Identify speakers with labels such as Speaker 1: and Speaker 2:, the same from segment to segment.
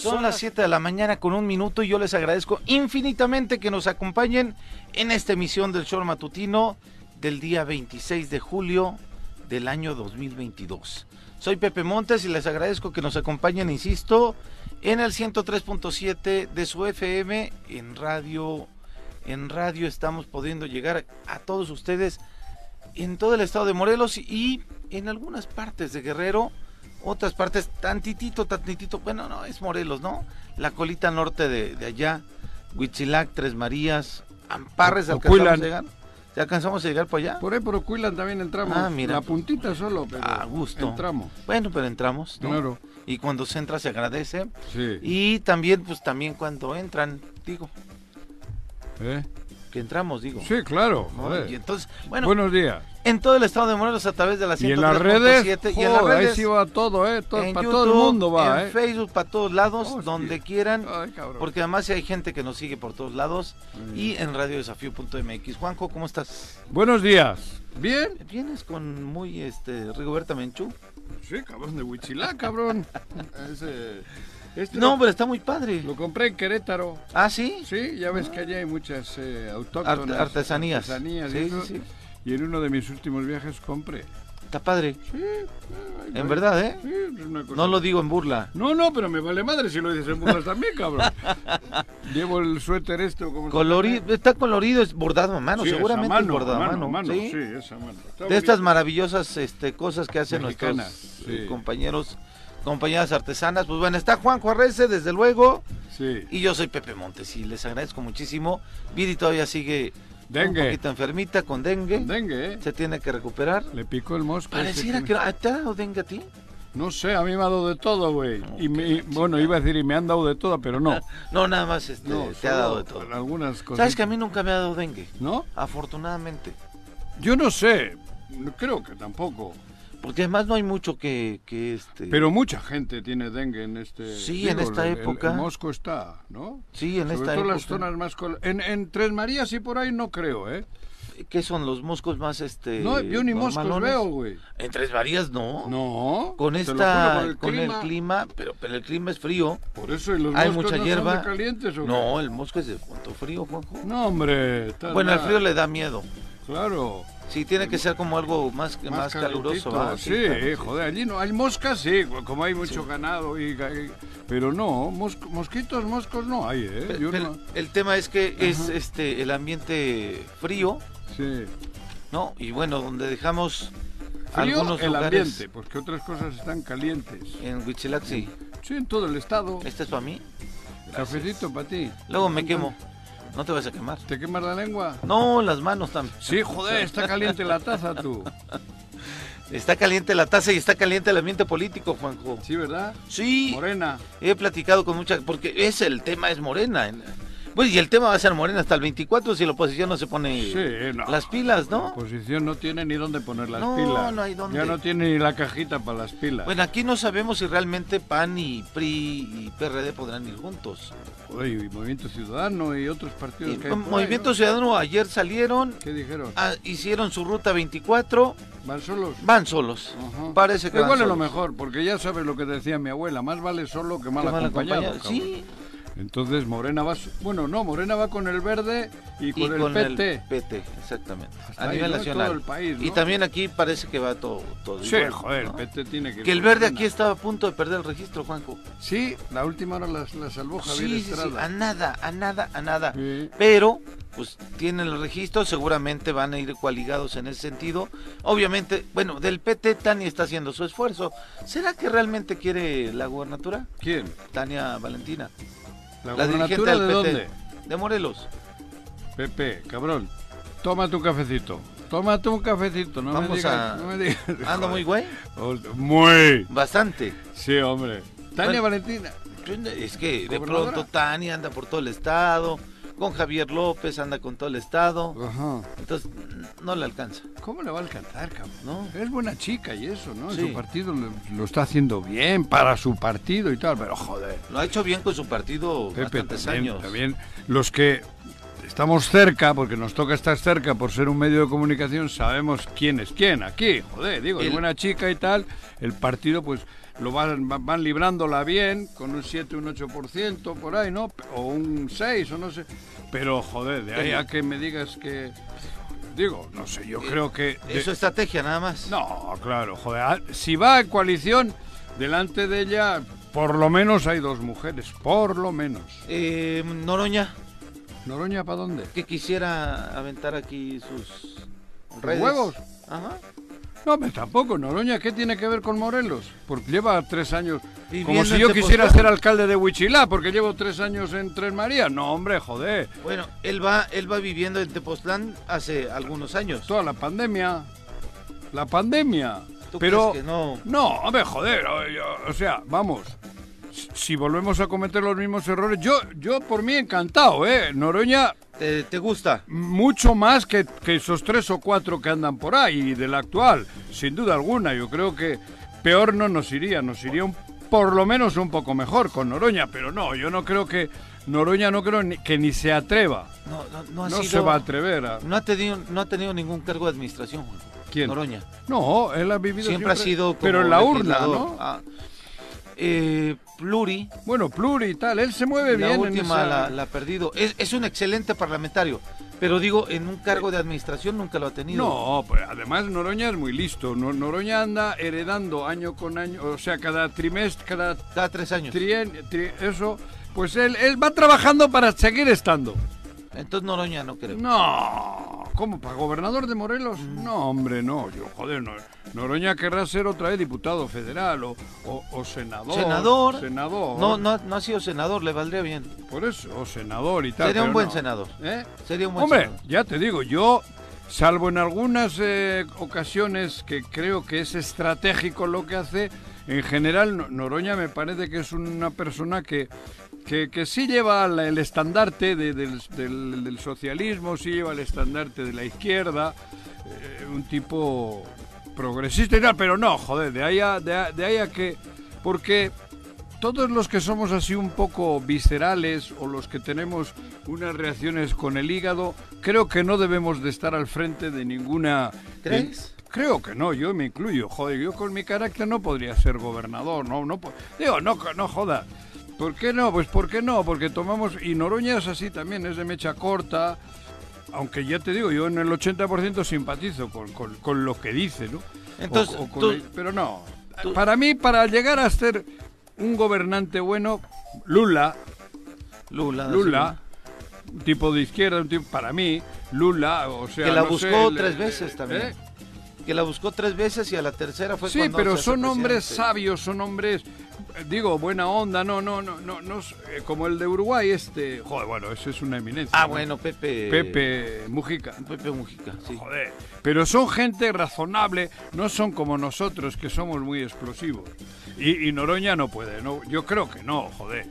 Speaker 1: Son las 7 de la mañana con un minuto y yo les agradezco infinitamente que nos acompañen en esta emisión del show matutino del día 26 de julio del año 2022. Soy Pepe Montes y les agradezco que nos acompañen, insisto, en el 103.7 de su FM en radio en radio estamos pudiendo llegar a todos ustedes en todo el estado de Morelos y en algunas partes de Guerrero otras partes, tantitito, tantitito, bueno, no, es Morelos, ¿no? La colita norte de, de allá, Huitzilac, Tres Marías, Amparres, ¿alcanzamos a llegar? ¿Ya alcanzamos a llegar para allá?
Speaker 2: Por ahí, por Ocuilan también entramos.
Speaker 1: Ah, mira.
Speaker 2: La puntita solo, pero
Speaker 1: A gusto.
Speaker 2: entramos.
Speaker 1: Bueno, pero entramos, ¿no?
Speaker 2: Claro.
Speaker 1: Y cuando se entra se agradece.
Speaker 2: Sí.
Speaker 1: Y también, pues también cuando entran, digo,
Speaker 2: ¿Eh?
Speaker 1: que entramos, digo.
Speaker 2: Sí, claro.
Speaker 1: ¿no?
Speaker 2: joder.
Speaker 1: Y entonces, bueno,
Speaker 2: Buenos días.
Speaker 1: en todo el estado de Morelos a través de la 103.7
Speaker 2: Y en las redes,
Speaker 1: y en las
Speaker 2: joder,
Speaker 1: redes
Speaker 2: ahí sí va todo, ¿eh? Todo-
Speaker 1: en
Speaker 2: para
Speaker 1: YouTube,
Speaker 2: todo el mundo va,
Speaker 1: en
Speaker 2: ¿eh? Oh,
Speaker 1: Facebook, para todos lados,
Speaker 2: Hostia.
Speaker 1: donde quieran.
Speaker 2: Ay, cabrón.
Speaker 1: Porque además hay gente que nos sigue por todos lados
Speaker 2: Mm.
Speaker 1: y en radiodesafío.mx. Juanjo, ¿cómo estás?
Speaker 2: Buenos días. ¿Bien?
Speaker 1: Vienes con muy este Rigoberta Menchú.
Speaker 2: Sí, cabrón, de Huichilá, cabrón. Ese, este
Speaker 1: No,
Speaker 2: lo,
Speaker 1: pero está muy padre.
Speaker 2: lo compré en Querétaro.
Speaker 1: Ah, sí.
Speaker 2: Sí, ya ves que allí hay muchas eh, autóctonas.
Speaker 1: Arte- artesanías.
Speaker 2: artesanías,
Speaker 1: Sí,
Speaker 2: y,
Speaker 1: sí,
Speaker 2: eso.
Speaker 1: sí.
Speaker 2: y en uno de mis últimos viajes compré.
Speaker 1: Está padre.
Speaker 2: Sí, ay,
Speaker 1: En
Speaker 2: güey.
Speaker 1: verdad, ¿eh?
Speaker 2: Sí, es una cosa
Speaker 1: No lo digo en burla.
Speaker 2: No, no, pero me vale madre si lo dices en burlas también, cabrón. Llevo el suéter esto como
Speaker 1: Colorido, está colorido, es bordado a mano, seguramente es bordado a mano.
Speaker 2: sí,
Speaker 1: ¿sí?
Speaker 2: es a mano. Está
Speaker 1: de estas
Speaker 2: bonito.
Speaker 1: maravillosas este, cosas que hacen
Speaker 2: Mexicanas,
Speaker 1: nuestros
Speaker 2: sí.
Speaker 1: eh, compañeros, compañeras artesanas. Pues bueno, está Juanjo Arrece, desde luego.
Speaker 2: Sí.
Speaker 1: Y yo soy Pepe Montes y les agradezco muchísimo. Viri todavía sigue
Speaker 2: Dengue.
Speaker 1: un poquito enfermita con dengue.
Speaker 2: Dengue, ¿eh?
Speaker 1: Se tiene que recuperar.
Speaker 2: Le picó el mosco. ese
Speaker 1: Pareciera
Speaker 2: que-
Speaker 1: que... no- ¿Ah, ¿Te ha dado dengue a ti?
Speaker 2: No sé, a mí me ha dado de todo, güey.
Speaker 1: No,
Speaker 2: y
Speaker 1: qué
Speaker 2: me,
Speaker 1: la
Speaker 2: bueno,
Speaker 1: chingada.
Speaker 2: iba a decir, y me han dado de todo, pero no.
Speaker 1: No, nada más este,
Speaker 2: no
Speaker 1: te ha
Speaker 2: solo
Speaker 1: dado de todo.
Speaker 2: Algunas cosas.
Speaker 1: ¿Sabes que a mí nunca me ha dado dengue?
Speaker 2: ¿No?
Speaker 1: Afortunadamente.
Speaker 2: Yo no sé. No Creo que tampoco.
Speaker 1: Porque además no hay mucho que, que este...
Speaker 2: Pero mucha gente tiene dengue en este.
Speaker 1: Sí, en esta
Speaker 2: el- el-
Speaker 1: época.
Speaker 2: El, mosco está, ¿no?
Speaker 1: Sí, en
Speaker 2: Sobre
Speaker 1: esta
Speaker 2: todo
Speaker 1: época.
Speaker 2: las zonas más col- en, en Tres Marías y por ahí no creo, ¿eh?
Speaker 1: ¿Qué son los moscos más este?
Speaker 2: no, yo ni moscos
Speaker 1: normalones?
Speaker 2: veo, güey.
Speaker 1: En Tres Varías no.
Speaker 2: No.
Speaker 1: Con
Speaker 2: te lo
Speaker 1: esta,
Speaker 2: juro,
Speaker 1: con el clima, pero, pero el clima es frío.
Speaker 2: Por eso y los
Speaker 1: Hay
Speaker 2: moscos
Speaker 1: mucha
Speaker 2: no
Speaker 1: hierba.
Speaker 2: son de calientes, ¿o qué?
Speaker 1: No, el mosco es de cuanto frío, Juanjo.
Speaker 2: No, hombre. estás
Speaker 1: Bueno, al
Speaker 2: mal.
Speaker 1: frío le da miedo.
Speaker 2: Claro.
Speaker 1: Sí, tiene que ser como algo más, más, caluroso.
Speaker 2: calentito,
Speaker 1: ¿va?
Speaker 2: Sí,
Speaker 1: claro,
Speaker 2: eh, joder, allí no hay moscas, sí, como hay mucho ganado y, ga- y- pero no, mosco- mosquitos, moscos no hay, eh.
Speaker 1: Pe-
Speaker 2: Yo
Speaker 1: pero
Speaker 2: no-
Speaker 1: el tema es que es este el ambiente frío,
Speaker 2: sí.
Speaker 1: ¿no? Y bueno, donde dejamos
Speaker 2: Frío
Speaker 1: algunos
Speaker 2: el
Speaker 1: lugares
Speaker 2: ambiente, porque otras cosas están calientes.
Speaker 1: en Huichilac, sí.
Speaker 2: Sí, en todo el estado.
Speaker 1: Este es para mí.
Speaker 2: Cafecito para ti.
Speaker 1: Luego me quemo. No te vas a quemar.
Speaker 2: ¿Te quemas la lengua?
Speaker 1: No, las manos también.
Speaker 2: Sí, joder, está caliente la taza tú.
Speaker 1: Está caliente la taza y está caliente el ambiente político, Juanjo.
Speaker 2: Sí, ¿verdad?
Speaker 1: Sí,
Speaker 2: Morena.
Speaker 1: he platicado con mucha, porque es el tema es Morena. en- Bueno, y el tema va a ser Morena hasta el 24 si la oposición no se pone
Speaker 2: Sí, Pues, no.
Speaker 1: las pilas,
Speaker 2: La
Speaker 1: ¿no?
Speaker 2: oposición no tiene ni dónde poner las
Speaker 1: No,
Speaker 2: pilas.
Speaker 1: no hay dónde.
Speaker 2: Ya no tiene ni la cajita para las pilas.
Speaker 1: Bueno, aquí no sabemos si realmente PAN y PRI y PRD podrán ir juntos.
Speaker 2: Oye, y Movimiento Ciudadano y otros partidos
Speaker 1: Y
Speaker 2: que hay por ahí,
Speaker 1: Movimiento
Speaker 2: ¿no?
Speaker 1: Ciudadano ayer salieron,
Speaker 2: ¿Qué dijeron?
Speaker 1: ah, hicieron su ruta 24,
Speaker 2: ¿Van solos?
Speaker 1: van solos.
Speaker 2: Ajá.
Speaker 1: Parece que
Speaker 2: Pero Igual
Speaker 1: van
Speaker 2: es lo
Speaker 1: solos.
Speaker 2: mejor, porque ya sabes lo que decía mi abuela, más vale solo que mal,
Speaker 1: Que van
Speaker 2: acompañado.
Speaker 1: acompañados. Sí,
Speaker 2: cabrón. Entonces Morena va, so- bueno, no, Morena va con el verde y con el PT.
Speaker 1: PT, exactamente.
Speaker 2: Hasta
Speaker 1: a
Speaker 2: ahí,
Speaker 1: nivel
Speaker 2: ¿no?
Speaker 1: nacional.
Speaker 2: Todo el país, ¿no?
Speaker 1: Y también aquí parece que va todo. todo
Speaker 2: Sí,
Speaker 1: igual,
Speaker 2: joder,
Speaker 1: ¿no?
Speaker 2: el PT tiene que ir
Speaker 1: Que el
Speaker 2: con
Speaker 1: verde
Speaker 2: Morena.
Speaker 1: aquí estaba a punto de perder el registro, Juanjo.
Speaker 2: Sí, la última hora la, la salvó Javier
Speaker 1: Sí, Ah. sí, sí, a
Speaker 2: Estrada.
Speaker 1: nada, a nada, a nada.
Speaker 2: Sí.
Speaker 1: Pero, pues tienen el registro, seguramente van a ir coaligados en ese sentido. Obviamente, bueno, del PT Tania está haciendo su esfuerzo. ¿Será que realmente quiere la gubernatura?
Speaker 2: ¿Quién?
Speaker 1: Tania Valentina.
Speaker 2: ¿La,
Speaker 1: La dirigente del
Speaker 2: gobernatura de
Speaker 1: PT.
Speaker 2: dónde?
Speaker 1: De Morelos.
Speaker 2: Pepe, cabrón, toma tu cafecito. Toma tu cafecito, no me
Speaker 1: Vamos
Speaker 2: digas.
Speaker 1: a- Ah.
Speaker 2: No me digas.
Speaker 1: Ando muy güey.
Speaker 2: Joder. Muy.
Speaker 1: Bastante.
Speaker 2: Sí, hombre. Tania
Speaker 1: Bueno.
Speaker 2: Valentina.
Speaker 1: Es que de
Speaker 2: ¿Gobernadora?
Speaker 1: pronto Tania anda por todo el estado, con Javier López anda con todo el estado,
Speaker 2: Ajá.
Speaker 1: entonces no le alcanza,
Speaker 2: ¿Cómo le va a alcanzar, cabrón?
Speaker 1: ¿no?
Speaker 2: Es buena chica y eso, ¿no? En
Speaker 1: Sí.
Speaker 2: Su partido lo, lo está haciendo bien para su partido y tal, pero joder.
Speaker 1: Lo ha hecho bien con su partido
Speaker 2: Pepe,
Speaker 1: bastantes
Speaker 2: también,
Speaker 1: años.
Speaker 2: también los que estamos cerca, porque nos toca estar cerca por ser un medio de comunicación, sabemos quién es quién aquí, joder, digo, es
Speaker 1: El-
Speaker 2: buena chica y tal, el partido pues lo van, van- van librándola bien, con un 7, un 8% por ahí, ¿no? O un 6, o no sé, pero joder, de ahí a que me digas que... Digo, no sé, yo creo que... de-
Speaker 1: Eh, Eso es estrategia nada más.
Speaker 2: no, claro, joder. ah, Si va en coalición, delante de ella, por lo menos hay dos mujeres, por lo menos.
Speaker 1: Eh, Noroña,
Speaker 2: ¿Noroña para dónde?
Speaker 1: que quisiera aventar aquí sus redes.
Speaker 2: ¿Huevos?
Speaker 1: Ajá.
Speaker 2: No, pero tampoco. Noroña, ¿qué tiene que ver con Morelos? Porque lleva tres años.
Speaker 1: Viviendo
Speaker 2: Como si
Speaker 1: en
Speaker 2: yo quisiera
Speaker 1: Tepoztlán.
Speaker 2: ser alcalde de Huichilá, porque llevo tres años en Tres Marías. No, hombre, joder.
Speaker 1: Bueno, él va, él va viviendo en Tepoztlán hace algunos años.
Speaker 2: Toda la pandemia. La pandemia.
Speaker 1: ¿Tú
Speaker 2: pero.
Speaker 1: crees que no?
Speaker 2: No, hombre, joder, o- yo- o sea, vamos. si- Si volvemos a cometer los mismos errores, yo, yo por mí encantado, ¿eh? Noroña,
Speaker 1: ¿Te, te gusta?
Speaker 2: mucho más que, que esos tres o cuatro que andan por ahí y del actual, sin duda alguna. Yo creo que peor no nos iría, nos iría un- por lo menos un poco mejor con Noroña, pero no, yo no creo que Noroña no creo ni- que ni se atreva.
Speaker 1: No, no, no ha
Speaker 2: No
Speaker 1: sido-
Speaker 2: se va a atrever a...
Speaker 1: No ha tenido, no ha tenido ningún cargo de administración, Juan.
Speaker 2: ¿Quién?
Speaker 1: Noroña.
Speaker 2: No, él ha vivido
Speaker 1: Siempre, ha sido como
Speaker 2: Pero en la urna,
Speaker 1: legislador.
Speaker 2: ¿no?
Speaker 1: Ah, eh, pluri,
Speaker 2: Bueno, pluri y tal, él se mueve
Speaker 1: la
Speaker 2: bien en
Speaker 1: última
Speaker 2: esa-
Speaker 1: la, la ha perdido. Es, es un excelente parlamentario, pero digo, en un cargo de administración nunca lo ha tenido.
Speaker 2: No, pues además Noroña es muy listo. Nor- Noroña anda heredando año con año, o sea, cada trimestre, cada
Speaker 1: Cada tres años.
Speaker 2: trien- tri- eso, pues él, él va trabajando para seguir estando.
Speaker 1: Entonces Noroña no creo.
Speaker 2: No, ¿cómo? ¿Para gobernador de Morelos? No, hombre, no. Yo, joder, no- Noroña querrá ser otra vez diputado federal o, o- o senador.
Speaker 1: senador.
Speaker 2: Senador.
Speaker 1: No, no, ha- no ha sido senador, le valdría bien.
Speaker 2: Por eso, o senador y tal.
Speaker 1: Sería un
Speaker 2: pero
Speaker 1: buen
Speaker 2: no.
Speaker 1: senador.
Speaker 2: ¿Eh?
Speaker 1: Sería un buen
Speaker 2: Hombre,
Speaker 1: senador.
Speaker 2: ya te digo, yo, salvo en algunas eh, ocasiones que creo que es estratégico lo que hace, en general No- Noroña me parece que es una persona que, que, que sí lleva la- el estandarte de- del, del- del socialismo, sí lleva el estandarte de la izquierda, eh, un tipo progresista y tal, pero no, joder, de ahí a- de a- de ahí a que... Porque todos los que somos así un poco viscerales o los que tenemos unas reacciones con el hígado, creo que no debemos de estar al frente de ninguna... de-
Speaker 1: ¿Crees?
Speaker 2: creo que no, yo me incluyo. Joder, yo con mi carácter no podría ser gobernador, no, no. po- Digo, no, co- no joda. ¿Por qué no? Pues ¿por qué no? Porque tomamos... Y Noroña es así también, es de mecha corta. Aunque ya te digo, yo en el 80% simpatizo con, con- con lo que dice, ¿no? O-
Speaker 1: Entonces,
Speaker 2: o con
Speaker 1: tú-
Speaker 2: el- pero no.
Speaker 1: tú-
Speaker 2: Para mí, para llegar a ser un gobernante bueno, Lula,
Speaker 1: Lula. da
Speaker 2: Lula,
Speaker 1: Silva.
Speaker 2: un tipo de izquierda, un tipo, para mí, Lula, o sea...
Speaker 1: Que la
Speaker 2: no sé,
Speaker 1: buscó
Speaker 2: le-
Speaker 1: tres veces
Speaker 2: ¿eh?
Speaker 1: también. Que la buscó tres veces y a la tercera fue
Speaker 2: Sí,
Speaker 1: cuando
Speaker 2: pero
Speaker 1: se hace
Speaker 2: son hombres
Speaker 1: presidente.
Speaker 2: sabios, son hombres, eh, digo, buena onda, no, no, no, no, no, s- eh, como el de Uruguay, este, joder, bueno, eso es una eminencia.
Speaker 1: Ah,
Speaker 2: ¿no?
Speaker 1: bueno, Pepe.
Speaker 2: Pepe Mujica.
Speaker 1: Pepe Mujica, sí.
Speaker 2: Joder, pero son gente razonable, no son como nosotros que somos muy explosivos. Y, y Noroña no puede, no, yo creo que no, joder.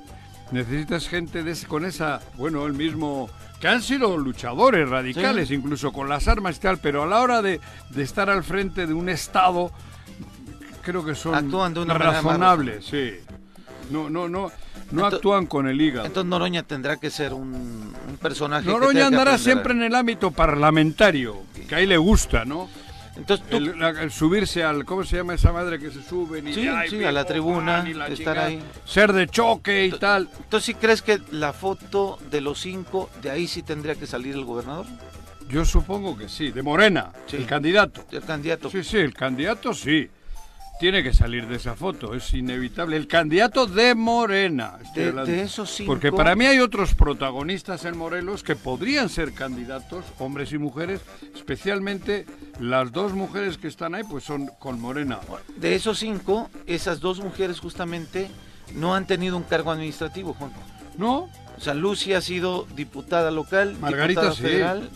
Speaker 2: Necesitas gente de ese- con esa, bueno, el mismo, que han sido luchadores radicales, incluso con las armas y tal, pero a la hora de, de estar al frente de un Estado, creo que son
Speaker 1: Actúan de una manera más
Speaker 2: razonables, sí. No, no, no, no
Speaker 1: Ento-
Speaker 2: actúan con el hígado.
Speaker 1: Entonces Noroña tendrá que ser un, un personaje. que
Speaker 2: Noroña
Speaker 1: tenga que
Speaker 2: andará
Speaker 1: aprender.
Speaker 2: siempre en el ámbito parlamentario, que ahí le gusta, ¿no?
Speaker 1: Entonces tú.
Speaker 2: El, la- el subirse al. ¿Cómo se llama esa madre que se suben? Y,
Speaker 1: Sí,
Speaker 2: ay,
Speaker 1: sí, a la
Speaker 2: pipo,
Speaker 1: tribuna,
Speaker 2: pan, y la
Speaker 1: estar
Speaker 2: chingada?
Speaker 1: ahí.
Speaker 2: Ser de choque y tal.
Speaker 1: ¿Tú sí crees que la foto de los cinco, de ahí sí tendría que salir el gobernador?
Speaker 2: Yo supongo que sí, de Morena,
Speaker 1: Sí.
Speaker 2: el candidato.
Speaker 1: El candidato.
Speaker 2: Sí, sí, el candidato sí. Tiene que salir de esa foto, es inevitable. El candidato de Morena. estoy
Speaker 1: De,
Speaker 2: hablando.
Speaker 1: de esos cinco.
Speaker 2: Porque para mí hay otros protagonistas en Morelos que podrían ser candidatos, hombres y mujeres, especialmente las dos mujeres que están ahí, pues son con Morena.
Speaker 1: De esos cinco, esas dos mujeres justamente no han tenido un cargo administrativo, Juan.
Speaker 2: ¿No?
Speaker 1: O sea, Lucy ha sido diputada local,
Speaker 2: Margarita
Speaker 1: diputada
Speaker 2: sí.
Speaker 1: federal.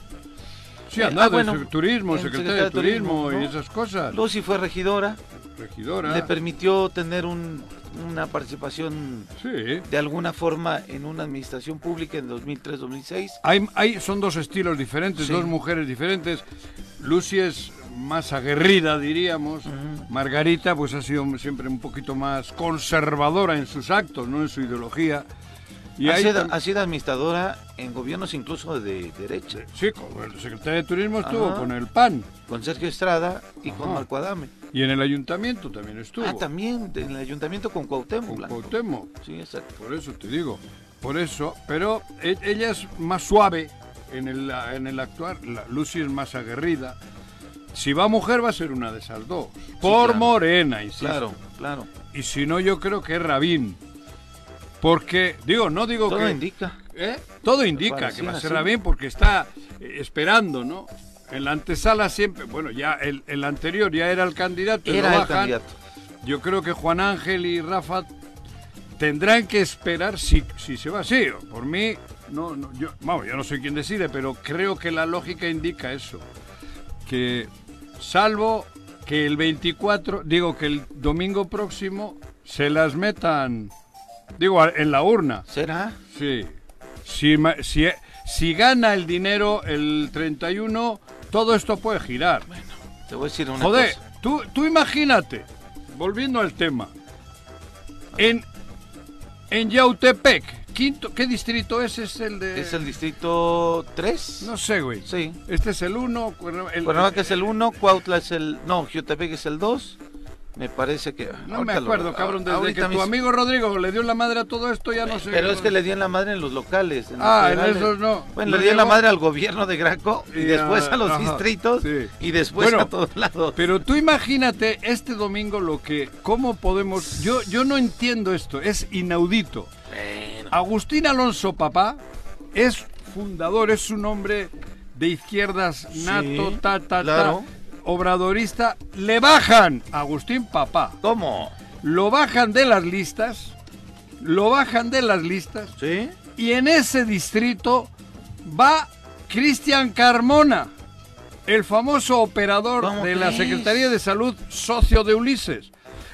Speaker 2: Sí,
Speaker 1: Eh,
Speaker 2: andaba
Speaker 1: ah, bueno,
Speaker 2: en turismo,
Speaker 1: en
Speaker 2: secretaria de
Speaker 1: secretaria de
Speaker 2: turismo,
Speaker 1: turismo,
Speaker 2: y
Speaker 1: ¿no?
Speaker 2: esas cosas.
Speaker 1: Lucy fue regidora,
Speaker 2: Regidora.
Speaker 1: le permitió tener un- una participación
Speaker 2: Sí.
Speaker 1: de alguna forma en una administración pública en 2003-2006.
Speaker 2: Hay, hay- son dos estilos diferentes,
Speaker 1: Sí.
Speaker 2: dos mujeres diferentes. Lucy es más aguerrida, diríamos. Margarita, pues ha sido siempre un poquito más conservadora en sus actos, no en su ideología.
Speaker 1: Y ha, sido, ha sido administradora en gobiernos incluso de derecha.
Speaker 2: Sí, como el secretario de Turismo estuvo Ajá. con el PAN.
Speaker 1: Con Sergio Estrada y Ajá. con Marco Adame.
Speaker 2: Y en el ayuntamiento también estuvo.
Speaker 1: Ah, también, en el ayuntamiento con Cuauhtémoc.
Speaker 2: Con
Speaker 1: Blanco.
Speaker 2: Cuauhtémoc.
Speaker 1: Sí, exacto.
Speaker 2: Por eso te digo, por eso. Pero e, ella es más suave en el, en el actuar, la, Lucy es más aguerrida. Si va mujer va a ser una de esas dos. Sí, por claro. Morena, insisto.
Speaker 1: Claro, claro.
Speaker 2: Y si no, yo creo que es Rabín. Porque, digo, no digo
Speaker 1: Todo
Speaker 2: que...
Speaker 1: Todo indica.
Speaker 2: ¿eh? Todo indica que va a ser Rabín porque está eh, esperando, ¿no? En la antesala siempre, bueno, ya el, el anterior ya era el candidato.
Speaker 1: Era
Speaker 2: lo
Speaker 1: bajan. el candidato.
Speaker 2: Yo creo que Juan Ángel y Rafa tendrán que esperar si, si se va así. Por mí, no, no yo, vamos, yo no soy quien decide, pero creo que la lógica indica eso. Que salvo que el 24, digo que el domingo próximo se las metan, digo, en la urna.
Speaker 1: ¿Será?
Speaker 2: Sí. Si, si, si gana el dinero el 31, todo esto puede girar.
Speaker 1: Bueno, te voy a decir una
Speaker 2: Joder,
Speaker 1: cosa.
Speaker 2: tú, tú imagínate, volviendo al tema, en, en Yautepec, Quinto, ¿Qué distrito es? ¿Es el de.?
Speaker 1: Es el distrito 3.
Speaker 2: No sé, güey.
Speaker 1: Sí.
Speaker 2: Este es el 1. El...
Speaker 1: Cuernavaca es el 1, Cuautla es el. No, Jutepec es el 2. Me parece que.
Speaker 2: No Ahorita me acuerdo, lo... cabrón. Desde Ahorita que mis... tu amigo Rodrigo le dio la madre a todo esto, ya no sé.
Speaker 1: Pero es que le dio la madre en los locales. En los
Speaker 2: ah, federales. en esos no. ah,
Speaker 1: Bueno, le, dio llevo... la madre al gobierno de Graco y, y después a los ajá, distritos sí. y después bueno, a todos lados.
Speaker 2: Pero tú imagínate este domingo lo que. ¿Cómo podemos.? Yo, yo no entiendo esto. Es inaudito.
Speaker 1: Bueno.
Speaker 2: Agustín Alonso Papá es fundador, es un hombre de izquierdas nato, sí, ta, ta, claro. ta obradorista, le bajan a Agustín Papá.
Speaker 1: ¿Cómo?
Speaker 2: Lo bajan de las listas, lo bajan de las listas.
Speaker 1: Sí.
Speaker 2: Y en ese distrito va Cristian Carmona, el famoso operador de la Secretaría es? de Salud, socio de Ulises.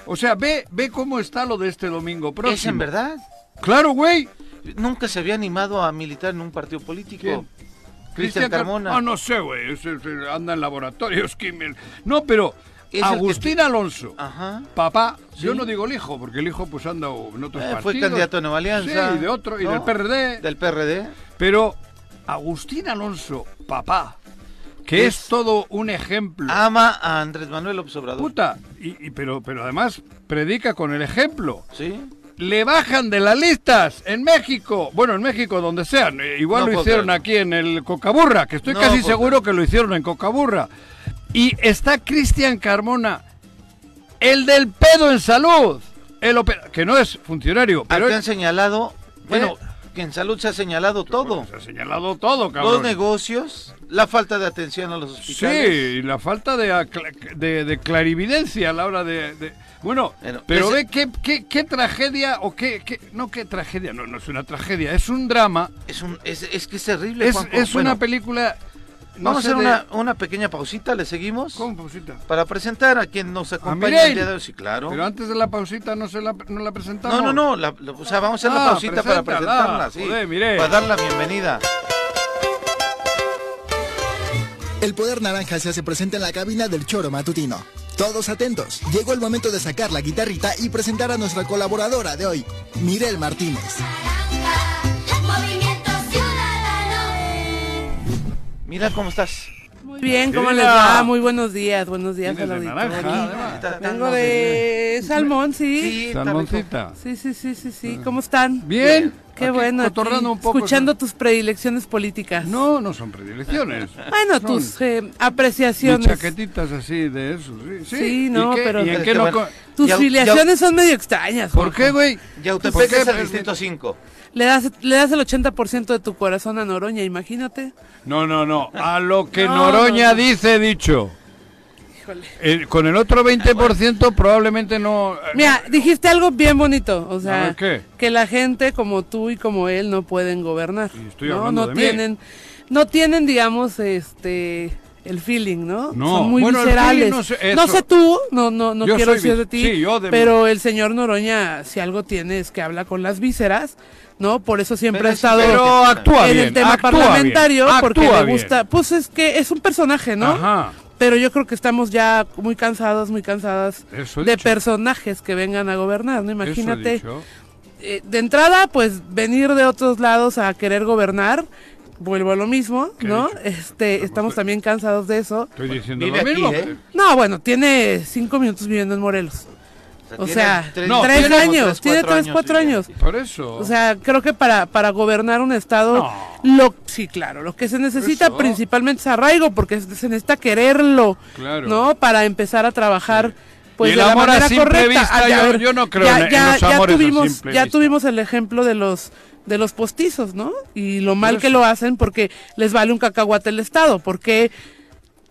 Speaker 2: O sea, ve, ve cómo está lo de este domingo próximo.
Speaker 1: ¿Es en verdad?
Speaker 2: Claro, güey.
Speaker 1: Nunca se había animado a militar en un partido político. ¿Quién? Cristian Carmona.
Speaker 2: Ah, no sé, güey. Anda en laboratorios, Kimmel. No, pero Agustín te... Alonso.
Speaker 1: Ajá.
Speaker 2: Papá. ¿Sí? Yo no digo el hijo, porque el hijo pues anda en otros eh, partidos.
Speaker 1: Ah, Fue candidato a Nueva Alianza.
Speaker 2: Sí, de otro, ¿no? y del PRD.
Speaker 1: Del PRD.
Speaker 2: Pero Agustín Alonso, papá, que es, Ah, es todo un ejemplo.
Speaker 1: Ama a Andrés Manuel Obrador.
Speaker 2: Puta, y, y, pero, pero además predica con el ejemplo.
Speaker 1: Sí
Speaker 2: le bajan de las listas en México. Bueno, en México, donde sea. Igual no lo hicieron creerlo. aquí en el Cocaburra, que estoy no casi seguro creerlo. que lo hicieron en Cocaburra. Y está Cristian Carmona, el del pedo en salud, el que no es funcionario.
Speaker 1: Pero Aquí han señalado, bueno, eh, que en salud se ha señalado todo.
Speaker 2: Se ha señalado todo, cabrón.
Speaker 1: Los negocios, la falta de atención a los hospitales.
Speaker 2: Sí, y la falta de, de, de, clarividencia a la hora de... de... Bueno, bueno, pero ese... ve qué, qué, qué, tragedia o qué, qué, No, qué tragedia, no, no es una tragedia, es un drama.
Speaker 1: Es, un, es, es que es terrible.
Speaker 2: Es, es bueno, una película...
Speaker 1: No vamos a hacer de... una, una, pequeña pausita, ¿le seguimos?
Speaker 2: ¿Cómo pausita?
Speaker 1: Para presentar a quien nos acompaña el día de hoy, sí, claro.
Speaker 2: Pero antes de la pausita no, se la, no la presentamos.
Speaker 1: No, no, no, la, la, o sea, vamos a hacer ah, la pausita para presentarla, sí.
Speaker 2: Joder, Mireille.
Speaker 1: Para dar la bienvenida.
Speaker 3: El poder naranja se hace presente en la cabina del choro matutino. Todos atentos, llegó el momento de sacar la guitarrita y presentar a nuestra colaboradora de hoy, Mirel Martínez.
Speaker 1: Mira cómo estás.
Speaker 4: Muy bien, ¿cómo les va? Muy buenos días, buenos días a la
Speaker 2: auditoría.
Speaker 4: Vengo de salmón, sí.
Speaker 2: sí Salmoncita.
Speaker 4: Sí, sí, sí, sí, sí. ¿Cómo están?
Speaker 2: Bien.
Speaker 4: Qué Aquí, bueno.
Speaker 2: Cotorrando un poco.
Speaker 4: Escuchando tus predilecciones políticas.
Speaker 2: No, no son predilecciones.
Speaker 4: bueno, son tus eh, apreciaciones.
Speaker 2: De chaquetitas así de eso, sí. Sí,
Speaker 4: sí no,
Speaker 2: qué,
Speaker 4: pero.
Speaker 2: ¿y en qué no bueno,
Speaker 4: tus ya, filiaciones ya, son medio extrañas.
Speaker 2: ¿Por qué, güey?
Speaker 1: Yautepec es el distrito 5.
Speaker 4: Le das, le das el 80% de tu corazón a Noroña, imagínate.
Speaker 2: No, no, no. A lo que no, Noroña no, no. dice, dicho. Híjole. El, con el otro 20% probablemente no. eh,
Speaker 4: Mira, dijiste algo bien bonito. O sea,
Speaker 2: ¿qué?
Speaker 4: que la gente como tú y como él no pueden gobernar.
Speaker 2: Y estoy
Speaker 4: no, no
Speaker 2: de
Speaker 4: tienen,
Speaker 2: mí.
Speaker 4: no tienen, digamos, este el feeling, ¿no? no. Son muy bueno, viscerales. No sé, no sé, tú, no, no, no
Speaker 2: yo
Speaker 4: quiero decir de ti,
Speaker 2: sí, yo de
Speaker 4: pero el señor Noroña, si algo tiene es que habla con las vísceras, ¿no? Por eso siempre
Speaker 2: pero,
Speaker 4: ha estado
Speaker 2: pero actúa
Speaker 4: en
Speaker 2: bien,
Speaker 4: el tema
Speaker 2: actúa
Speaker 4: parlamentario,
Speaker 2: bien,
Speaker 4: porque
Speaker 2: actúa
Speaker 4: le gusta.
Speaker 2: Bien.
Speaker 4: Pues es que es un personaje, ¿no?
Speaker 2: Ajá.
Speaker 4: Pero yo creo que estamos ya muy cansados, muy cansadas de personajes que vengan a gobernar, ¿no? Imagínate eh, de entrada, pues venir de otros lados a querer gobernar, vuelvo a lo mismo, ¿no? Este, estamos también cansados de eso.
Speaker 2: Estoy diciendo
Speaker 1: Vive
Speaker 2: lo
Speaker 1: aquí,
Speaker 2: mismo.
Speaker 1: ¿eh?
Speaker 4: No, bueno, tiene cinco minutos viviendo en Morelos. O
Speaker 1: tiene
Speaker 4: sea,
Speaker 1: tres-
Speaker 4: tres,
Speaker 2: no, tiene como
Speaker 4: años,
Speaker 1: tres,
Speaker 4: tiene
Speaker 1: cuatro
Speaker 4: tres,
Speaker 1: años
Speaker 4: cuatro años.
Speaker 1: viviendo.
Speaker 2: Por eso.
Speaker 4: O sea, creo que para, para gobernar un estado, lo, sí, claro, lo que se necesita
Speaker 2: Eso.
Speaker 4: principalmente es arraigo, porque se se necesita quererlo,
Speaker 2: Claro.
Speaker 4: ¿no? Para empezar a trabajar,
Speaker 2: Y
Speaker 4: pues
Speaker 2: el
Speaker 4: de la
Speaker 2: amor a
Speaker 4: manera
Speaker 2: simple
Speaker 4: correcta.
Speaker 2: vista,
Speaker 4: Ah, ya,
Speaker 2: yo-
Speaker 4: a ver,
Speaker 2: yo no creo en- en los
Speaker 4: ya
Speaker 2: amores a
Speaker 4: tuvimos,
Speaker 2: simple
Speaker 4: ya
Speaker 2: vista.
Speaker 4: tuvimos el ejemplo de los de los postizos, ¿no? Y lo mal
Speaker 2: Por
Speaker 4: que
Speaker 2: eso.
Speaker 4: lo hacen porque les vale un cacahuate el estado, porque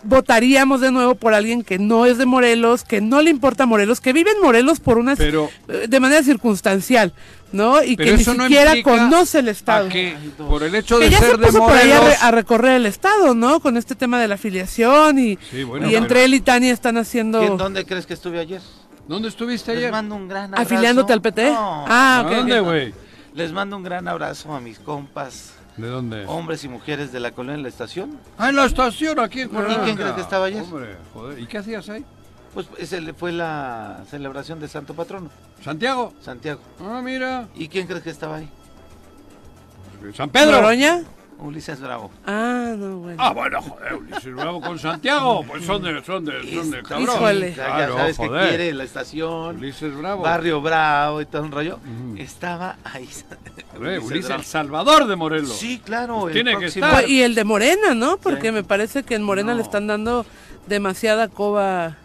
Speaker 4: votaríamos de nuevo por alguien que no es de Morelos, que no le importa Morelos, que vive en Morelos por una
Speaker 2: Pero-
Speaker 4: de manera circunstancial, ¿no? Y
Speaker 2: Pero
Speaker 4: que ni
Speaker 2: eso no
Speaker 4: siquiera
Speaker 2: implica
Speaker 4: conoce el estado.
Speaker 2: a que por el hecho
Speaker 4: Que
Speaker 2: de
Speaker 4: ya se
Speaker 2: ser de
Speaker 4: puso por ahí a, re-
Speaker 2: Morelos,
Speaker 4: a recorrer el estado, ¿no? Con este tema de la afiliación y,
Speaker 2: Sí, bueno,
Speaker 4: y
Speaker 2: pero-
Speaker 4: entre él y Tania están haciendo
Speaker 1: ¿Quién- ¿Dónde crees que estuve ayer?
Speaker 2: ¿dónde estuviste
Speaker 1: Les
Speaker 2: ayer?
Speaker 1: mando un gran abrazo.
Speaker 4: afiliándote al PT.
Speaker 1: No.
Speaker 4: Ah,
Speaker 2: ¿A
Speaker 4: ok.
Speaker 2: dónde, güey?
Speaker 1: Les mando un gran abrazo a mis compas,
Speaker 2: ¿De dónde?
Speaker 1: hombres y mujeres de la colonia de la estación.
Speaker 2: Ah, en la estación, aquí en
Speaker 1: ¿Y quién
Speaker 2: Cuernavaca.
Speaker 1: crees que estaba ayer?
Speaker 2: Hombre, joder, ¿y qué hacías ahí?
Speaker 1: Pues ese fue la celebración de Santo Patrono,
Speaker 2: ¿Santiago?
Speaker 1: Santiago.
Speaker 2: Ah, mira.
Speaker 1: ¿Y quién crees que estaba ahí?
Speaker 2: ¿San Pedro?
Speaker 4: ¿Noroña?
Speaker 1: Ulises Bravo.
Speaker 4: Ah, no, bueno.
Speaker 2: Ah, bueno, joder, Ulises Bravo con Santiago. Pues son de, son de, son de cabrón.
Speaker 4: Híjole.
Speaker 1: Este, Ya-
Speaker 2: Claro,
Speaker 1: ya sabes
Speaker 2: joder.
Speaker 1: que quiere la estación,
Speaker 2: Ulises Bravo.
Speaker 1: Barrio Bravo y todo un rollo.
Speaker 2: Ujú.
Speaker 1: Estaba ahí.
Speaker 2: Joder, Ulises,
Speaker 1: Bravo.
Speaker 2: el Salvador de Morelos.
Speaker 1: Sí, claro.
Speaker 2: Pues
Speaker 1: el
Speaker 2: tiene que
Speaker 1: próximo-
Speaker 2: estar.
Speaker 4: Pues, y el de Morena, ¿no? Porque
Speaker 1: Sí.
Speaker 4: me parece que en Morena
Speaker 1: No.
Speaker 4: le están dando demasiada coba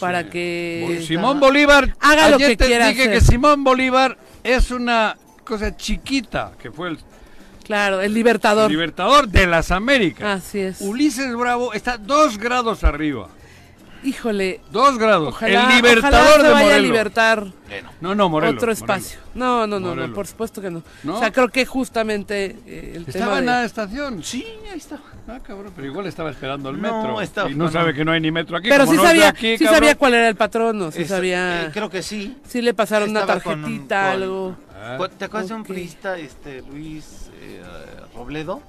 Speaker 4: para
Speaker 2: Sí. Bo-
Speaker 4: que...
Speaker 2: Simón Bolívar.
Speaker 4: Haga lo
Speaker 2: ayer
Speaker 4: que
Speaker 2: te
Speaker 4: quiera
Speaker 2: dije
Speaker 4: hacer.
Speaker 2: que Simón Bolívar es una cosa chiquita, que fue el
Speaker 4: Claro, el libertador.
Speaker 2: libertador de las Américas.
Speaker 4: Así es.
Speaker 2: Ulises Bravo está dos grados arriba.
Speaker 4: Híjole,
Speaker 2: Dos grados.
Speaker 4: ojalá,
Speaker 2: el
Speaker 4: ojalá
Speaker 2: libertador
Speaker 4: se
Speaker 2: de
Speaker 4: vaya a
Speaker 2: Morelos.
Speaker 4: libertar
Speaker 1: Bueno,
Speaker 2: No, no, Morelos.
Speaker 4: otro
Speaker 2: Morelos.
Speaker 4: espacio. No, no, no, no,
Speaker 2: Morelos.
Speaker 4: por supuesto que no.
Speaker 2: ¿No?
Speaker 4: O sea, creo que justamente eh, el
Speaker 2: Estaba
Speaker 4: tema
Speaker 2: en
Speaker 4: de-
Speaker 2: la estación.
Speaker 1: sí, ahí estaba.
Speaker 2: Ah, cabrón, pero igual estaba esperando el
Speaker 1: No,
Speaker 2: metro.
Speaker 1: estaba-
Speaker 2: y no,
Speaker 1: no,
Speaker 2: sabe
Speaker 1: no.
Speaker 2: que no hay ni metro aquí.
Speaker 4: Pero
Speaker 2: como
Speaker 4: sí
Speaker 2: no es de
Speaker 4: sabía,
Speaker 2: aquí,
Speaker 4: sí
Speaker 2: cabrón.
Speaker 4: sabía cuál era el patrono, sí
Speaker 1: Esta-
Speaker 4: sabía...
Speaker 1: eh, creo que sí.
Speaker 4: Sí le pasaron una
Speaker 1: Estaba con-
Speaker 4: tarjetita,
Speaker 1: con-
Speaker 4: algo.
Speaker 2: Ah,
Speaker 1: ¿Cu- ¿Te acuerdas de un
Speaker 4: Ok.
Speaker 1: priista, este, Luis eh, Robledo?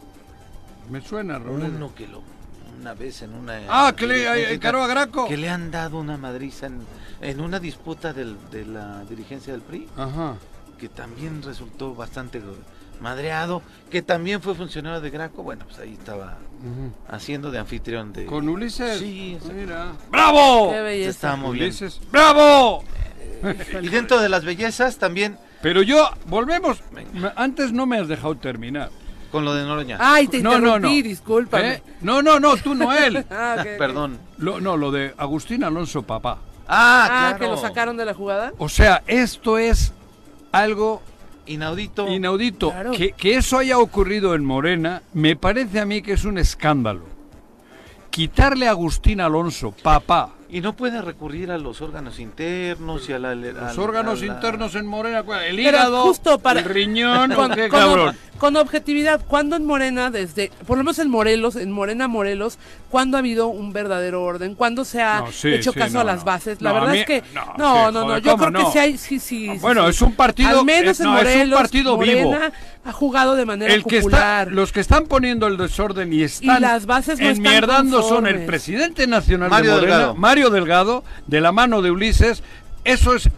Speaker 2: me suena, Robledo.
Speaker 1: Uno que lo, una vez en una...
Speaker 2: Ah, que le
Speaker 1: dirigencia-
Speaker 2: eh, encaró a Graco.
Speaker 1: que le han dado una madriza en, en una disputa del- de la dirigencia del PRI,
Speaker 2: Ajá.
Speaker 1: que también resultó bastante go- madreado, que también fue funcionario de Graco, bueno, pues ahí estaba
Speaker 2: ujú.
Speaker 1: haciendo de anfitrión de...
Speaker 2: ¿Con Ulises? Ah,
Speaker 1: Sí, exacto.
Speaker 2: Mira. ¡Bravo!
Speaker 4: Qué
Speaker 1: Se
Speaker 4: belleza.
Speaker 1: estaba muy bien.
Speaker 2: Ulises. ¡Bravo!
Speaker 1: Y dentro de las bellezas también
Speaker 2: Pero yo, volvemos. Me- Antes no me has dejado terminar.
Speaker 1: con lo de Noroña.
Speaker 4: Ay, te
Speaker 2: no,
Speaker 4: interrumpí,
Speaker 2: no, no.
Speaker 4: discúlpame.
Speaker 2: ¿Eh? No, no, no, tú no él.
Speaker 4: Ah, ok, ok.
Speaker 1: Perdón.
Speaker 2: Lo- no, lo de Agustín Alonso Papá.
Speaker 1: Ah,
Speaker 4: Ah,
Speaker 1: claro.
Speaker 4: que lo sacaron de la jugada.
Speaker 2: O sea, esto es algo
Speaker 1: Inaudito.
Speaker 2: inaudito.
Speaker 4: Claro.
Speaker 2: Que, que eso haya ocurrido en Morena, me parece a mí que es un escándalo. Quitarle a Agustín Alonso Papá.
Speaker 1: y no puede recurrir a los órganos internos y a la...
Speaker 2: Los órganos internos en Morena, ¿cuál? el
Speaker 4: Pero
Speaker 2: hígado,
Speaker 4: justo para-
Speaker 2: el riñón,
Speaker 4: Con,
Speaker 2: ¿o qué,
Speaker 4: con-
Speaker 2: cabrón?
Speaker 4: con objetividad, cuando en Morena, desde, por lo menos en Morelos, en Morena Morelos, cuando ha habido un verdadero orden, cuando se ha
Speaker 2: No, sí,
Speaker 4: hecho
Speaker 2: sí,
Speaker 4: caso
Speaker 2: no,
Speaker 4: a las
Speaker 2: no.
Speaker 4: bases, la
Speaker 2: No, a
Speaker 4: verdad
Speaker 2: mí-
Speaker 4: es que
Speaker 2: no,
Speaker 4: no,
Speaker 2: sí,
Speaker 4: no, no,
Speaker 2: joder,
Speaker 4: yo
Speaker 2: ¿cómo
Speaker 4: creo que
Speaker 2: no?
Speaker 4: sí hay, sí, sí.
Speaker 2: Ah,
Speaker 4: sí,
Speaker 2: bueno,
Speaker 4: sí.
Speaker 2: es un partido-
Speaker 4: Al menos
Speaker 2: eh,
Speaker 4: en
Speaker 2: no, es un
Speaker 4: Morelos,
Speaker 2: partido vivo.
Speaker 4: Morena ha jugado de manera
Speaker 2: El que está,
Speaker 4: popular.
Speaker 2: los que están poniendo el desorden y están
Speaker 4: las bases no están
Speaker 2: enmierdando son el
Speaker 4: conformes.
Speaker 2: presidente nacional
Speaker 1: Mario
Speaker 2: de Morena,
Speaker 1: Delgado.
Speaker 2: Mario Delgado, de la mano de Ulises. Eso es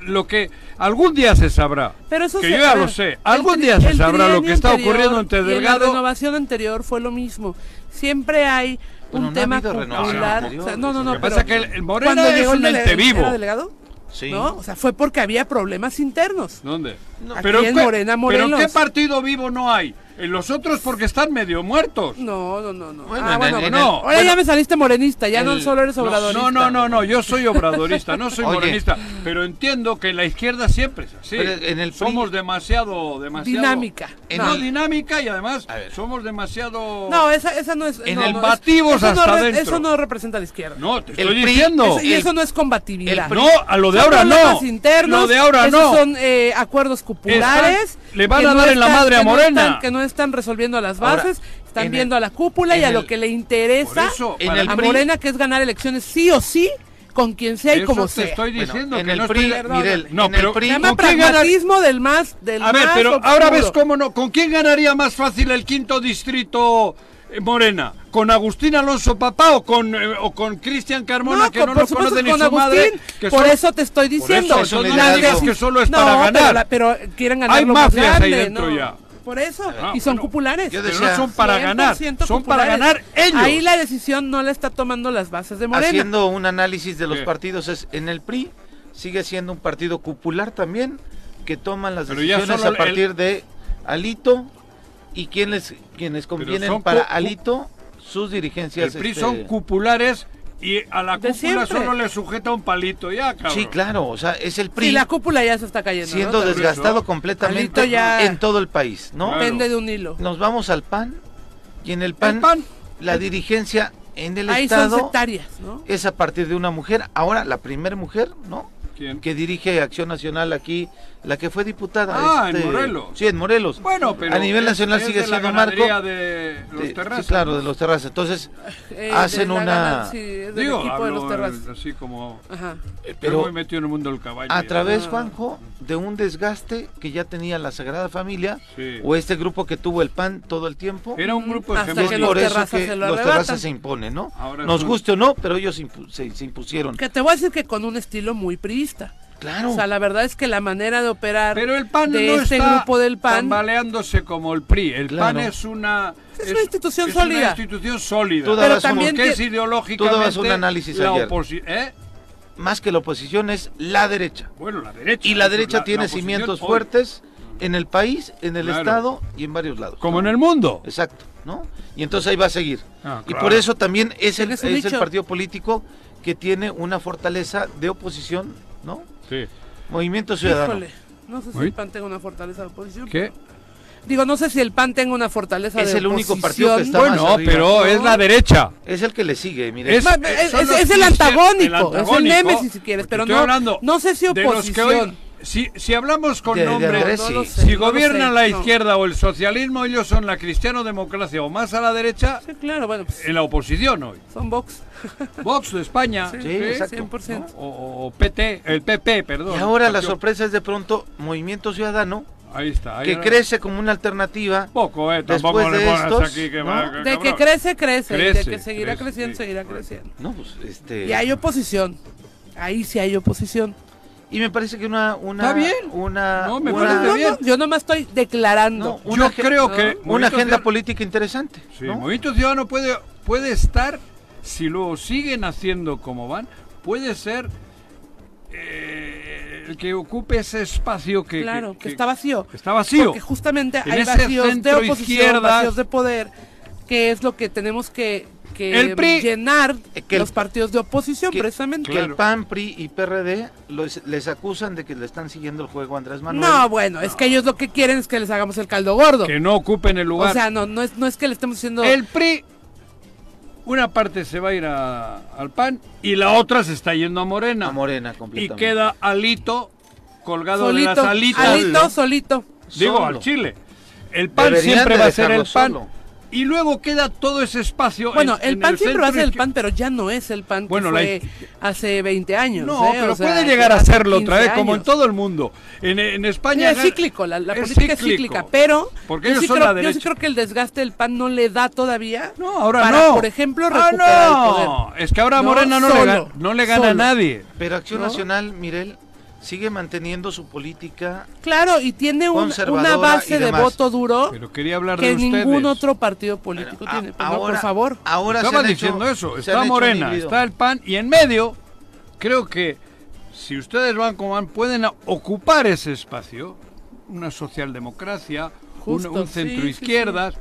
Speaker 2: lo que algún día se sabrá.
Speaker 4: Pero eso
Speaker 2: que
Speaker 4: se-
Speaker 2: yo
Speaker 4: a
Speaker 2: ya
Speaker 4: ver,
Speaker 2: lo sé.
Speaker 4: el
Speaker 2: Algún
Speaker 4: tri-
Speaker 2: día se
Speaker 4: el
Speaker 2: sabrá lo
Speaker 4: trienio
Speaker 2: que está
Speaker 4: anterior
Speaker 2: ocurriendo entre
Speaker 4: y en La
Speaker 2: Delgado.
Speaker 4: renovación anterior fue lo mismo. Siempre hay
Speaker 1: Pero
Speaker 4: un
Speaker 1: no ha
Speaker 4: tema
Speaker 1: habido renovación
Speaker 4: popular.
Speaker 1: anterior,
Speaker 4: O sea, no, no, no.
Speaker 1: lo
Speaker 2: Lo que pasa es que
Speaker 4: pero
Speaker 2: el, el Morena
Speaker 4: cuando
Speaker 2: es
Speaker 4: llegó el
Speaker 2: un
Speaker 4: dele-
Speaker 2: ente vivo.
Speaker 4: ¿era delegado?
Speaker 1: Sí.
Speaker 4: ¿No? O sea, fue porque había problemas internos.
Speaker 2: ¿Dónde?
Speaker 1: No.
Speaker 4: Aquí en
Speaker 2: ¿qué-
Speaker 4: Morena,
Speaker 2: pero ¿en qué
Speaker 4: Morelos.
Speaker 2: partido vivo no hay? En los otros porque están medio muertos.
Speaker 4: No, no, no, no.
Speaker 1: Bueno,
Speaker 4: ah,
Speaker 1: en
Speaker 4: bueno,
Speaker 1: el- en
Speaker 4: no.
Speaker 2: el-
Speaker 4: Ahora
Speaker 2: bueno.
Speaker 4: ya me saliste morenista, ya no
Speaker 1: El-
Speaker 4: solo eres
Speaker 1: no,
Speaker 4: obradorista.
Speaker 2: No, no, no, no, yo soy obradorista, no soy
Speaker 1: Oye.
Speaker 2: morenista, pero entiendo que en la izquierda siempre es así.
Speaker 1: Pero en el PRI-
Speaker 2: somos demasiado, demasiado
Speaker 4: Dinámica.
Speaker 1: En
Speaker 2: no,
Speaker 1: el-
Speaker 2: dinámica y además
Speaker 1: A ver.
Speaker 2: somos demasiado
Speaker 4: No, esa, esa no es.
Speaker 1: En
Speaker 4: no,
Speaker 1: el
Speaker 4: no,
Speaker 2: bativos
Speaker 4: eso no
Speaker 2: hasta
Speaker 4: re-
Speaker 2: dentro.
Speaker 4: Eso no representa a la izquierda.
Speaker 2: No, te
Speaker 1: El
Speaker 2: estoy
Speaker 1: PRI-
Speaker 2: diciendo.
Speaker 4: Eso- y
Speaker 1: el-
Speaker 4: eso no es combatividad.
Speaker 1: el
Speaker 2: No, a lo de
Speaker 4: Son
Speaker 2: ahora no.
Speaker 4: problemas internos,
Speaker 2: lo de ahora
Speaker 4: esos
Speaker 2: no.
Speaker 4: son eh, acuerdos cupulares.
Speaker 2: Están- le van
Speaker 4: que
Speaker 2: a dar en la madre a
Speaker 4: que no
Speaker 2: Morena.
Speaker 4: están- que no están resolviendo las
Speaker 1: Ahora,
Speaker 4: bases, están
Speaker 1: en
Speaker 4: viendo
Speaker 1: el-
Speaker 4: a la cúpula y
Speaker 1: en
Speaker 4: a
Speaker 1: el-
Speaker 4: lo que le interesa
Speaker 2: Por eso,
Speaker 1: en
Speaker 2: para
Speaker 1: el
Speaker 4: a
Speaker 2: mí,
Speaker 1: PRI
Speaker 4: Morena, que es ganar elecciones sí o sí, con quien sea y
Speaker 2: eso
Speaker 4: como
Speaker 2: te
Speaker 4: sea.
Speaker 2: estoy diciendo
Speaker 1: Bueno, en
Speaker 2: que
Speaker 1: el
Speaker 2: no
Speaker 1: PRI,
Speaker 2: estoy...
Speaker 1: Mirel,
Speaker 2: No,
Speaker 1: en el
Speaker 2: pero-
Speaker 1: PRI-
Speaker 4: Se llama
Speaker 2: ¿con qué ganar-
Speaker 4: pragmatismo del más del
Speaker 2: A ver,
Speaker 4: más
Speaker 2: pero
Speaker 4: oscuro.
Speaker 2: ahora ves cómo no. ¿Con quién ganaría más fácil el quinto distrito eh, Morena? con Agustín Alonso Papá o con eh, o con Cristian Carmona que no
Speaker 4: por
Speaker 2: lo
Speaker 4: supuesto
Speaker 2: conoce ni
Speaker 4: con
Speaker 2: su madre.
Speaker 4: Agustín,
Speaker 2: que
Speaker 4: por
Speaker 2: son-
Speaker 4: eso te estoy diciendo.
Speaker 2: eso, eso
Speaker 1: no
Speaker 4: Las
Speaker 1: digas
Speaker 4: veces-
Speaker 1: que
Speaker 2: solo es
Speaker 4: No,
Speaker 2: para
Speaker 4: pero
Speaker 2: ganar.
Speaker 4: la- Pero, quieren ganar
Speaker 2: Hay
Speaker 4: lo
Speaker 2: mafias
Speaker 4: más
Speaker 2: ahí
Speaker 4: grande,
Speaker 2: dentro
Speaker 4: no.
Speaker 2: ya.
Speaker 4: Por eso.
Speaker 2: Ah,
Speaker 4: y son
Speaker 2: bueno.
Speaker 4: populares.
Speaker 1: Yo
Speaker 2: Pero
Speaker 1: decía,
Speaker 2: no son para ganar,
Speaker 4: 100%
Speaker 2: son para ganar
Speaker 4: populares.
Speaker 2: ellos.
Speaker 4: Ahí la decisión no la está tomando las bases de Morena.
Speaker 1: Haciendo un análisis de los
Speaker 2: Sí.
Speaker 1: partidos, es en el PRI sigue siendo un partido cupular también, que toman las
Speaker 2: Pero ya
Speaker 1: decisiones
Speaker 2: solo
Speaker 1: a
Speaker 2: el-
Speaker 1: partir de Alito y quienes, quienes
Speaker 2: son
Speaker 1: convienen para
Speaker 2: cu- cu-
Speaker 1: Alito, sus dirigencias.
Speaker 2: El PRI
Speaker 1: este,
Speaker 2: son cupulares y a la
Speaker 4: De
Speaker 2: cúpula
Speaker 4: siempre.
Speaker 2: solo le sujeta un palito ya, cabrón.
Speaker 1: Sí, claro, o sea, es el PRI
Speaker 4: Sí, la cúpula ya se está cayendo. ¿no?
Speaker 1: siendo
Speaker 4: También.
Speaker 2: desgastante,
Speaker 1: desgastado
Speaker 2: Alito
Speaker 1: completamente
Speaker 4: ya-
Speaker 1: en todo el país, ¿no?
Speaker 2: Claro.
Speaker 4: Pende de un hilo.
Speaker 1: Nos vamos al PAN y en el PAN,
Speaker 2: El pan.
Speaker 1: la dirigencia en el
Speaker 4: Ahí son
Speaker 1: Estado
Speaker 4: sectarias, ¿no?
Speaker 1: es a partir de una mujer, ahora la primera mujer, ¿no?
Speaker 2: ¿Quién?
Speaker 1: Que dirige Acción Nacional aquí, la que fue diputada. este,
Speaker 2: Ah, en Morelos.
Speaker 1: Sí, en Morelos.
Speaker 2: Bueno, pero
Speaker 1: A nivel
Speaker 2: es-
Speaker 1: nacional
Speaker 2: es
Speaker 1: sigue
Speaker 2: de la
Speaker 1: siendo Marco.
Speaker 2: ganadería de los
Speaker 1: Sí, sí,
Speaker 2: terrazas.
Speaker 1: claro, de los terrazas. Entonces,
Speaker 4: Eh,
Speaker 1: hacen
Speaker 4: de la
Speaker 1: una- eh,
Speaker 4: gana- sí, es del
Speaker 2: Digo,
Speaker 4: equipo de los
Speaker 2: hablo, eh,
Speaker 4: terrazas.
Speaker 2: así como
Speaker 4: Ajá.
Speaker 1: pero-
Speaker 2: pero muy metido en el mundo del caballo.
Speaker 1: a
Speaker 2: ya.
Speaker 1: través,
Speaker 4: Ah.
Speaker 1: Juanjo, de un desgaste que ya tenía la Sagrada Familia
Speaker 2: Sí.
Speaker 1: o este grupo que tuvo el PAN todo el tiempo.
Speaker 2: Era un grupo
Speaker 4: Hasta que
Speaker 1: es
Speaker 4: los
Speaker 1: por
Speaker 2: hegemónico.
Speaker 1: eso
Speaker 4: terrazas
Speaker 1: que
Speaker 4: se lo
Speaker 1: los
Speaker 4: arrebatan.
Speaker 1: terrazas se imponen, ¿no?
Speaker 2: Ahora
Speaker 1: Nos
Speaker 2: son-
Speaker 1: guste o no, pero ellos impu- se, se impusieron.
Speaker 4: Que te voy a decir que con un estilo muy priista.
Speaker 1: Claro.
Speaker 4: O sea, la verdad es que la manera de operar
Speaker 2: Pero el PAN
Speaker 4: de
Speaker 2: no
Speaker 4: este
Speaker 2: está
Speaker 4: grupo del PAN
Speaker 2: tambaleándose como el PRI. El
Speaker 1: Claro.
Speaker 2: PAN es una
Speaker 4: Es una institución
Speaker 2: es
Speaker 4: sólida.
Speaker 2: Una institución sólida.
Speaker 1: Tú dabas
Speaker 4: Pero también
Speaker 2: porque
Speaker 4: que-
Speaker 2: es
Speaker 1: tú
Speaker 2: ideológicamente
Speaker 1: dabas un análisis
Speaker 2: la
Speaker 1: ayer.
Speaker 2: oposi- ¿eh?
Speaker 1: Más que la oposición es la derecha.
Speaker 2: Bueno, la derecha.
Speaker 1: Y la derecha tiene
Speaker 2: oposición
Speaker 1: cimientos
Speaker 2: hoy.
Speaker 1: fuertes en el país, en el
Speaker 2: Claro.
Speaker 1: Estado y en varios lados.
Speaker 2: Como en
Speaker 1: ¿no?
Speaker 2: el mundo.
Speaker 1: Exacto, ¿no? Y entonces ahí va a seguir.
Speaker 2: Ah,
Speaker 1: Y
Speaker 2: claro.
Speaker 1: por eso también es el,
Speaker 4: Tiene su
Speaker 1: es el
Speaker 4: nicho.
Speaker 1: partido político que tiene una fortaleza de oposición, ¿no?
Speaker 2: Sí.
Speaker 1: Movimiento Ciudadano.
Speaker 4: Híjole, no sé si
Speaker 2: Uy.
Speaker 4: el PAN tenga una fortaleza de oposición.
Speaker 2: ¿Qué?
Speaker 4: Digo, no sé si el PAN tenga una fortaleza
Speaker 1: Es
Speaker 4: de
Speaker 1: el único
Speaker 4: oposición.
Speaker 1: partido que está- más
Speaker 2: Bueno,
Speaker 1: arriba.
Speaker 2: pero es la derecha.
Speaker 1: Es el que le sigue, mire.
Speaker 2: Es,
Speaker 4: Ma- es-
Speaker 2: son
Speaker 4: es-
Speaker 2: los
Speaker 4: es el
Speaker 2: cristian-
Speaker 4: antagónico, es el
Speaker 2: antagónico.
Speaker 4: némesis, si quieres, pero
Speaker 2: Estoy
Speaker 4: no-
Speaker 2: hablando
Speaker 4: no sé si
Speaker 2: de los que
Speaker 4: oposición.
Speaker 2: hoy- si, si hablamos con
Speaker 1: De- de
Speaker 2: nombre,
Speaker 1: Andrés,
Speaker 4: No lo
Speaker 1: ¿eh? sí.
Speaker 4: sé,
Speaker 2: si
Speaker 4: no lo
Speaker 2: gobiernan
Speaker 4: sé,
Speaker 2: la
Speaker 4: no.
Speaker 2: izquierda o el socialismo, ellos son la cristiano-democracia o más a la derecha
Speaker 4: Sí, claro, bueno, pues,
Speaker 2: en la oposición hoy.
Speaker 4: son Vox.
Speaker 2: Vox de España
Speaker 4: Sí,
Speaker 1: Ah, Sí, exacto.
Speaker 4: 100%.
Speaker 2: o, o- o PT, el PP,
Speaker 1: Y
Speaker 2: perdón.
Speaker 1: ahora la
Speaker 2: Partido-
Speaker 1: sorpresa es de pronto Movimiento Ciudadano,
Speaker 2: Ahí está. ahí
Speaker 1: que
Speaker 2: ahora-
Speaker 1: crece como una alternativa
Speaker 2: Poco, eh, tampoco
Speaker 1: Después de
Speaker 2: le pones
Speaker 1: estos,
Speaker 2: aquí que
Speaker 1: ¿no?
Speaker 2: va-
Speaker 1: De
Speaker 4: De que
Speaker 2: cabrón.
Speaker 4: crece, crece, y
Speaker 2: Crece,
Speaker 4: de que seguirá
Speaker 2: crece,
Speaker 4: creciendo,
Speaker 2: sí,
Speaker 4: seguirá
Speaker 2: correcto.
Speaker 4: creciendo.
Speaker 1: No, pues este.
Speaker 4: Y hay oposición. Ahí sí hay oposición.
Speaker 1: y me parece que una. una
Speaker 2: Está bien.
Speaker 1: Una,
Speaker 2: No, me
Speaker 1: una-
Speaker 2: parece
Speaker 4: No,
Speaker 2: bien.
Speaker 4: no, yo nomás estoy declarando.
Speaker 1: No,
Speaker 2: Yo
Speaker 1: una ge-
Speaker 2: creo
Speaker 4: ¿no?
Speaker 2: que.
Speaker 4: Una
Speaker 1: una
Speaker 2: Movimiento
Speaker 1: agenda
Speaker 2: Ciudadano-
Speaker 1: política interesante.
Speaker 2: Sí,
Speaker 1: ¿no?
Speaker 2: Movimiento Ciudadano puede, puede estar, si lo siguen haciendo como van, puede ser eh, el que ocupe ese espacio que,
Speaker 4: claro, que, está vacío.
Speaker 2: que está vacío.
Speaker 4: Porque justamente
Speaker 2: En
Speaker 4: hay
Speaker 2: ese
Speaker 4: vacíos de
Speaker 2: centro izquierda-
Speaker 4: oposición, vacíos de poder, que es lo que tenemos que, que
Speaker 2: El PRI-
Speaker 4: llenar
Speaker 1: Eh, que el-
Speaker 4: los partidos de oposición,
Speaker 1: que-
Speaker 4: precisamente.
Speaker 1: Que el
Speaker 2: Claro.
Speaker 1: PAN, PRI y PRD los- les acusan de que le están siguiendo el juego a Andrés Manuel.
Speaker 4: no, bueno, es que ellos lo que quieren es que les hagamos el caldo gordo.
Speaker 2: Que no ocupen el lugar.
Speaker 4: O sea, no, no es, no es que le estemos haciendo...
Speaker 2: el PRI, una parte se va a ir a- al PAN y la otra se está yendo a Morena.
Speaker 1: A Morena
Speaker 2: y
Speaker 1: completamente.
Speaker 2: queda Alito colgado
Speaker 4: solito,
Speaker 2: de las alitas.
Speaker 4: alito, solito.
Speaker 2: Digo,
Speaker 1: Solo.
Speaker 2: al Chile. El PAN
Speaker 1: Deberían
Speaker 2: siempre
Speaker 1: de
Speaker 2: va a ser el
Speaker 1: dejarlo
Speaker 2: PAN.
Speaker 1: solo.
Speaker 2: Y luego queda todo ese espacio.
Speaker 4: Bueno,
Speaker 2: en-
Speaker 4: el
Speaker 2: en
Speaker 4: PAN siempre va a ser el
Speaker 2: centro
Speaker 4: PAN, pero ya no es el PAN
Speaker 2: Bueno,
Speaker 4: que
Speaker 2: la
Speaker 4: fue
Speaker 2: iz-
Speaker 4: hace 20 años.
Speaker 2: No,
Speaker 4: ¿eh?
Speaker 2: pero
Speaker 4: O sea,
Speaker 2: puede llegar a
Speaker 4: hace
Speaker 2: serlo otra
Speaker 4: 15
Speaker 2: vez, como en
Speaker 4: años.
Speaker 2: todo el mundo. En, en España.
Speaker 4: es
Speaker 2: gan-
Speaker 4: cíclico, la, la
Speaker 2: es
Speaker 4: política es
Speaker 2: cíclico.
Speaker 4: cíclica, pero
Speaker 2: Porque
Speaker 4: yo,
Speaker 2: ellos
Speaker 4: sí
Speaker 2: son
Speaker 4: creo,
Speaker 2: la
Speaker 4: yo sí
Speaker 2: derecha.
Speaker 4: creo que el desgaste del PAN no le da todavía
Speaker 2: No, ahora
Speaker 4: para,
Speaker 2: no.
Speaker 4: por ejemplo,
Speaker 2: Ah,
Speaker 4: recuperar el
Speaker 2: no.
Speaker 4: poder.
Speaker 2: Es que ahora
Speaker 4: No,
Speaker 2: Morena no, le,
Speaker 4: solo,
Speaker 2: gana, no le gana a
Speaker 4: solo.
Speaker 2: nadie.
Speaker 1: Pero Acción
Speaker 4: ¿No?
Speaker 1: Nacional, Mirel, sigue manteniendo su política.
Speaker 4: Claro, y tiene un-
Speaker 1: Conservadora
Speaker 4: una
Speaker 1: y
Speaker 4: base de
Speaker 1: demás.
Speaker 4: voto duro
Speaker 2: Pero quería hablar
Speaker 4: que
Speaker 2: de ustedes.
Speaker 4: ningún otro partido político
Speaker 1: A-
Speaker 4: tiene. Pues no, por favor.
Speaker 1: ah, Ahora ah, se
Speaker 2: Estaba
Speaker 1: han hecho-
Speaker 2: diciendo eso.
Speaker 1: se
Speaker 2: Está
Speaker 1: han hecho
Speaker 2: Morena,
Speaker 1: dividido.
Speaker 2: está el PAN y en medio creo que si ustedes van como van pueden a- ocupar ese espacio, una socialdemocracia,
Speaker 4: Justo,
Speaker 2: un, un
Speaker 4: sí,
Speaker 2: centro izquierda,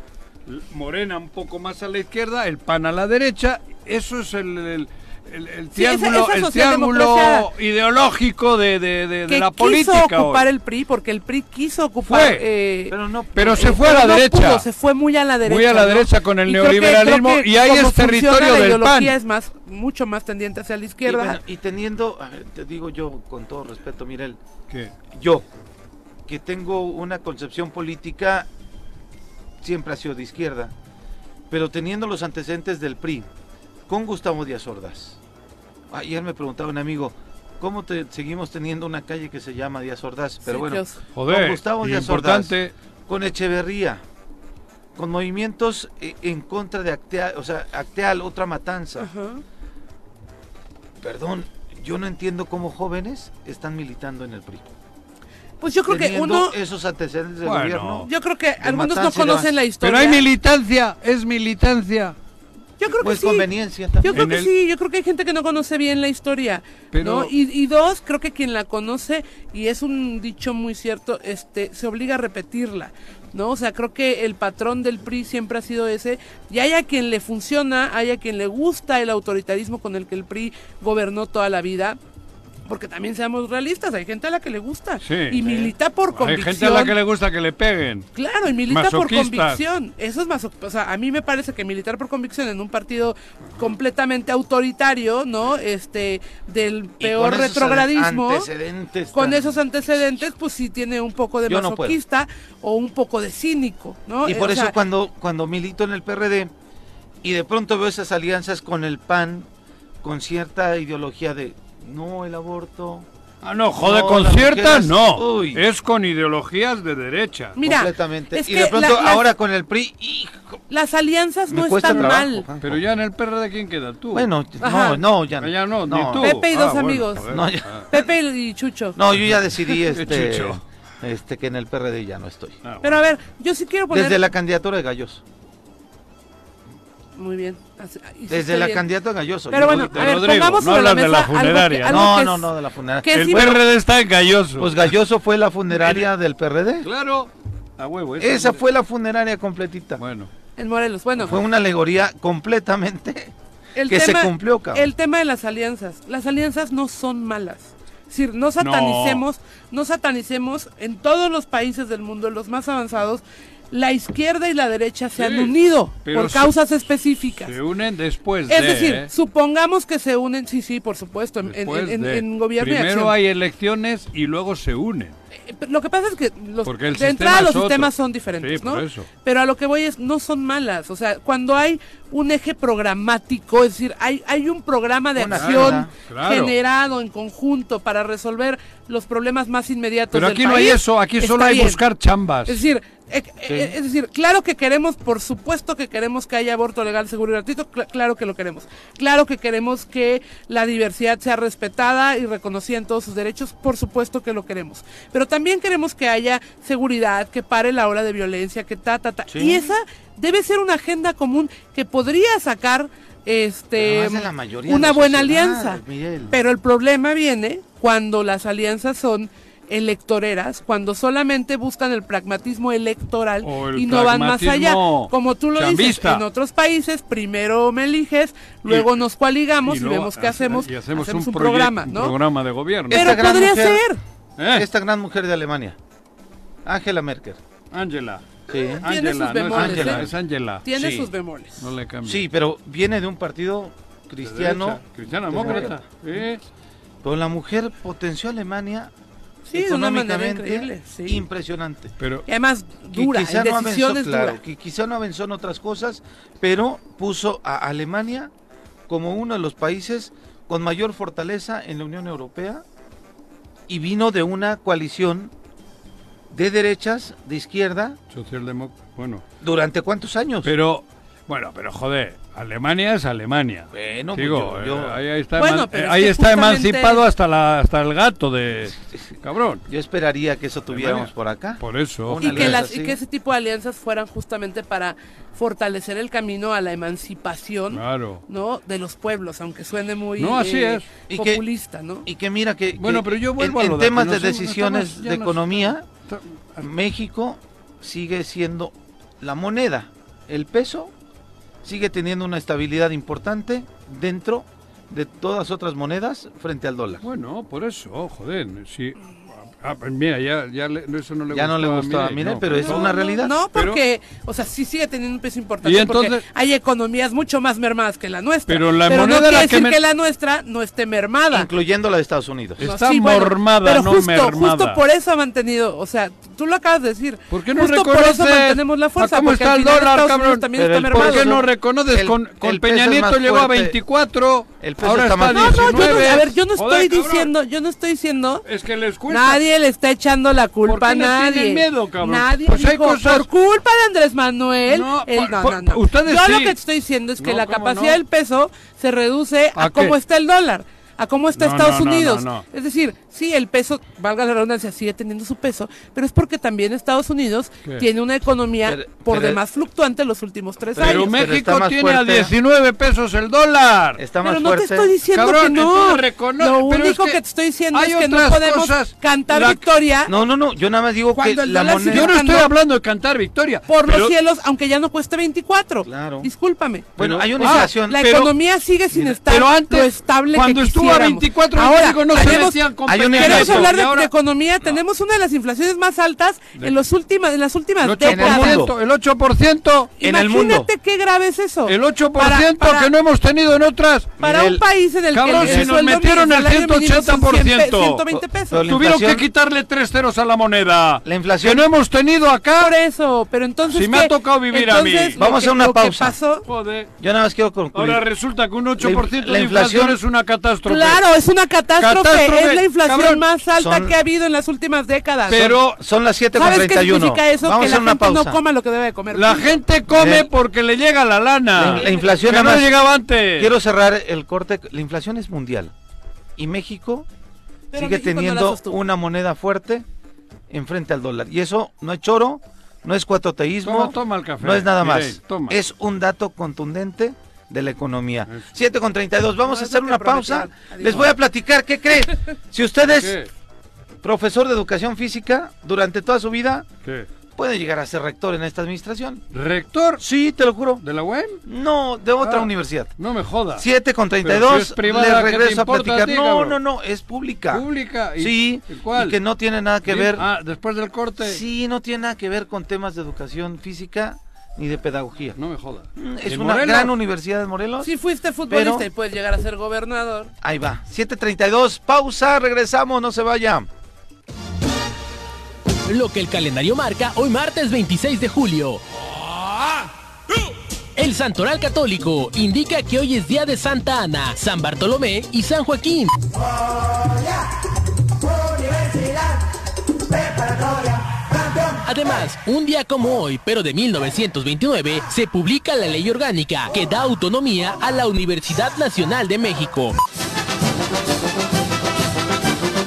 Speaker 2: Morena un poco más a la izquierda, el PAN a la derecha, eso es el, el- el- el
Speaker 4: Sí, esa-
Speaker 2: triángulo,
Speaker 4: esa
Speaker 2: el triángulo
Speaker 4: socialdemocracia
Speaker 2: ideológico de, de- de- de
Speaker 4: que
Speaker 2: la
Speaker 4: quiso
Speaker 2: política. hoy.
Speaker 4: ocupar el PRI, porque el PRI quiso ocupar...
Speaker 2: Fue,
Speaker 4: eh,
Speaker 1: Pero no.
Speaker 2: Pero se
Speaker 4: eh,
Speaker 2: fue a la
Speaker 4: no
Speaker 2: derecha.
Speaker 4: pudo, se fue muy a la derecha.
Speaker 2: Muy a la
Speaker 4: ¿no?
Speaker 2: derecha con el
Speaker 4: Y creo que- creo
Speaker 2: neoliberalismo
Speaker 4: que
Speaker 2: y ahí
Speaker 4: como
Speaker 2: es
Speaker 4: funciona la
Speaker 2: territorio del PAN.
Speaker 4: ideología es más, mucho más tendiente hacia la
Speaker 1: y,
Speaker 4: izquierda.
Speaker 1: bueno, y teniendo, a ver, te digo yo con todo respeto, Mirel,
Speaker 2: ¿Qué?
Speaker 1: yo, que tengo una concepción política, siempre ha sido de izquierda, pero teniendo los antecedentes del PRI, con Gustavo Díaz Ordaz. Ayer me preguntaba un amigo, ¿cómo te- seguimos teniendo una calle que se llama Díaz Ordaz? Pero
Speaker 4: Sí,
Speaker 1: bueno,
Speaker 4: Dios.
Speaker 2: Joder,
Speaker 1: Gustavo Díaz Ordaz.
Speaker 2: importante.
Speaker 1: con Echeverría, con movimientos eh, en contra de Acteal, o sea, Acteal, otra matanza.
Speaker 4: Ajá.
Speaker 1: Perdón, yo no entiendo cómo jóvenes están militando en el PRI.
Speaker 4: Pues yo creo que
Speaker 1: Teniendo
Speaker 4: uno,
Speaker 1: esos antecedentes del
Speaker 2: Bueno.
Speaker 1: gobierno.
Speaker 4: yo creo que algunos no
Speaker 1: matanza y demás.
Speaker 4: conocen la
Speaker 2: Pero
Speaker 4: historia.
Speaker 2: hay militancia, es militancia.
Speaker 4: yo creo que
Speaker 1: Pues
Speaker 4: sí.
Speaker 1: conveniencia también.
Speaker 4: Yo creo
Speaker 2: En
Speaker 4: que
Speaker 2: el-
Speaker 4: sí, yo creo que hay gente que no conoce bien la historia.
Speaker 2: Pero-
Speaker 4: ¿no? Y, y dos, creo que quien la conoce, y es un dicho muy cierto, este, se obliga a repetirla. ¿no? O sea, creo que el patrón del PRI siempre ha sido ese, y hay a quien le funciona, hay a quien le gusta el autoritarismo con el que el PRI gobernó toda la vida. Porque también seamos realistas, hay gente a la que le gusta
Speaker 2: Sí.
Speaker 4: y milita por
Speaker 2: Hay
Speaker 4: convicción.
Speaker 2: gente a la que le gusta que le peguen.
Speaker 4: Claro, y milita por
Speaker 2: Masoquistas.
Speaker 4: convicción. Eso es más, o sea, a mí me parece que militar por convicción en un partido completamente autoritario, ¿no? Este del
Speaker 1: Y con
Speaker 4: peor
Speaker 1: esos
Speaker 4: retrogradismo.
Speaker 1: antecedentes
Speaker 4: Con
Speaker 1: tan-
Speaker 4: esos antecedentes, pues sí tiene un poco de
Speaker 1: Yo no puedo.
Speaker 4: masoquista o un poco de cínico, ¿no?
Speaker 1: Y
Speaker 4: Eh,
Speaker 1: por
Speaker 4: o
Speaker 1: eso
Speaker 4: sea,
Speaker 1: cuando, cuando milito en el PRD y de pronto veo esas alianzas con el PAN, con cierta ideología de no el aborto.
Speaker 2: Ah, no, joder,
Speaker 1: No,
Speaker 2: con
Speaker 1: las mujeres-
Speaker 2: ciertas no.
Speaker 1: Uy.
Speaker 2: Es con ideologías de derecha.
Speaker 4: Mira,
Speaker 1: completamente.
Speaker 4: es
Speaker 1: y
Speaker 4: que
Speaker 1: de pronto
Speaker 4: la- las-
Speaker 1: ahora con el PRI, hijo,
Speaker 4: Las alianzas
Speaker 1: me
Speaker 4: no
Speaker 1: cuesta
Speaker 4: están
Speaker 1: trabajo,
Speaker 4: mal.
Speaker 1: Juanjo.
Speaker 2: Pero ya en el PRD, ¿quién queda tú?
Speaker 1: bueno,
Speaker 4: Ajá.
Speaker 1: no, no, ya
Speaker 2: Ah,
Speaker 1: no.
Speaker 2: ya no, ni tú.
Speaker 4: Pepe y dos
Speaker 2: bueno,
Speaker 4: amigos.
Speaker 2: joder.
Speaker 1: No, ya-
Speaker 2: Ah,
Speaker 4: Pepe y Chucho.
Speaker 1: No, yo ya decidí este,
Speaker 2: chucho.
Speaker 1: este que en el PRD ya no estoy.
Speaker 2: ah,
Speaker 4: Pero a ver, yo sí quiero poner
Speaker 1: Desde la candidatura de Galloso.
Speaker 4: Muy bien. así- hiciste
Speaker 1: Desde la
Speaker 4: bien.
Speaker 1: candidatura de Galloso.
Speaker 4: Pero
Speaker 1: Yo
Speaker 4: bueno,
Speaker 1: ahorita-
Speaker 4: a ver,
Speaker 2: Rodrigo,
Speaker 4: pongamos
Speaker 2: no
Speaker 4: sobre la
Speaker 2: hablas de la
Speaker 4: mesa algo que-
Speaker 2: funeraria,
Speaker 4: algo
Speaker 1: No,
Speaker 4: que
Speaker 1: no,
Speaker 4: es-
Speaker 1: no, de la funeraria.
Speaker 4: que
Speaker 2: El
Speaker 4: sí me-
Speaker 2: PRD está en galloso.
Speaker 1: Pues Galloso fue la funeraria del PRD.
Speaker 2: claro. A huevo. esa
Speaker 1: Esa
Speaker 2: es-
Speaker 1: fue la funeraria completita.
Speaker 2: Bueno.
Speaker 4: En Morelos, bueno.
Speaker 1: Fue una alegoría completamente
Speaker 4: el
Speaker 1: que se
Speaker 4: tema,
Speaker 1: cumplió, cabrón.
Speaker 4: El tema de las alianzas. Las alianzas no son malas. Es decir, no satanicemos, no. satanicemos en todos los países del mundo, los más avanzados, la izquierda y la derecha se han
Speaker 2: Sí,
Speaker 4: unido
Speaker 2: pero
Speaker 4: por
Speaker 2: se-
Speaker 4: causas específicas.
Speaker 2: Se unen después
Speaker 4: Es
Speaker 2: de.
Speaker 4: decir,
Speaker 2: ¿eh?
Speaker 4: supongamos que se unen, sí, sí, por supuesto, en, en-
Speaker 2: Después
Speaker 4: en-
Speaker 2: de.
Speaker 4: en gobierno y acción.
Speaker 2: Primero hay elecciones y luego se unen.
Speaker 4: Eh, pero Lo que pasa es que los,
Speaker 2: Porque el
Speaker 4: de
Speaker 2: sistema
Speaker 4: entrada los
Speaker 2: es otro.
Speaker 4: sistemas son diferentes,
Speaker 2: Sí,
Speaker 4: ¿no?
Speaker 2: por eso.
Speaker 4: Pero a lo que voy es, no son malas. O sea, cuando hay un eje programático, es decir, hay, hay un programa de
Speaker 1: Una
Speaker 4: acción
Speaker 1: agenda,
Speaker 2: claro.
Speaker 4: generado en conjunto para resolver los problemas más inmediatos
Speaker 2: Pero
Speaker 4: del
Speaker 2: aquí no hay
Speaker 4: país,
Speaker 2: eso. Aquí solo
Speaker 4: está
Speaker 2: hay
Speaker 4: bien.
Speaker 2: buscar chambas.
Speaker 4: Es decir, eh, eh, es decir, claro que queremos, por supuesto que queremos que haya aborto legal, seguro y gratuito, cl- claro que lo queremos. Claro que queremos que la diversidad sea respetada y reconocida en todos sus derechos, por supuesto que lo queremos. Pero también queremos que haya seguridad, que pare la ola de violencia, que ta, ta, ta. Y esa debe ser una agenda común que podría sacar
Speaker 1: Pero
Speaker 4: este
Speaker 1: más de la mayoría de
Speaker 4: una
Speaker 1: la
Speaker 4: buena
Speaker 1: sociedad,
Speaker 4: alianza.
Speaker 1: Miguel.
Speaker 4: Pero el problema viene cuando las alianzas son electoreras, cuando solamente buscan el pragmatismo electoral
Speaker 2: O el
Speaker 4: y no van más allá.
Speaker 2: pragmatismo
Speaker 4: Como tú lo
Speaker 2: chambista.
Speaker 4: dices, en otros países primero me eliges, luego
Speaker 2: Y-
Speaker 4: nos coaligamos y,
Speaker 2: luego
Speaker 4: vemos qué
Speaker 2: hace-
Speaker 4: hacemos.
Speaker 2: Y hacemos, un, proye-
Speaker 4: programa,
Speaker 2: un
Speaker 4: ¿no?
Speaker 2: programa de gobierno.
Speaker 1: Esta
Speaker 4: Pero
Speaker 1: gran
Speaker 4: podría
Speaker 1: mujer-
Speaker 4: ser.
Speaker 2: ¿Eh?
Speaker 1: Esta gran mujer de Alemania, Angela Merkel. Ah,
Speaker 2: Ángela.
Speaker 1: Sí.
Speaker 4: Tiene sus
Speaker 2: Ángela, no es
Speaker 4: bemoles,
Speaker 2: Ángela,
Speaker 1: ¿eh?
Speaker 2: es Ángela.
Speaker 4: Tiene
Speaker 1: Sí.
Speaker 4: sus bemoles.
Speaker 2: No le cambia.
Speaker 1: Sí, pero viene de un partido
Speaker 2: Ah, De
Speaker 1: cristiano.
Speaker 2: derecha, Cristiano demócrata. Sí.
Speaker 1: Pero la mujer potenció a Alemania
Speaker 4: Sí, de una manera
Speaker 1: económicamente
Speaker 4: increíble. sí.
Speaker 1: impresionante.
Speaker 2: Pero
Speaker 4: Y además dura,
Speaker 1: que quizá
Speaker 4: en
Speaker 1: no avanzó,
Speaker 4: decisiones dura.
Speaker 1: claro, que quizá no avanzó en otras cosas, pero puso a Alemania como uno de los países con mayor fortaleza en la Unión Europea y vino de una coalición de derechas, de izquierda,
Speaker 2: socialdemócrata. Bueno,
Speaker 1: durante cuántos años.
Speaker 2: pero bueno, pero joder, Alemania es Alemania.
Speaker 1: bueno, pues
Speaker 2: Digo,
Speaker 1: yo- yo,
Speaker 2: eh, ahí, ahí está,
Speaker 4: Bueno,
Speaker 2: eman-
Speaker 4: pero
Speaker 2: eh,
Speaker 4: es
Speaker 2: ahí
Speaker 4: que
Speaker 2: está
Speaker 4: justamente-
Speaker 2: emancipado hasta la hasta el gato de cabrón.
Speaker 1: yo esperaría que eso tuviéramos
Speaker 2: Alemania.
Speaker 1: por acá.
Speaker 2: Por eso.
Speaker 1: Una
Speaker 4: y que,
Speaker 1: alianza
Speaker 4: las,
Speaker 1: así.
Speaker 4: y que ese tipo de alianzas fueran justamente para fortalecer el camino a la emancipación
Speaker 2: Claro.
Speaker 4: no de los pueblos aunque suene muy eh,
Speaker 2: No, así es.
Speaker 1: Y que-
Speaker 4: populista no
Speaker 1: Y que mira que,
Speaker 2: Bueno,
Speaker 1: que
Speaker 2: pero yo vuelvo
Speaker 1: en,
Speaker 2: a lo
Speaker 1: en
Speaker 2: de
Speaker 1: temas
Speaker 2: que
Speaker 1: de
Speaker 2: nos hemos-
Speaker 1: decisiones
Speaker 2: estamos- ya
Speaker 1: de
Speaker 2: nos-
Speaker 1: economía,
Speaker 2: Está-
Speaker 1: México sigue siendo la moneda, el peso sigue teniendo una estabilidad importante dentro de todas otras monedas frente al dólar.
Speaker 2: Bueno, por eso, joder, si ah, ah, mira, ya ya le- eso no le
Speaker 1: Ya no le
Speaker 2: gustó
Speaker 1: gustaba a Mireille, pero es una realidad.
Speaker 4: no
Speaker 2: Pero-
Speaker 4: porque o sea sí sigue teniendo un peso importante
Speaker 2: Y entonces-
Speaker 4: porque hay economías mucho más mermadas que la nuestra
Speaker 2: Pero la
Speaker 4: no
Speaker 2: moneda
Speaker 4: quiere
Speaker 2: la que
Speaker 4: decir
Speaker 2: me-
Speaker 4: que la nuestra no esté mermada
Speaker 1: Incluyendo la de Estados Unidos.
Speaker 2: Está
Speaker 4: bueno,
Speaker 2: mormada,
Speaker 4: pero
Speaker 2: no
Speaker 4: justo,
Speaker 2: mermada.
Speaker 4: Justo por eso ha mantenido, o sea, tú lo acabas de decir.
Speaker 2: ¿Por qué no
Speaker 4: Justo por
Speaker 2: reconoces?
Speaker 4: eso mantenemos la fuerza.
Speaker 2: ¿A cómo
Speaker 4: porque
Speaker 2: está
Speaker 4: al
Speaker 2: el
Speaker 4: final
Speaker 2: dólar,
Speaker 4: Estados
Speaker 2: cabrón?
Speaker 4: Unidos también
Speaker 1: Pero
Speaker 4: está
Speaker 1: el
Speaker 4: mermado.
Speaker 2: ¿Por qué no
Speaker 1: El-
Speaker 2: reconoces?
Speaker 1: el
Speaker 2: con con
Speaker 1: peso
Speaker 2: Peña
Speaker 1: es
Speaker 2: Nieto
Speaker 1: más
Speaker 2: llegó a
Speaker 1: fuerte.
Speaker 2: 24,
Speaker 1: El peso
Speaker 2: ahora
Speaker 1: está
Speaker 2: está
Speaker 1: más
Speaker 4: No, no, yo no,
Speaker 2: 19.
Speaker 4: a ver, yo no estoy
Speaker 2: Joder, cabrón.
Speaker 4: diciendo, yo no estoy diciendo
Speaker 2: Es que les cuesta.
Speaker 4: Nadie le está echando la culpa
Speaker 2: ¿Por qué
Speaker 4: a
Speaker 2: no
Speaker 4: nadie.
Speaker 2: tienen miedo, cabrón?
Speaker 4: Nadie
Speaker 2: Pues hay
Speaker 4: dijo,
Speaker 2: cosas-
Speaker 4: por culpa de Andrés Manuel.
Speaker 2: No,
Speaker 4: él-
Speaker 2: por-
Speaker 4: no,
Speaker 2: por-
Speaker 4: no, no.
Speaker 2: ustedes
Speaker 4: Yo lo
Speaker 2: sí.
Speaker 4: que estoy diciendo es que
Speaker 2: No,
Speaker 4: la
Speaker 2: ¿cómo
Speaker 4: capacidad
Speaker 2: no?
Speaker 4: del peso se reduce a,
Speaker 2: ¿A qué?
Speaker 4: cómo está el dólar. A cómo está
Speaker 2: No,
Speaker 4: Estados
Speaker 2: no, no,
Speaker 4: Unidos.
Speaker 2: no, no.
Speaker 4: Es decir, sí, el peso, valga la redundancia, sigue teniendo su peso, pero es porque también Estados Unidos
Speaker 2: ¿Qué?
Speaker 4: tiene una economía
Speaker 1: Pero-
Speaker 4: por
Speaker 1: pero-
Speaker 4: demás fluctuante los últimos tres
Speaker 2: Pero
Speaker 4: años.
Speaker 1: Pero
Speaker 2: México
Speaker 1: está más
Speaker 2: tiene a
Speaker 1: fuerte.
Speaker 2: 19 pesos el dólar.
Speaker 1: Está más
Speaker 4: Pero no
Speaker 1: fuerte.
Speaker 4: te estoy diciendo
Speaker 2: Cabrón,
Speaker 4: que no.
Speaker 2: entonces reconoce-
Speaker 4: Lo
Speaker 2: pero es
Speaker 4: único
Speaker 2: que
Speaker 4: que, te estoy diciendo
Speaker 2: hay
Speaker 4: es que no
Speaker 2: otras
Speaker 4: podemos
Speaker 2: cosas.
Speaker 4: cantar
Speaker 2: La-
Speaker 4: victoria
Speaker 1: No, no, no, yo nada más digo
Speaker 4: Cuando
Speaker 1: que
Speaker 4: el
Speaker 1: la
Speaker 4: dólar sigue
Speaker 2: Yo
Speaker 1: moneda...
Speaker 2: no estoy
Speaker 4: Cuando-
Speaker 2: hablando de cantar victoria.
Speaker 4: por
Speaker 2: pero-
Speaker 4: los cielos, aunque ya no cueste 24.
Speaker 1: Claro.
Speaker 4: Discúlpame.
Speaker 1: Bueno,
Speaker 2: Pero-
Speaker 1: hay una
Speaker 2: Ah,
Speaker 1: inflación...
Speaker 4: la
Speaker 2: pero-
Speaker 4: economía sigue sin estar
Speaker 2: pero antes,
Speaker 4: lo estable
Speaker 2: cuando
Speaker 4: que
Speaker 2: estuvo a
Speaker 4: quisiéramos.
Speaker 2: 24 en
Speaker 4: ahora,
Speaker 2: México, no se
Speaker 4: tenemos-
Speaker 2: metían con
Speaker 1: hay una
Speaker 2: Peña
Speaker 1: inflación.
Speaker 4: Queremos
Speaker 2: Nieto,
Speaker 4: hablar
Speaker 2: y
Speaker 4: de,
Speaker 2: ahora-
Speaker 4: de economía. Tenemos una de las inflaciones más altas en, los últimas, en las últimas
Speaker 2: El
Speaker 4: décadas.
Speaker 2: 8%, el 8%,
Speaker 1: en el mundo.
Speaker 4: Imagínate qué grave es eso.
Speaker 2: el 8%
Speaker 4: Para- para-
Speaker 2: que no hemos tenido en otras.
Speaker 4: Para
Speaker 1: Miguel,
Speaker 4: un país en el
Speaker 2: cabrón,
Speaker 4: que
Speaker 1: si nos
Speaker 4: sueldo mínimo,
Speaker 2: metieron el
Speaker 4: salario mínimo son
Speaker 2: 180%.
Speaker 4: 120
Speaker 1: Pero
Speaker 4: pesos.
Speaker 1: la
Speaker 2: Tuvieron que
Speaker 1: inflación-
Speaker 2: quitarle tres ceros a la moneda.
Speaker 1: La inflación-
Speaker 2: Que no hemos tenido acá.
Speaker 4: Por eso, pero entonces.
Speaker 2: Si me
Speaker 4: ¿qué?
Speaker 2: ha tocado vivir a mí.
Speaker 4: Entonces, lo
Speaker 1: Vamos a
Speaker 4: que-
Speaker 1: hacer una
Speaker 4: lo que
Speaker 1: pausa.
Speaker 4: pasó-
Speaker 2: Joder.
Speaker 1: Yo nada más quiero concluir.
Speaker 2: Ahora resulta que un 8%
Speaker 1: La
Speaker 2: de inflación
Speaker 1: inflación-
Speaker 2: es una catástrofe.
Speaker 4: Claro, es una catástrofe.
Speaker 2: Catástrofe,
Speaker 4: es la inflación
Speaker 2: cabrón.
Speaker 4: más alta
Speaker 1: Son-
Speaker 4: que ha habido en las últimas décadas.
Speaker 2: Pero
Speaker 1: Son las 7 con
Speaker 4: ¿Sabes qué
Speaker 1: 31.
Speaker 4: significa eso?
Speaker 1: Vamos
Speaker 4: que
Speaker 1: a
Speaker 4: la
Speaker 1: hacer una
Speaker 4: gente
Speaker 1: pausa.
Speaker 4: no coma lo que debe de comer.
Speaker 2: la gente come
Speaker 1: Sí.
Speaker 2: porque le llega la lana.
Speaker 1: Eh. La- la inflación
Speaker 2: que no
Speaker 1: además-
Speaker 2: llegaba antes.
Speaker 1: Quiero cerrar el corte. La inflación es mundial. Y México
Speaker 4: Pero México no
Speaker 1: sigue
Speaker 4: la
Speaker 1: teniendo
Speaker 4: sostuvo.
Speaker 1: una moneda fuerte enfrente al dólar. Y eso no es choro, no es cuatoteísmo,
Speaker 2: Toma, toma el café,
Speaker 1: no es nada más.
Speaker 2: Mireille, toma.
Speaker 1: Es un dato contundente de la economía.
Speaker 2: Eso.
Speaker 1: 7 con 32. Vamos
Speaker 4: No,
Speaker 1: a
Speaker 4: es
Speaker 1: hacer
Speaker 4: lo que
Speaker 1: una pausa.
Speaker 4: prometían. Adiós.
Speaker 1: Les voy a platicar, ¿qué creen? Si usted
Speaker 2: ¿Qué?
Speaker 1: es profesor de educación física, durante toda su vida
Speaker 2: ¿Qué?
Speaker 1: puede llegar a ser rector en esta administración.
Speaker 2: ¿Rector
Speaker 1: Sí, te lo juro.
Speaker 2: de la UEM?
Speaker 1: No, de otra
Speaker 2: Ah.
Speaker 1: universidad.
Speaker 2: No me joda.
Speaker 1: 7 con
Speaker 2: Pero si
Speaker 1: 32.
Speaker 2: es privada,
Speaker 1: les
Speaker 2: ¿qué te
Speaker 1: regreso a
Speaker 2: importa a
Speaker 1: platicar.
Speaker 2: ti,
Speaker 1: no,
Speaker 2: cabrón?
Speaker 1: no, no, es pública.
Speaker 2: ¿Pública? ¿Y-
Speaker 1: Sí,
Speaker 2: ¿y ¿Cuál?
Speaker 1: y que no tiene nada que
Speaker 2: Sí.
Speaker 1: ver.
Speaker 2: Ah, después del corte.
Speaker 1: Sí, no tiene nada que ver con temas de educación física ni de pedagogía.
Speaker 2: No me joda.
Speaker 1: Mm,
Speaker 2: ¿De
Speaker 1: Es una
Speaker 2: Morelos?
Speaker 1: gran universidad de Morelos.
Speaker 4: Si fuiste futbolista
Speaker 1: Pero-
Speaker 4: y puedes llegar a ser gobernador.
Speaker 1: Ahí va. 7:32. Pausa, regresamos, no se vaya.
Speaker 5: Lo que el calendario marca hoy martes 26 de julio. El Santoral Católico indica que hoy es día de Santa Ana, San Bartolomé y San Joaquín. Además, un día como hoy, pero de 1929, se publica la ley orgánica que da autonomía a la Universidad Nacional de México.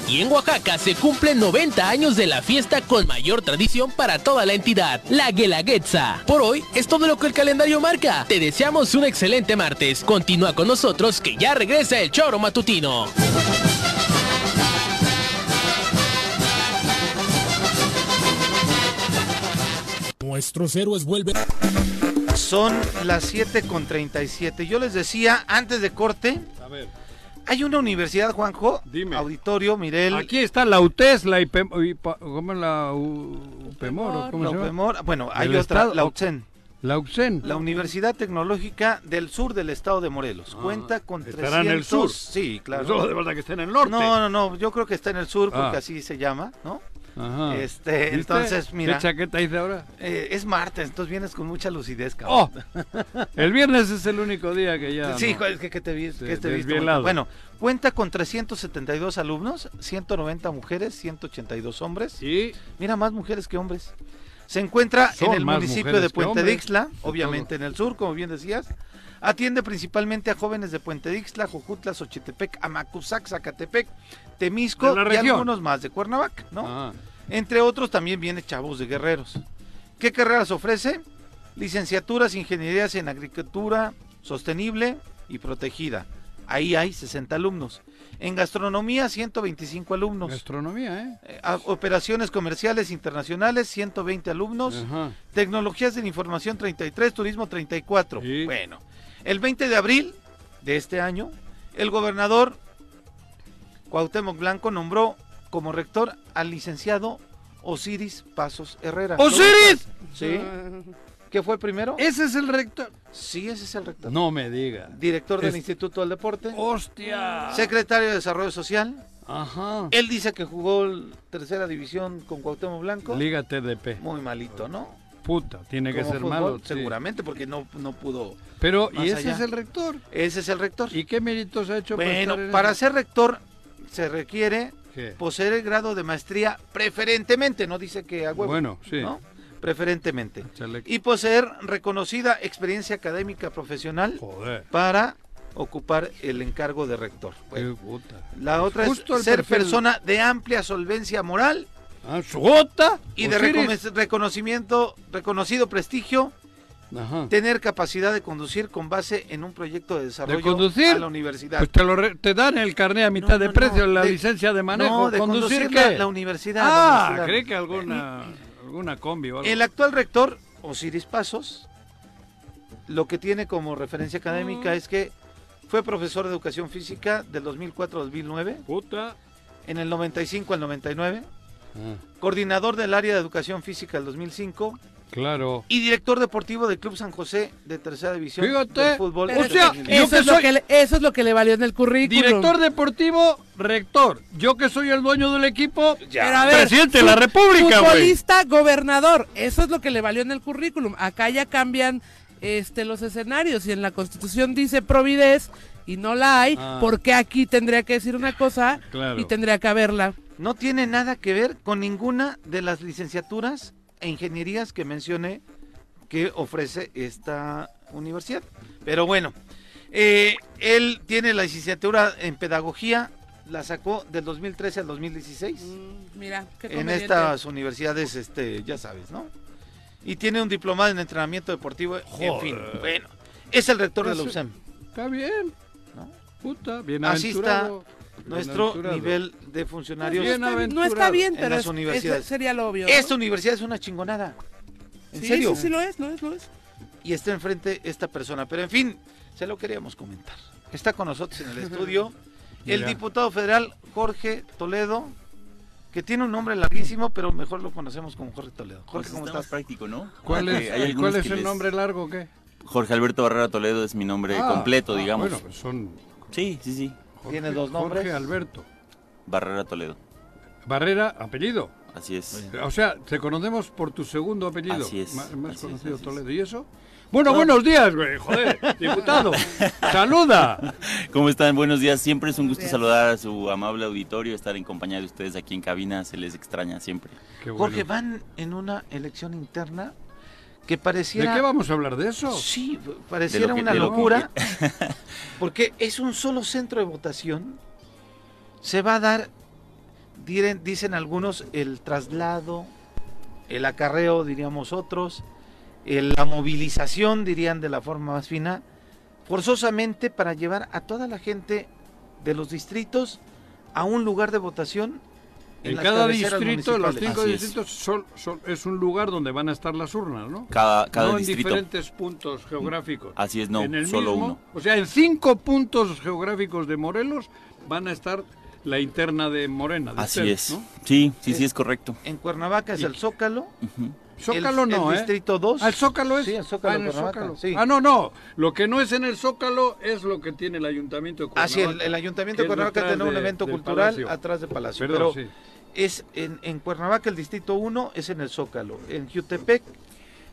Speaker 5: Y en Oaxaca se cumplen 90 años de la fiesta con mayor tradición para toda la entidad, la Guelaguetza. Por hoy es todo lo que el calendario marca. Te deseamos un excelente martes. Continúa con nosotros que ya regresa el choro matutino.
Speaker 6: Nuestros héroes vuelven.
Speaker 1: Son las 7:37. Yo les decía antes de corte,
Speaker 2: A ver.
Speaker 1: hay una universidad, Juanjo,
Speaker 2: Dime.
Speaker 1: auditorio, Mirel,
Speaker 2: Aquí está la UTES, la IPEM, IPA- ¿cómo es la U- UPEMOR? o ¿Cómo
Speaker 1: la
Speaker 2: se llama?
Speaker 1: Upemor- bueno, hay
Speaker 2: ¿Del
Speaker 1: otra,
Speaker 2: estado?
Speaker 1: la UTSEN.
Speaker 2: La UXEN.
Speaker 1: La Universidad Tecnológica del Sur del Estado de Morelos
Speaker 2: Ah,
Speaker 1: cuenta con 300...
Speaker 2: estará en el sur.
Speaker 1: Sí, claro.
Speaker 2: Solo de verdad que está en el norte.
Speaker 1: No, no, no, yo creo que está en el sur porque
Speaker 2: Ah.
Speaker 1: así se llama, ¿no?
Speaker 2: Ajá.
Speaker 1: Este,
Speaker 2: ¿Viste?
Speaker 1: entonces, mira.
Speaker 2: ¿Qué chaqueta hice ahora?
Speaker 1: Eh, es martes, entonces vienes con mucha lucidez,
Speaker 2: ¡Oh!
Speaker 1: cabrón.
Speaker 2: El viernes es el único día que ya.
Speaker 1: sí,
Speaker 2: no.
Speaker 1: es que, que te vi,
Speaker 2: Sí,
Speaker 1: que te he visto.
Speaker 2: desvielado.
Speaker 1: Bueno, cuenta con 372 alumnos, 190 mujeres, 182 hombres.
Speaker 2: Sí.
Speaker 1: Mira, más mujeres que hombres. Se encuentra
Speaker 2: Son
Speaker 1: en el
Speaker 2: más
Speaker 1: municipio
Speaker 2: mujeres
Speaker 1: de
Speaker 2: que
Speaker 1: Puente
Speaker 2: hombres,
Speaker 1: Dixla,
Speaker 2: de
Speaker 1: obviamente en el sur, como bien decías. Atiende principalmente a jóvenes de Puente Dixla, Jojutla, Xochitepec, Amacuzac, Zacatepec, Temisco
Speaker 2: De la
Speaker 1: y
Speaker 2: región.
Speaker 1: algunos más de Cuernavaca, ¿no?
Speaker 2: Ah,
Speaker 1: Entre otros también viene Chavos de Guerreros. ¿Qué carreras ofrece? Licenciaturas, ingenierías en agricultura sostenible y protegida. Ahí hay 60 alumnos. En gastronomía, 125 alumnos.
Speaker 2: gastronomía, ¿eh?
Speaker 1: Eh, a- operaciones comerciales internacionales, 120 alumnos.
Speaker 2: Ajá.
Speaker 1: Tecnologías de la información, 33. Turismo, 34.
Speaker 2: Sí.
Speaker 1: Bueno, el 20 de abril de este año, el gobernador Cuauhtémoc Blanco nombró como rector al licenciado Osiris Pasos Herrera.
Speaker 2: ¡Osiris!
Speaker 1: Sí. ¿Qué fue primero?
Speaker 2: Ese ¿Oh, es el rector.
Speaker 1: Sí, ese es el rector.
Speaker 2: No me diga.
Speaker 1: Director del
Speaker 2: Es- Oh, ah.
Speaker 1: Instituto del Deporte.
Speaker 2: Hostia.
Speaker 1: Secretario de Desarrollo Social.
Speaker 2: Ajá.
Speaker 1: Él dice que jugó el tercera división con Cuauhtémoc Blanco.
Speaker 2: Liga TDP.
Speaker 1: Muy malito, ¿no?
Speaker 2: Puta, tiene que
Speaker 1: Como
Speaker 2: ser
Speaker 1: fútbol,
Speaker 2: malo. sí.
Speaker 1: Seguramente, porque no, no pudo.
Speaker 2: Pero,
Speaker 1: Más
Speaker 2: ¿y ese
Speaker 1: allá.
Speaker 2: es el rector?
Speaker 1: Ese es el rector.
Speaker 2: ¿Y qué méritos ha hecho
Speaker 1: bueno,
Speaker 2: estar en
Speaker 1: para
Speaker 2: ese-
Speaker 1: ser rector se requiere
Speaker 2: ¿Qué?
Speaker 1: poseer el grado de maestría preferentemente, no dice que a huevo.
Speaker 2: Bueno, sí.
Speaker 1: ¿no? Preferentemente.
Speaker 2: Chale-
Speaker 1: Y poseer reconocida experiencia académica profesional
Speaker 2: Joder.
Speaker 1: para ocupar el encargo de rector. Bueno,
Speaker 2: qué puta.
Speaker 1: la otra
Speaker 2: Eh, Justo el
Speaker 1: es ser
Speaker 2: perfil.
Speaker 1: persona de amplia solvencia moral
Speaker 2: Ah, su gota.
Speaker 1: y de
Speaker 2: Osiris.
Speaker 1: recome- reconocimiento, reconocido prestigio,
Speaker 2: Ajá.
Speaker 1: tener capacidad de conducir con base en un proyecto de desarrollo
Speaker 2: conducir?
Speaker 1: a la universidad.
Speaker 2: Pues te, lo re- te dan el carnet a mitad
Speaker 1: No,
Speaker 2: de
Speaker 1: no,
Speaker 2: precio,
Speaker 1: no,
Speaker 2: la
Speaker 1: de-
Speaker 2: licencia de manejo.
Speaker 1: no, de
Speaker 2: ¿Conducir
Speaker 1: conducir la-
Speaker 2: qué?
Speaker 1: la universidad, la
Speaker 2: Ah,
Speaker 1: universidad.
Speaker 2: cree que alguna, alguna combi o algo.
Speaker 1: El actual rector, Osiris Pasos, lo que tiene como referencia académica es que fue profesor de educación física del 2004 al 2009,
Speaker 2: Puta.
Speaker 1: en el 95 al 99, Ah, coordinador del área de educación física del 2005
Speaker 2: claro.
Speaker 1: y director deportivo del Club San José de Tercera División
Speaker 2: Fíjate.
Speaker 1: del fútbol.
Speaker 2: Pero
Speaker 1: del
Speaker 2: o sea,
Speaker 1: 2000.
Speaker 2: yo
Speaker 4: Eso
Speaker 2: que
Speaker 4: es, lo
Speaker 2: soy-
Speaker 4: que le, eso es lo que le valió en el currículum.
Speaker 2: Director deportivo, rector. Yo que soy el dueño del equipo,
Speaker 4: Pero a ver,
Speaker 2: presidente de la
Speaker 4: fut-
Speaker 2: república, güey.
Speaker 4: Futbolista, gobernador. Eso es lo que le valió en el currículum. Acá ya cambian este, los escenarios y en la constitución dice providez y no la hay.
Speaker 2: Ah.
Speaker 4: Porque aquí tendría que decir una cosa
Speaker 2: Claro.
Speaker 4: y tendría que haberla.
Speaker 1: no tiene nada que ver con ninguna de las licenciaturas e ingenierías que mencioné que ofrece esta universidad. Pero bueno, eh, él tiene la licenciatura en pedagogía, la sacó del 2013 al 2016
Speaker 4: Mira, Mm, qué
Speaker 1: en estas universidades, este, ya sabes, ¿no? Y tiene un diplomado en entrenamiento deportivo, en fin, bueno, es el rector de la
Speaker 2: Eso-
Speaker 1: USEM,
Speaker 2: Está bien.
Speaker 1: ¿no?
Speaker 2: Puta, bien
Speaker 1: Así está
Speaker 2: aventurado.
Speaker 1: Nuestro
Speaker 2: Bienaventurado.
Speaker 1: nivel de funcionarios
Speaker 2: Bien
Speaker 4: no está
Speaker 2: aventurado.
Speaker 4: bien,
Speaker 1: En
Speaker 4: pero
Speaker 1: las
Speaker 4: es- es-
Speaker 1: universidades.
Speaker 4: sería lo obvio. ¿no?
Speaker 1: Esta universidad es una chingonada. ¿En
Speaker 4: Sí,
Speaker 1: serio?
Speaker 4: Sí, sí, lo es, lo es, lo es.
Speaker 1: Y está enfrente esta persona. Pero en fin, se lo queríamos comentar. Está con nosotros en el estudio el
Speaker 2: Mira.
Speaker 1: diputado federal Jorge Toledo, que tiene un nombre larguísimo, pero mejor lo conocemos como Jorge Toledo. Jorge,
Speaker 7: Pues
Speaker 1: ¿cómo
Speaker 7: está más
Speaker 1: estás?
Speaker 7: práctico, ¿no?
Speaker 2: ¿Cuál
Speaker 7: Porque
Speaker 2: es,
Speaker 7: hay
Speaker 2: ¿cuál
Speaker 7: algunos
Speaker 2: es
Speaker 7: que
Speaker 2: el
Speaker 7: les-
Speaker 2: nombre largo o qué?
Speaker 7: Jorge Alberto Barrera Toledo es mi nombre
Speaker 2: Ah,
Speaker 7: completo,
Speaker 2: ah,
Speaker 7: digamos.
Speaker 2: Bueno, pues son
Speaker 7: Sí, sí, sí.
Speaker 2: Jorge,
Speaker 1: Tiene dos nombres.
Speaker 2: Jorge Alberto.
Speaker 7: Barrera Toledo.
Speaker 2: Barrera, apellido.
Speaker 7: Así es.
Speaker 2: O sea, te conocemos por tu segundo apellido.
Speaker 7: Así es,
Speaker 2: Ma- Más
Speaker 7: así es,
Speaker 2: conocido
Speaker 7: así es.
Speaker 2: Toledo. ¿Y eso? Bueno, buenos días, güey. Joder, diputado. Saluda.
Speaker 7: ¿Cómo están? Buenos días. Siempre es un
Speaker 4: Buenos
Speaker 7: gusto
Speaker 4: días.
Speaker 7: saludar a su amable auditorio, estar en compañía de ustedes aquí en cabina. Se les extraña siempre.
Speaker 2: Qué bueno.
Speaker 1: Jorge, van en una elección interna que pareciera...
Speaker 2: ¿De qué vamos a hablar de eso?
Speaker 1: Sí, pareciera
Speaker 7: lo que-
Speaker 1: una
Speaker 7: de lo que-
Speaker 1: locura, porque es un solo centro de votación. Se va a dar, diren- dicen algunos, el traslado, el acarreo, diríamos otros, el- la movilización, dirían de la forma más fina, forzosamente para llevar a toda la gente de los distritos a un lugar de votación.
Speaker 2: En
Speaker 1: las
Speaker 2: cada
Speaker 1: cabeceras
Speaker 2: distrito, los
Speaker 1: municipales.
Speaker 2: cinco
Speaker 7: Así es.
Speaker 2: distritos, sol- sol- es un lugar donde van a estar las urnas, ¿no?
Speaker 7: Cada, cada
Speaker 2: no
Speaker 7: distrito.
Speaker 2: en diferentes puntos geográficos.
Speaker 7: Así es, no,
Speaker 2: En el
Speaker 7: solo
Speaker 2: mismo,
Speaker 7: uno.
Speaker 2: O sea, en cinco puntos geográficos de Morelos van a estar la interna de Morena. de
Speaker 7: Así
Speaker 2: ustedes,
Speaker 7: es.
Speaker 2: ¿no?
Speaker 7: Sí, sí,
Speaker 1: Eh,
Speaker 7: sí, es correcto.
Speaker 1: En Cuernavaca es el Zócalo.
Speaker 7: Ujú.
Speaker 2: Zócalo
Speaker 1: el,
Speaker 2: no,
Speaker 1: el
Speaker 2: ¿eh?
Speaker 1: distrito 2.
Speaker 2: ¿Al Zócalo es?
Speaker 1: Sí, el Zócalo,
Speaker 2: Ah, en el
Speaker 1: Cuernavaca,
Speaker 2: Zócalo.
Speaker 1: sí.
Speaker 2: Ah, no, no. Lo que no es en el Zócalo es lo que tiene el Ayuntamiento de
Speaker 1: Así,
Speaker 2: Cuernavaca.
Speaker 1: Ah, el, el Ayuntamiento de
Speaker 2: que es
Speaker 1: Cuernavaca
Speaker 2: detrás
Speaker 1: tiene un
Speaker 2: de-
Speaker 1: evento
Speaker 2: del
Speaker 1: cultural
Speaker 2: Palacio.
Speaker 1: atrás de Palacio.
Speaker 2: Perdón,
Speaker 1: pero
Speaker 2: sí.
Speaker 1: es en, en Cuernavaca el distrito 1 es en el Zócalo, en Jutepec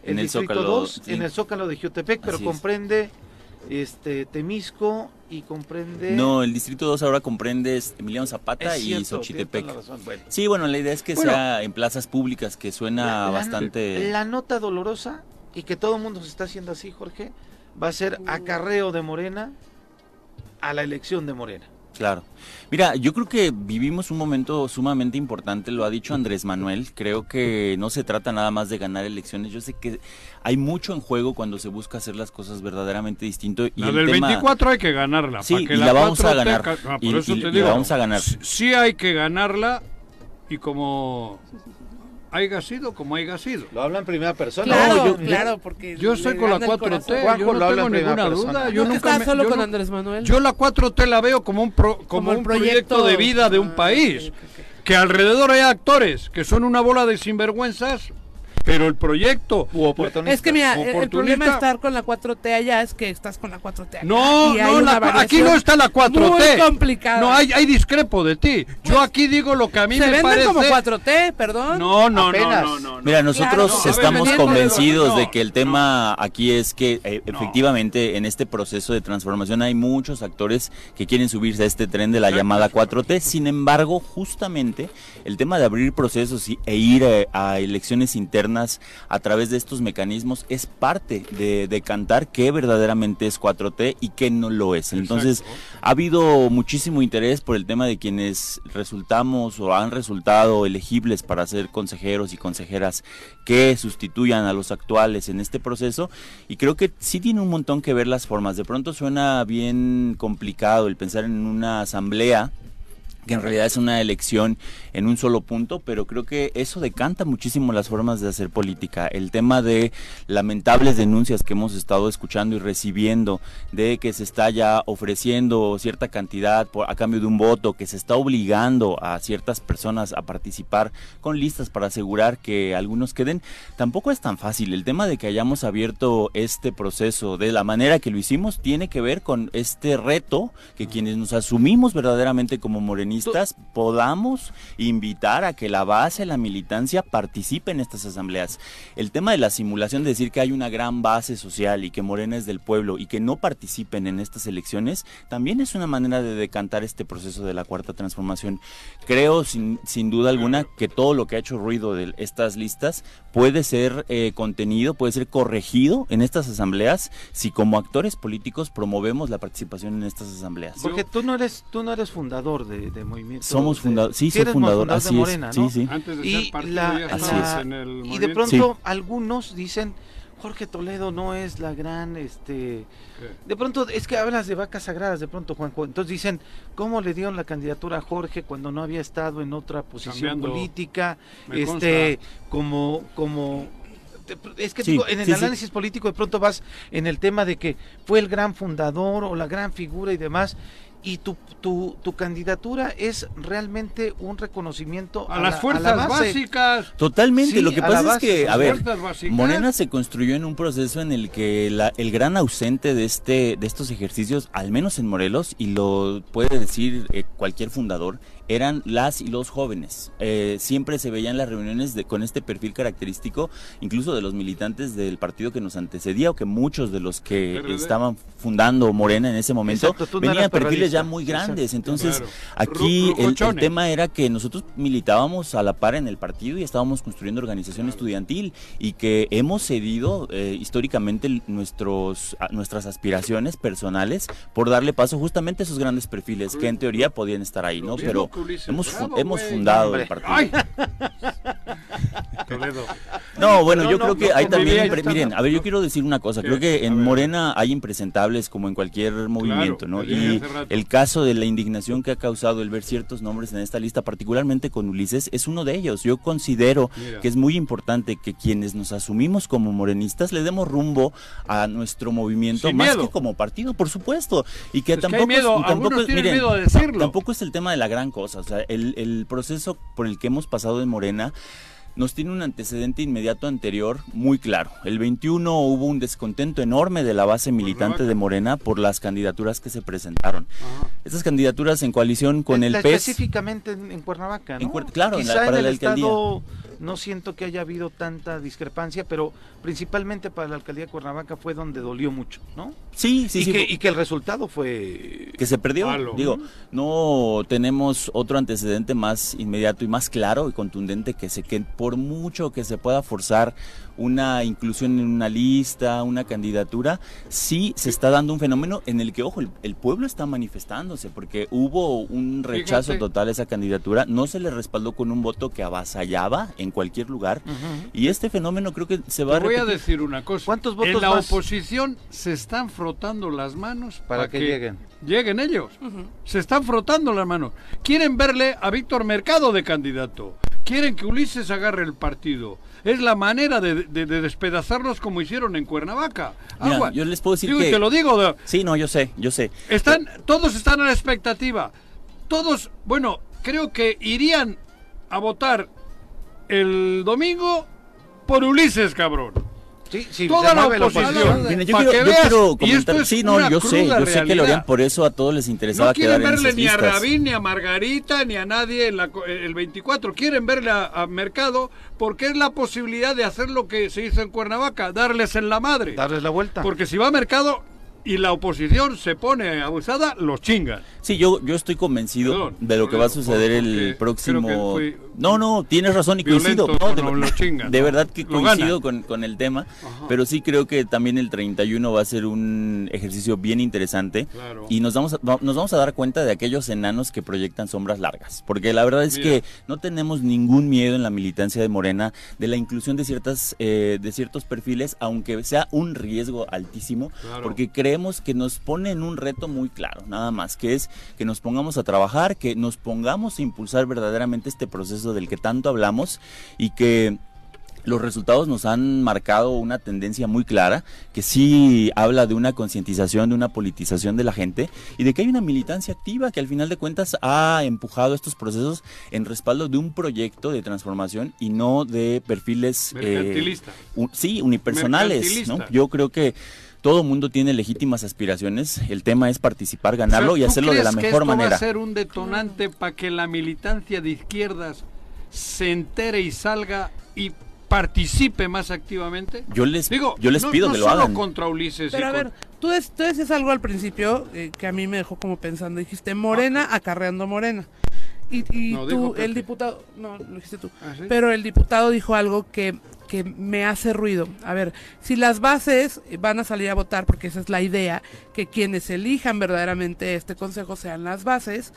Speaker 1: el
Speaker 7: En el
Speaker 1: distrito
Speaker 7: Zócalo,
Speaker 1: 2
Speaker 7: sí.
Speaker 1: en el Zócalo de Jutepec, pero
Speaker 7: Así es.
Speaker 1: comprende este Temisco y comprende
Speaker 7: No, el distrito 2 ahora comprende es Emiliano Zapata y
Speaker 1: Es cierto, tienes toda
Speaker 7: Xochitepec.
Speaker 1: la razón, bueno.
Speaker 7: Sí, bueno, la idea es que
Speaker 2: Bueno.
Speaker 7: sea en plazas públicas, que suena
Speaker 1: La-
Speaker 7: bastante.
Speaker 1: La nota dolorosa y que todo el mundo se está haciendo así, Jorge, va a ser acarreo de Morena a la elección de Morena.
Speaker 7: Claro. Mira, yo creo que vivimos un momento sumamente importante, lo ha dicho Andrés Manuel, creo que no se trata nada más de ganar elecciones, yo sé que hay mucho en juego cuando se busca hacer las cosas verdaderamente distinto y
Speaker 2: La
Speaker 7: el
Speaker 2: del
Speaker 7: tema
Speaker 2: 24 hay que ganarla.
Speaker 7: Sí,
Speaker 2: para que
Speaker 7: y la vamos
Speaker 2: 4T
Speaker 7: a ganar.
Speaker 2: ca- Ah, por
Speaker 7: Y-
Speaker 2: eso
Speaker 7: y-
Speaker 2: te
Speaker 7: y la
Speaker 2: digo,
Speaker 7: vamos a ganar.
Speaker 2: s- Sí hay que ganarla y como haya sido, como haya sido.
Speaker 1: Lo habla en primera persona.
Speaker 4: Claro,
Speaker 2: yo-
Speaker 4: claro, porque.
Speaker 2: Yo estoy
Speaker 4: le
Speaker 2: con la
Speaker 4: gana el corazón.
Speaker 2: 4T,
Speaker 1: Juanjo
Speaker 2: yo
Speaker 1: lo
Speaker 2: no
Speaker 1: habla
Speaker 2: tengo
Speaker 1: en primera
Speaker 2: ninguna
Speaker 1: persona.
Speaker 2: duda.
Speaker 1: No,
Speaker 2: Yo
Speaker 4: ¿No que
Speaker 2: nunca
Speaker 4: estaba
Speaker 2: me-
Speaker 4: solo
Speaker 2: yo
Speaker 4: con
Speaker 2: nu-
Speaker 4: Andrés Manuel.
Speaker 2: Yo la 4T la veo como un, pro- como
Speaker 4: Como el
Speaker 2: un proyecto,
Speaker 4: proyecto.
Speaker 2: de vida de un
Speaker 4: Ah,
Speaker 2: país.
Speaker 4: ok, ok, ok.
Speaker 2: Que alrededor hay actores que son una bola de sinvergüenzas pero el proyecto.
Speaker 1: U oportunista.
Speaker 4: Es que mira, el- el
Speaker 2: Oportunista.
Speaker 4: problema de estar con la 4T allá es que estás con la 4T acá,
Speaker 2: No,
Speaker 4: y hay
Speaker 2: no,
Speaker 4: una
Speaker 2: la-
Speaker 4: variación
Speaker 2: aquí no está la 4T.
Speaker 4: Muy complicada. Pues,
Speaker 2: No, hay, hay discrepo de ti. Yo aquí digo lo que a mí
Speaker 4: Se
Speaker 2: me
Speaker 4: venden
Speaker 2: parece.
Speaker 4: como 4T, perdón.
Speaker 2: No, no, no,
Speaker 1: Apenas.
Speaker 2: no, no, no.
Speaker 7: Mira, nosotros
Speaker 2: Claro, no,
Speaker 7: estamos
Speaker 2: dependiendo de lo-
Speaker 7: convencidos
Speaker 2: no,
Speaker 7: de que el tema aquí es que eh,
Speaker 2: No.
Speaker 7: efectivamente en este proceso de transformación hay muchos actores que quieren subirse a este tren de la llamada 4T. Sin embargo, justamente el tema de abrir procesos y- e ir eh, a elecciones internas a través de estos mecanismos es parte de, de cantar qué verdaderamente es 4T y qué no lo es. Entonces, ha habido muchísimo interés por el tema de quienes resultamos o han resultado elegibles para ser consejeros y consejeras que sustituyan a los actuales en este proceso y creo que sí tiene un montón que ver las formas. De pronto suena bien complicado el pensar en una asamblea que en realidad es una elección en un solo punto, pero creo que eso decanta muchísimo las formas de hacer política. El tema de lamentables denuncias que hemos estado escuchando y recibiendo, de que se está ya ofreciendo cierta cantidad por, a cambio de un voto, que se está obligando a ciertas personas a participar con listas para asegurar que algunos queden, tampoco es tan fácil. El tema de que hayamos abierto este proceso de la manera que lo hicimos tiene que ver con este reto que quienes nos asumimos verdaderamente como morenistas podamos invitar a que la base, la militancia participe en estas asambleas. El tema de la simulación, de decir que hay una gran base social y que Morena es del pueblo y que no participen en estas elecciones, también es una manera de decantar este proceso de la cuarta transformación. Creo sin, sin duda alguna que todo lo que ha hecho ruido de estas listas puede ser eh, contenido, puede ser corregido en estas asambleas si como actores políticos promovemos la participación en estas asambleas.
Speaker 1: Porque tú no eres, tú no eres fundador de, de movimiento.
Speaker 7: Somos
Speaker 1: de-
Speaker 7: fundadores, sí, soy
Speaker 1: eres
Speaker 7: fundador,
Speaker 1: de
Speaker 7: así es.
Speaker 1: Morena,
Speaker 7: Sí,
Speaker 1: ¿no?
Speaker 7: sí.
Speaker 2: Antes de
Speaker 1: Y,
Speaker 2: ser partido
Speaker 1: la-
Speaker 2: ya
Speaker 1: la-
Speaker 2: estabas en el
Speaker 1: y de
Speaker 2: movimiento.
Speaker 1: pronto algunos dicen, Jorge Toledo no es la gran, este... De pronto, es que hablas de vacas sagradas, de pronto, Juanjo. Entonces dicen, ¿cómo le dieron la candidatura a Jorge cuando no había estado en otra posición
Speaker 2: Cambiando.
Speaker 1: política?
Speaker 2: Me
Speaker 1: Este, como, como... te- Es que
Speaker 7: Sí,
Speaker 1: digo, en el
Speaker 7: sí, sí.
Speaker 1: análisis político de pronto vas en el tema de que fue el gran fundador o la gran figura y demás, y tu, tu, tu candidatura es realmente un reconocimiento
Speaker 2: A las
Speaker 1: la-
Speaker 2: fuerzas
Speaker 1: la base.
Speaker 2: básicas.
Speaker 7: Totalmente,
Speaker 1: Sí,
Speaker 7: lo que
Speaker 1: a la
Speaker 7: pasa es
Speaker 1: base,
Speaker 7: que, a
Speaker 1: las
Speaker 7: ver,
Speaker 2: fuerzas básicas.
Speaker 7: Morena se construyó en un proceso en el que la- el gran ausente de este de estos ejercicios, al menos en Morelos, y lo puede decir eh, cualquier fundador, eran las y los jóvenes. Eh, siempre se veían las reuniones de- con este perfil característico, incluso de los militantes del partido que nos antecedía o que muchos de los que
Speaker 2: PRD.
Speaker 7: estaban fundando Morena en ese momento
Speaker 1: Exacto, tú no
Speaker 7: venían
Speaker 1: eras
Speaker 7: perfiles ya
Speaker 1: perredista.
Speaker 7: muy grandes.
Speaker 1: Exacto.
Speaker 7: Entonces,
Speaker 2: Claro.
Speaker 7: aquí
Speaker 2: Ru-
Speaker 7: el- el,
Speaker 2: rucochones.
Speaker 7: tema era que nosotros militábamos a la par en el partido y estábamos construyendo organización estudiantil y que hemos cedido eh, históricamente l- nuestros a- nuestras aspiraciones personales por darle paso justamente a esos grandes perfiles que en teoría podían estar ahí, ¿no?
Speaker 2: mismo
Speaker 7: Pero
Speaker 2: que Ulises
Speaker 7: hemos fu-
Speaker 2: Bravo,
Speaker 7: hemos
Speaker 2: güey.
Speaker 7: fundado
Speaker 1: Hombre.
Speaker 7: el partido.
Speaker 2: ¡Ay! Toledo.
Speaker 7: No, bueno,
Speaker 1: No,
Speaker 7: yo
Speaker 1: no,
Speaker 7: creo que
Speaker 1: no,
Speaker 7: hay
Speaker 1: no,
Speaker 7: también.
Speaker 2: convivíais
Speaker 7: impre-
Speaker 2: tanto.
Speaker 7: miren, a ver,
Speaker 2: No.
Speaker 7: yo quiero decir una cosa. Creo
Speaker 2: ¿Qué?
Speaker 7: que
Speaker 2: A
Speaker 7: en
Speaker 2: ver.
Speaker 7: Morena hay impresentables como en cualquier movimiento, ¿no?
Speaker 2: lo dije
Speaker 7: Y
Speaker 2: hace rato.
Speaker 7: el caso de la indignación que ha causado el ver ciertos nombres en esta lista, particularmente con Ulises, es uno de ellos. Yo considero
Speaker 2: Mira.
Speaker 7: que es muy importante que quienes nos asumimos como morenistas le demos rumbo a nuestro movimiento,
Speaker 2: Sin
Speaker 7: más
Speaker 2: miedo.
Speaker 7: que como partido, por supuesto. Y que
Speaker 2: Es que hay
Speaker 7: tampoco. es-
Speaker 2: miedo,
Speaker 7: y tampoco,
Speaker 2: algunos
Speaker 7: es-
Speaker 2: tienen
Speaker 7: miren,
Speaker 2: miedo a decirlo.
Speaker 7: Tampoco es el tema de la gran cosa. O sea, el, el proceso por el que hemos pasado en Morena nos tiene un antecedente inmediato anterior muy claro. El 21 hubo un descontento enorme de la base militante
Speaker 1: Pues,
Speaker 7: de Morena por las candidaturas que se presentaron.
Speaker 2: Ajá.
Speaker 7: Estas candidaturas en coalición con
Speaker 1: Es-
Speaker 7: el
Speaker 1: Eh, la-
Speaker 7: PES.
Speaker 1: Específicamente en, en Cuernavaca, ¿no?
Speaker 7: En Cuer- claro, en la-
Speaker 1: Quizá
Speaker 7: para
Speaker 1: en
Speaker 7: la
Speaker 1: el
Speaker 7: alcaldía.
Speaker 1: estado no siento que haya habido tanta discrepancia, pero principalmente para la alcaldía de Cuernavaca fue donde dolió mucho, ¿no?
Speaker 7: Sí, sí,
Speaker 1: y,
Speaker 7: sí.
Speaker 1: que,
Speaker 7: fue-
Speaker 1: y que el resultado fue...
Speaker 7: que se perdió.
Speaker 2: Malo.
Speaker 7: Digo, no tenemos otro antecedente más inmediato y más claro y contundente que se que por mucho que se pueda forzar una inclusión en una lista, una candidatura, sí se está dando un fenómeno en el que, ojo, el, el pueblo está manifestándose porque hubo un rechazo
Speaker 2: Fíjate.
Speaker 7: total a esa candidatura, no se le respaldó con un voto que avasallaba en cualquier lugar y este fenómeno creo que se va
Speaker 2: Te voy a
Speaker 7: repetir.
Speaker 2: decir una cosa.
Speaker 1: ¿Cuántos
Speaker 2: En
Speaker 1: votos
Speaker 2: la
Speaker 1: más?
Speaker 2: oposición se están frotando las manos
Speaker 1: Para que lleguen.
Speaker 2: Lleguen ellos. Se están frotando las manos. Quieren verle a Víctor Mercado de candidato. Quieren que Ulises agarre el partido. Es la manera de, de- de despedazarlos como hicieron en Cuernavaca.
Speaker 7: Mira,
Speaker 2: Agua.
Speaker 7: yo les puedo decir
Speaker 2: Digo, y
Speaker 7: que-
Speaker 2: te lo digo, de-
Speaker 7: Sí, no, yo sé, yo sé.
Speaker 2: están, todos están a la expectativa. Todos, bueno, creo que irían a votar el domingo por Ulises, cabrón.
Speaker 1: Sí, sí,
Speaker 2: Toda
Speaker 1: se
Speaker 2: la
Speaker 1: mueve
Speaker 2: oposición.
Speaker 7: Mira, yo
Speaker 2: Pa'
Speaker 7: quiero,
Speaker 2: que
Speaker 7: yo
Speaker 2: veas,
Speaker 7: quiero
Speaker 2: y esto
Speaker 7: comentar.
Speaker 2: es
Speaker 7: Sí, no,
Speaker 2: una
Speaker 7: yo sé, yo sé
Speaker 2: cruda
Speaker 7: que lo harían
Speaker 2: realidad.
Speaker 7: por eso a todos les interesaba
Speaker 2: No quieren
Speaker 7: quedar en
Speaker 2: verle
Speaker 7: esas
Speaker 2: ni a
Speaker 7: listas.
Speaker 2: Rabín, ni a Margarita, ni a nadie en la co- eh, el 24. Quieren verle a, a Mercado porque es la posibilidad de hacer lo que se hizo en Cuernavaca, darles en la madre.
Speaker 1: Darles la vuelta.
Speaker 2: Porque si va a Mercado y la oposición se pone abusada, los chingan.
Speaker 7: Sí, yo, yo estoy convencido
Speaker 2: Perdón,
Speaker 7: de lo que va a
Speaker 2: Toledo,
Speaker 7: suceder
Speaker 2: por-
Speaker 7: el
Speaker 2: porque
Speaker 7: próximo.
Speaker 2: creo que fui
Speaker 7: No, no, tienes razón y
Speaker 2: violento
Speaker 7: coincido. No,
Speaker 2: con
Speaker 7: de,
Speaker 2: lo- lo chinga,
Speaker 7: de
Speaker 2: ¿no?
Speaker 7: verdad que
Speaker 2: Lo
Speaker 7: coincido
Speaker 2: gana.
Speaker 7: con, con el tema, pero sí creo que también el 31 va a ser un ejercicio bien interesante
Speaker 2: Claro.
Speaker 7: y nos vamos, a, va- nos vamos a dar cuenta de aquellos enanos que proyectan sombras largas, porque la verdad es
Speaker 2: Mira.
Speaker 7: que no tenemos ningún miedo en la militancia de Morena de la inclusión de ciertas eh, de ciertos perfiles, aunque sea un riesgo altísimo,
Speaker 2: Claro.
Speaker 7: porque que creemos que nos pone en un reto muy claro, nada más, que es que nos pongamos a trabajar, que nos pongamos a impulsar verdaderamente este proceso del que tanto hablamos y que los resultados nos han marcado una tendencia muy clara que sí habla de una concientización, de una politización de la gente y de que hay una militancia activa que al final de cuentas ha empujado estos procesos en respaldo de un proyecto de transformación y no de perfiles eh,
Speaker 2: Mercantilista.
Speaker 7: un- sí, unipersonales. ¿no?
Speaker 2: Mercantilista.
Speaker 7: Yo creo que todo mundo tiene legítimas aspiraciones. El tema es participar, ganarlo
Speaker 2: O sea,
Speaker 7: y
Speaker 2: ¿tú
Speaker 7: hacerlo de la
Speaker 2: crees que
Speaker 7: mejor
Speaker 2: esto va
Speaker 7: manera.
Speaker 2: a ser un detonante para que la militancia de izquierdas se entere y salga y participe más activamente?
Speaker 7: Yo les,
Speaker 2: Digo,
Speaker 7: yo les
Speaker 2: no-
Speaker 7: pido
Speaker 2: no
Speaker 7: que lo
Speaker 2: solo
Speaker 7: hagan.
Speaker 2: contra Ulises. y
Speaker 4: Pero a
Speaker 2: con-
Speaker 4: ver, tú, des- tú decías algo al principio eh, que a mí me dejó como pensando. Dijiste Morena acarreando Morena. Y, y
Speaker 2: No, dijo
Speaker 4: tú,
Speaker 2: Pepe.
Speaker 4: el diputado, no, lo dijiste tú.
Speaker 2: ¿Ah, sí?
Speaker 4: Pero el diputado dijo algo que, que me hace ruido. A ver, si las bases van a salir a votar, porque esa es la idea, que quienes elijan verdaderamente este consejo sean las bases,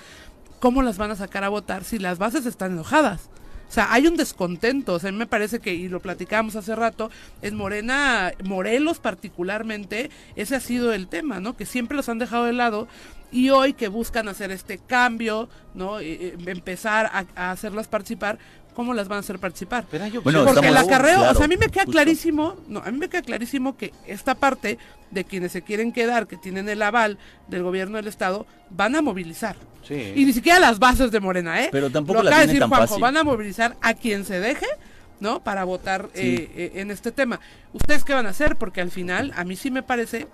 Speaker 4: ¿cómo las van a sacar a votar si las bases están enojadas? O sea, hay un descontento. O sea, a mí me parece que, y lo platicamos hace rato, en Morena, Morelos particularmente, ese ha sido el tema, ¿no? Que siempre los han dejado de lado. Y hoy que buscan hacer este cambio, ¿no? Eh, eh, empezar a, a hacerlas participar, ¿cómo las van a hacer participar?
Speaker 1: Pero hay
Speaker 7: Bueno,
Speaker 1: opciones.
Speaker 4: Porque el
Speaker 7: estamos-
Speaker 4: acarreo, o
Speaker 7: claro,
Speaker 4: sea, a mí me queda
Speaker 7: justo.
Speaker 4: clarísimo, no, a mí me queda clarísimo que esta parte de quienes se quieren quedar, que tienen el aval del gobierno del Estado, van a movilizar.
Speaker 1: Sí.
Speaker 4: Y ni siquiera las bases de Morena, ¿eh?
Speaker 7: Pero tampoco
Speaker 4: Lo
Speaker 7: la
Speaker 4: acaba de
Speaker 7: tienen
Speaker 4: decir
Speaker 7: tan
Speaker 4: Juanjo,
Speaker 7: fácil.
Speaker 4: van a movilizar a quien se deje, ¿no? Para votar
Speaker 7: Sí.
Speaker 4: eh, eh, en este tema. ¿Ustedes qué van a hacer? Porque al final, a mí sí me parece,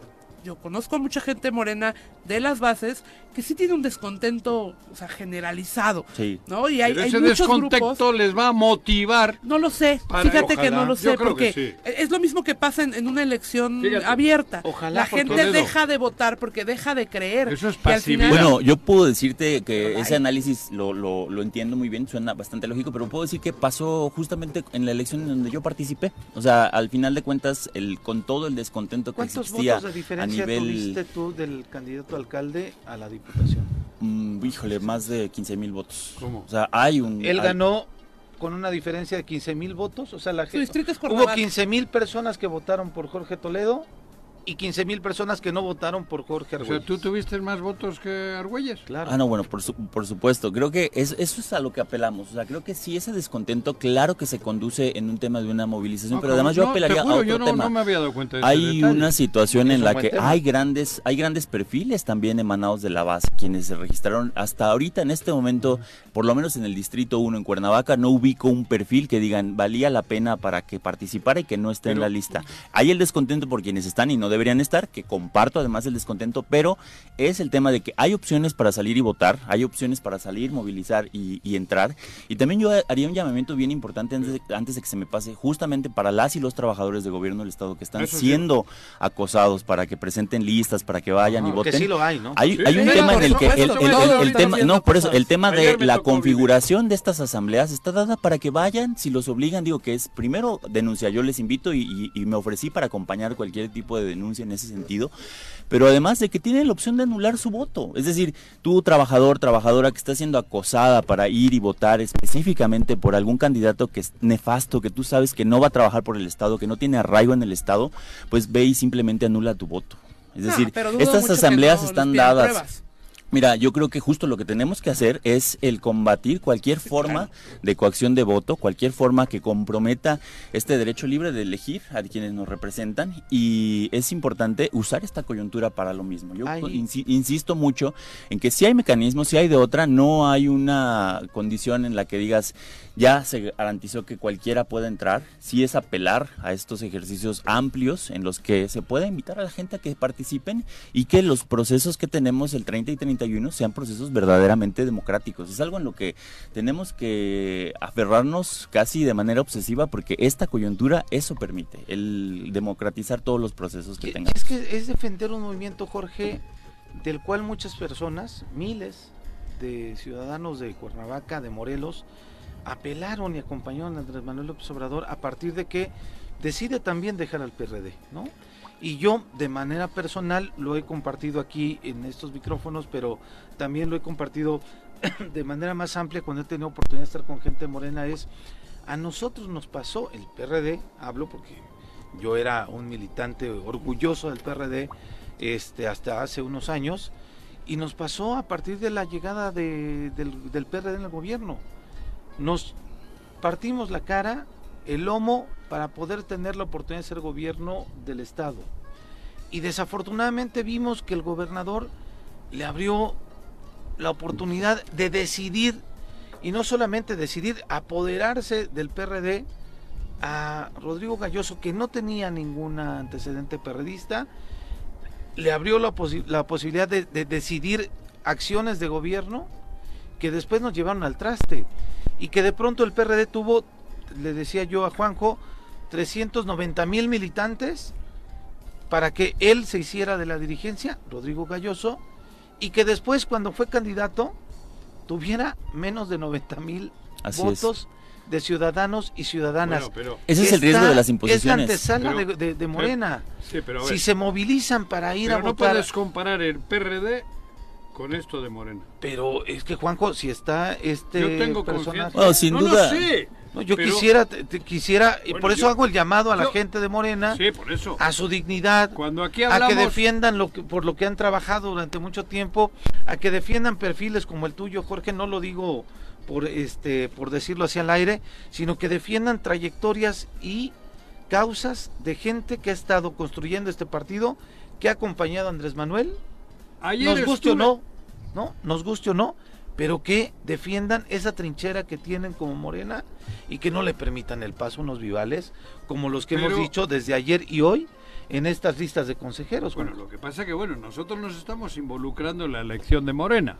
Speaker 4: yo conozco mucha gente morena de las bases que sí tiene un descontento, o sea, generalizado,
Speaker 7: Sí.
Speaker 4: ¿no? Y hay,
Speaker 2: Pero
Speaker 4: hay
Speaker 2: ese
Speaker 4: muchos
Speaker 2: descontexto
Speaker 4: grupos...
Speaker 2: les va a motivar.
Speaker 4: No lo sé,
Speaker 2: Para-
Speaker 4: fíjate
Speaker 2: Ojalá.
Speaker 4: que no lo
Speaker 2: Yo
Speaker 4: sé,
Speaker 2: creo
Speaker 4: porque e,
Speaker 2: que sí.
Speaker 4: es lo mismo que pasa en, en una elección
Speaker 2: Fíjate.
Speaker 4: abierta.
Speaker 1: Ojalá
Speaker 4: La
Speaker 1: por
Speaker 4: gente
Speaker 2: Toledo.
Speaker 4: deja de votar porque deja de creer.
Speaker 2: Eso es
Speaker 4: Y al final-
Speaker 2: pasividad.
Speaker 7: Bueno, yo puedo decirte
Speaker 4: Pero
Speaker 7: que ese
Speaker 4: hay-
Speaker 7: análisis lo, lo- lo entiendo muy bien, suena bastante lógico, pero puedo decir que pasó justamente en la elección en donde yo participé. O sea, al final de cuentas, el, con todo el descontento que
Speaker 1: ¿Cuántos
Speaker 7: existía
Speaker 1: votos de
Speaker 7: a
Speaker 1: diferencia
Speaker 7: nivel,
Speaker 1: tuviste tú del candidato alcalde a la diputación?
Speaker 7: mm, híjole, más de 15 mil votos.
Speaker 2: ¿Cómo?
Speaker 7: O sea, hay un...
Speaker 1: Él
Speaker 7: hay-
Speaker 1: ganó con una diferencia de 15 mil votos, o sea, la
Speaker 4: Su
Speaker 1: gente...
Speaker 4: distrito es
Speaker 1: Hubo
Speaker 4: Cuernavaca.
Speaker 1: 15 mil personas que votaron por Jorge Toledo y 15 mil personas que no votaron por Jorge
Speaker 2: O sea,
Speaker 1: Arguello.
Speaker 2: tú tuviste más votos que Argüelles.
Speaker 1: Claro.
Speaker 7: Ah, no, bueno, por, su- por supuesto. Creo que es- eso es a lo que apelamos. O sea, creo que sí, ese descontento, claro que se conduce en un tema de una movilización,
Speaker 2: No,
Speaker 7: pero además yo
Speaker 2: Ah, no, te
Speaker 7: apelaría
Speaker 2: juro,
Speaker 7: a otro
Speaker 2: yo no,
Speaker 7: tema.
Speaker 2: no me había dado cuenta de ese
Speaker 7: hay
Speaker 2: detalle.
Speaker 7: una situación
Speaker 1: Es
Speaker 7: en
Speaker 1: un
Speaker 7: la
Speaker 1: buen
Speaker 7: que
Speaker 1: tema.
Speaker 7: hay grandes, hay grandes perfiles también emanados de la base, quienes se registraron hasta ahorita en este momento, por lo menos en el distrito 1 en Cuernavaca, no ubico un perfil que digan valía la pena para que participara y que no esté en
Speaker 2: Pero-
Speaker 7: la lista. Hay el descontento por quienes están y no deberían estar, que comparto además el descontento, pero es el tema de que hay opciones para salir y votar, hay opciones para salir, movilizar y, y entrar. Y también yo haría un llamamiento bien importante antes de, antes de que se me pase, justamente para las y los trabajadores de gobierno del Estado que están
Speaker 2: Eso sí.
Speaker 7: siendo acosados para que presenten listas, para que vayan y
Speaker 1: Porque
Speaker 7: voten.
Speaker 1: sí lo hay, ¿no?
Speaker 7: Hay,
Speaker 2: Sí,
Speaker 7: hay un
Speaker 2: sí,
Speaker 7: tema
Speaker 2: por
Speaker 7: en el que el,
Speaker 2: supuesto,
Speaker 7: el-
Speaker 2: todos
Speaker 7: el- el
Speaker 2: ahorita
Speaker 7: tema,
Speaker 4: haciendo
Speaker 7: no, por eso,
Speaker 4: cosas.
Speaker 7: el tema de
Speaker 2: Ayer me
Speaker 7: la
Speaker 2: tocó vivir.
Speaker 7: configuración de estas asambleas está dada para que vayan, si los obligan, digo que es, primero denuncia, yo les invito y, y- y me ofrecí para acompañar cualquier tipo de denuncia en ese sentido, pero además de que tienen la opción de anular su voto, es decir, tú trabajador, trabajadora que está siendo acosada para ir y votar específicamente por algún candidato que es nefasto, que tú sabes que no va a trabajar por el Estado, que no tiene arraigo en el Estado, pues ve y simplemente anula tu voto. Es
Speaker 4: No,
Speaker 7: decir,
Speaker 4: Ah, pero dudo
Speaker 7: estas
Speaker 4: mucho que
Speaker 7: asambleas
Speaker 4: no les
Speaker 7: están
Speaker 4: pidan
Speaker 7: dadas.
Speaker 4: pruebas.
Speaker 7: Mira, yo creo que justo lo que tenemos que hacer es el combatir cualquier forma de coacción de voto, cualquier forma que comprometa este derecho libre de elegir a quienes nos representan y es importante usar esta coyuntura para lo mismo. Yo
Speaker 1: Ay.
Speaker 7: insi- insisto mucho en que si hay mecanismos, si hay de otra, no hay una condición en la que digas ya se garantizó que cualquiera pueda entrar, si es apelar a estos ejercicios amplios en los que se pueda invitar a la gente a que participen y que los procesos que tenemos el 30 y 31 sean procesos verdaderamente democráticos. Es algo en lo que tenemos que aferrarnos casi de manera obsesiva porque esta coyuntura eso permite, el democratizar todos los procesos que
Speaker 1: Que-
Speaker 7: tengamos.
Speaker 1: Eh, Es que es defender un movimiento, Jorge, del cual muchas personas, miles de ciudadanos de Cuernavaca, de Morelos, apelaron y acompañaron a Andrés Manuel López Obrador a partir de que decide también dejar al PRD, ¿no? Y yo de manera personal lo he compartido aquí en estos micrófonos, pero también lo he compartido de manera más amplia cuando he tenido oportunidad de estar con gente morena es a nosotros nos pasó el PRD, hablo porque yo era un militante orgulloso del PRD este, hasta hace unos años, y nos pasó a partir de la llegada de- del, del PRD en el gobierno. Nos partimos la cara, el lomo, para poder tener la oportunidad de ser gobierno del Estado. Y desafortunadamente vimos que el gobernador le abrió la oportunidad de decidir, y no solamente decidir, apoderarse del PRD a Rodrigo Galloso, que no tenía ningún antecedente perredista, le abrió la, posi- la posibilidad de, de decidir acciones de gobierno que después nos llevaron al traste y que de pronto el PRD tuvo, le decía yo a Juanjo, 390 mil militantes para que él se hiciera de la dirigencia, Rodrigo Galloso, y que después cuando fue candidato tuviera menos de 90 mil
Speaker 7: Así es.
Speaker 1: votos de ciudadanos y ciudadanas.
Speaker 2: Bueno, pero,
Speaker 7: Ese es el
Speaker 1: Está-
Speaker 7: riesgo de las
Speaker 1: Es la
Speaker 7: imposiciones.
Speaker 1: antesala
Speaker 2: Pero-
Speaker 1: de, de- de Morena.
Speaker 2: sí, pero a ver,
Speaker 1: si se movilizan para ir
Speaker 2: pero
Speaker 1: a
Speaker 2: no
Speaker 1: votar.
Speaker 2: puedes comparar el PRD con esto de Morena.
Speaker 1: Pero es que, Juanjo, si está este.
Speaker 2: Yo tengo
Speaker 1: personaje-
Speaker 2: confianza.
Speaker 7: Bueno, Oh, sin
Speaker 2: no,
Speaker 7: duda.
Speaker 2: No, sí.
Speaker 1: No, yo
Speaker 2: pero-
Speaker 1: quisiera, te- te- quisiera, y
Speaker 2: Bueno,
Speaker 1: por eso
Speaker 2: yo-
Speaker 1: hago el llamado a la
Speaker 2: yo-
Speaker 1: gente de Morena,
Speaker 2: Sí, por eso.
Speaker 1: a su dignidad,
Speaker 2: Cuando aquí
Speaker 1: a que
Speaker 2: hablamos...
Speaker 1: defiendan lo que, por lo que han trabajado durante mucho tiempo, a que defiendan perfiles como el tuyo, Jorge, no lo digo por este por decirlo hacia el aire, sino que defiendan trayectorias y causas de gente que ha estado construyendo este partido, que ha acompañado a Andrés Manuel,
Speaker 2: ayer
Speaker 1: nos guste o
Speaker 2: estuve-
Speaker 1: no, ¿no? Nos guste o no, pero que defiendan esa trinchera que tienen como Morena y que no le permitan el paso a unos vivales como los que hemos
Speaker 2: Pero-
Speaker 1: dicho desde ayer y hoy en estas listas de consejeros.
Speaker 2: Bueno,
Speaker 1: Juanjo.
Speaker 2: lo que pasa es que, bueno, nosotros nos estamos involucrando en la elección de Morena.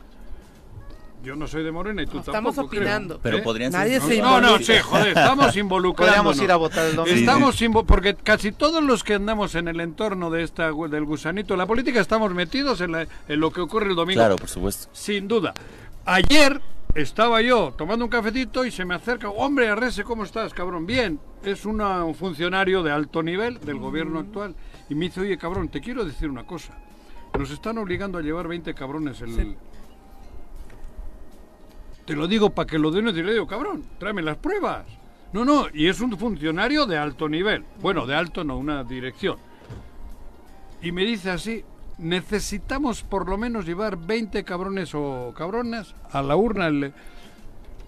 Speaker 2: Yo no soy de Morena y tú
Speaker 4: No,
Speaker 2: tampoco.
Speaker 4: estamos opinando.
Speaker 7: Pero
Speaker 2: ¿Eh?
Speaker 7: podrían
Speaker 4: Nadie
Speaker 7: ser...
Speaker 4: se
Speaker 2: No, no,
Speaker 4: involucra.
Speaker 2: sí, joder, estamos involucrándonos.
Speaker 1: Podríamos ir a votar el domingo.
Speaker 2: Estamos invo- porque casi todos los que andamos en el entorno de esta del gusanito de la política estamos metidos en, la- en lo que ocurre el domingo.
Speaker 7: Claro, por supuesto.
Speaker 2: Sin duda. Ayer estaba yo tomando un cafetito y se me acerca, hombre, Arrese, ¿cómo estás, cabrón? Bien, es una- un funcionario de alto nivel del gobierno actual. Y me dice, oye, cabrón, te quiero decir una cosa. Nos están obligando a llevar 20 cabrones el...
Speaker 4: Sí.
Speaker 2: Te lo digo para que lo den y le digo, cabrón, tráeme las pruebas. No, no, y es un funcionario de alto nivel. Bueno, de alto no, una dirección. Y me dice así, necesitamos por lo menos llevar 20 cabrones o cabronas a la urna el-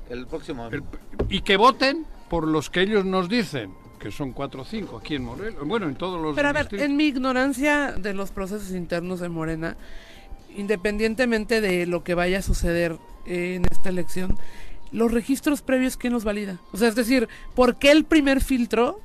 Speaker 1: El próximo.
Speaker 2: el- y que voten por los que ellos nos dicen, que son 4 o 5 aquí en Morelos, bueno, en todos los
Speaker 4: Pero a ver,
Speaker 2: distritos.
Speaker 4: en mi ignorancia de los procesos internos de Morena, independientemente de lo que vaya a suceder eh, en esta elección, los registros previos, ¿quién los valida? O sea, es decir, ¿por qué el primer filtro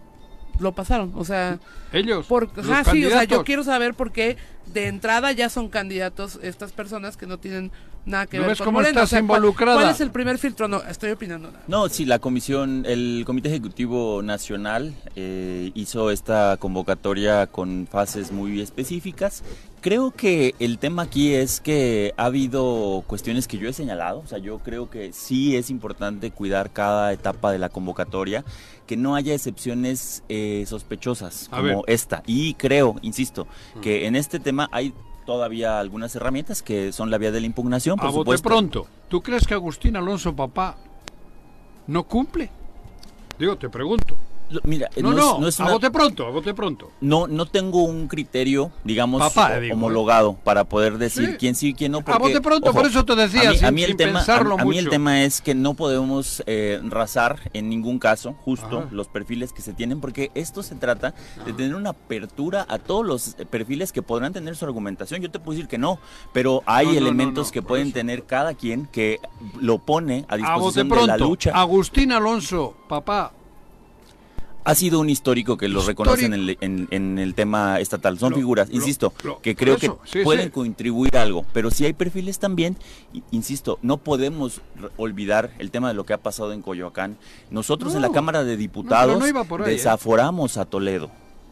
Speaker 4: lo pasaron? O sea,
Speaker 2: ellos,
Speaker 4: por,
Speaker 2: los
Speaker 4: ajá, sí, o sea, yo
Speaker 2: candidatos.
Speaker 4: quiero saber por qué de entrada ya son candidatos estas personas que no tienen nada que
Speaker 2: ¿No
Speaker 4: ver
Speaker 2: ves
Speaker 4: con
Speaker 2: cómo
Speaker 4: Morena.
Speaker 2: estás
Speaker 4: O sea, ¿cuál-
Speaker 2: involucrada?
Speaker 4: ¿Cuál es el primer filtro? No, estoy opinando nada.
Speaker 7: No, sí, la comisión, el Comité Ejecutivo Nacional eh, hizo esta convocatoria con fases muy específicas. Creo que el tema aquí es que ha habido cuestiones que yo he señalado, o sea, yo creo que sí es importante cuidar cada etapa de la convocatoria, que no haya excepciones eh, sospechosas
Speaker 2: A Mm.
Speaker 7: como esta. Y creo, insisto, que en este tema hay todavía algunas herramientas que son la vía de la impugnación,
Speaker 2: a
Speaker 7: por
Speaker 2: votar
Speaker 7: supuesto.
Speaker 2: pronto. ¿Tú crees que Agustín Alonso Papá no cumple? Digo, te pregunto.
Speaker 7: mira,
Speaker 2: No,
Speaker 7: Eh, no, es-
Speaker 2: no, ah,
Speaker 7: no es
Speaker 2: a
Speaker 7: una-
Speaker 2: bote pronto, a bote pronto.
Speaker 7: no, no tengo un criterio, digamos,
Speaker 2: Papá,
Speaker 7: ho-
Speaker 2: digo,
Speaker 7: homologado para poder decir
Speaker 2: Sí.
Speaker 7: quién sí y quién no.
Speaker 2: A bote pronto, por eso te decía, sin- sin pensarlo
Speaker 7: a, a mí el
Speaker 2: mucho.
Speaker 7: tema es que no podemos eh, razar en ningún caso, justo,
Speaker 2: Ajá.
Speaker 7: los perfiles que se tienen, porque esto se trata de tener una apertura a todos los eh, perfiles que podrán tener su argumentación. Yo te puedo decir que no, pero hay
Speaker 2: No, no, no,
Speaker 7: elementos
Speaker 2: no,
Speaker 7: que
Speaker 2: por
Speaker 7: pueden
Speaker 2: eso.
Speaker 7: tener cada quien que lo pone a
Speaker 2: A bote
Speaker 7: disposición de la
Speaker 2: pronto.
Speaker 7: lucha.
Speaker 2: Agustín Alonso, papá,
Speaker 7: Ha sido un histórico que lo
Speaker 2: Histórico.
Speaker 7: reconocen en, le- en- en el tema estatal. Son
Speaker 2: Lo-
Speaker 7: figuras,
Speaker 2: lo-
Speaker 7: insisto,
Speaker 2: lo-
Speaker 7: que
Speaker 2: por
Speaker 7: creo
Speaker 2: eso,
Speaker 7: que
Speaker 2: sí, sí.
Speaker 7: pueden contribuir a algo. Pero si hay perfiles también, i- insisto, no podemos r- olvidar el tema de lo que ha pasado en Coyoacán. Nosotros en la
Speaker 2: No,
Speaker 7: Cámara de Diputados
Speaker 2: no iba por ahí, ¿eh?
Speaker 7: desaforamos a Toledo.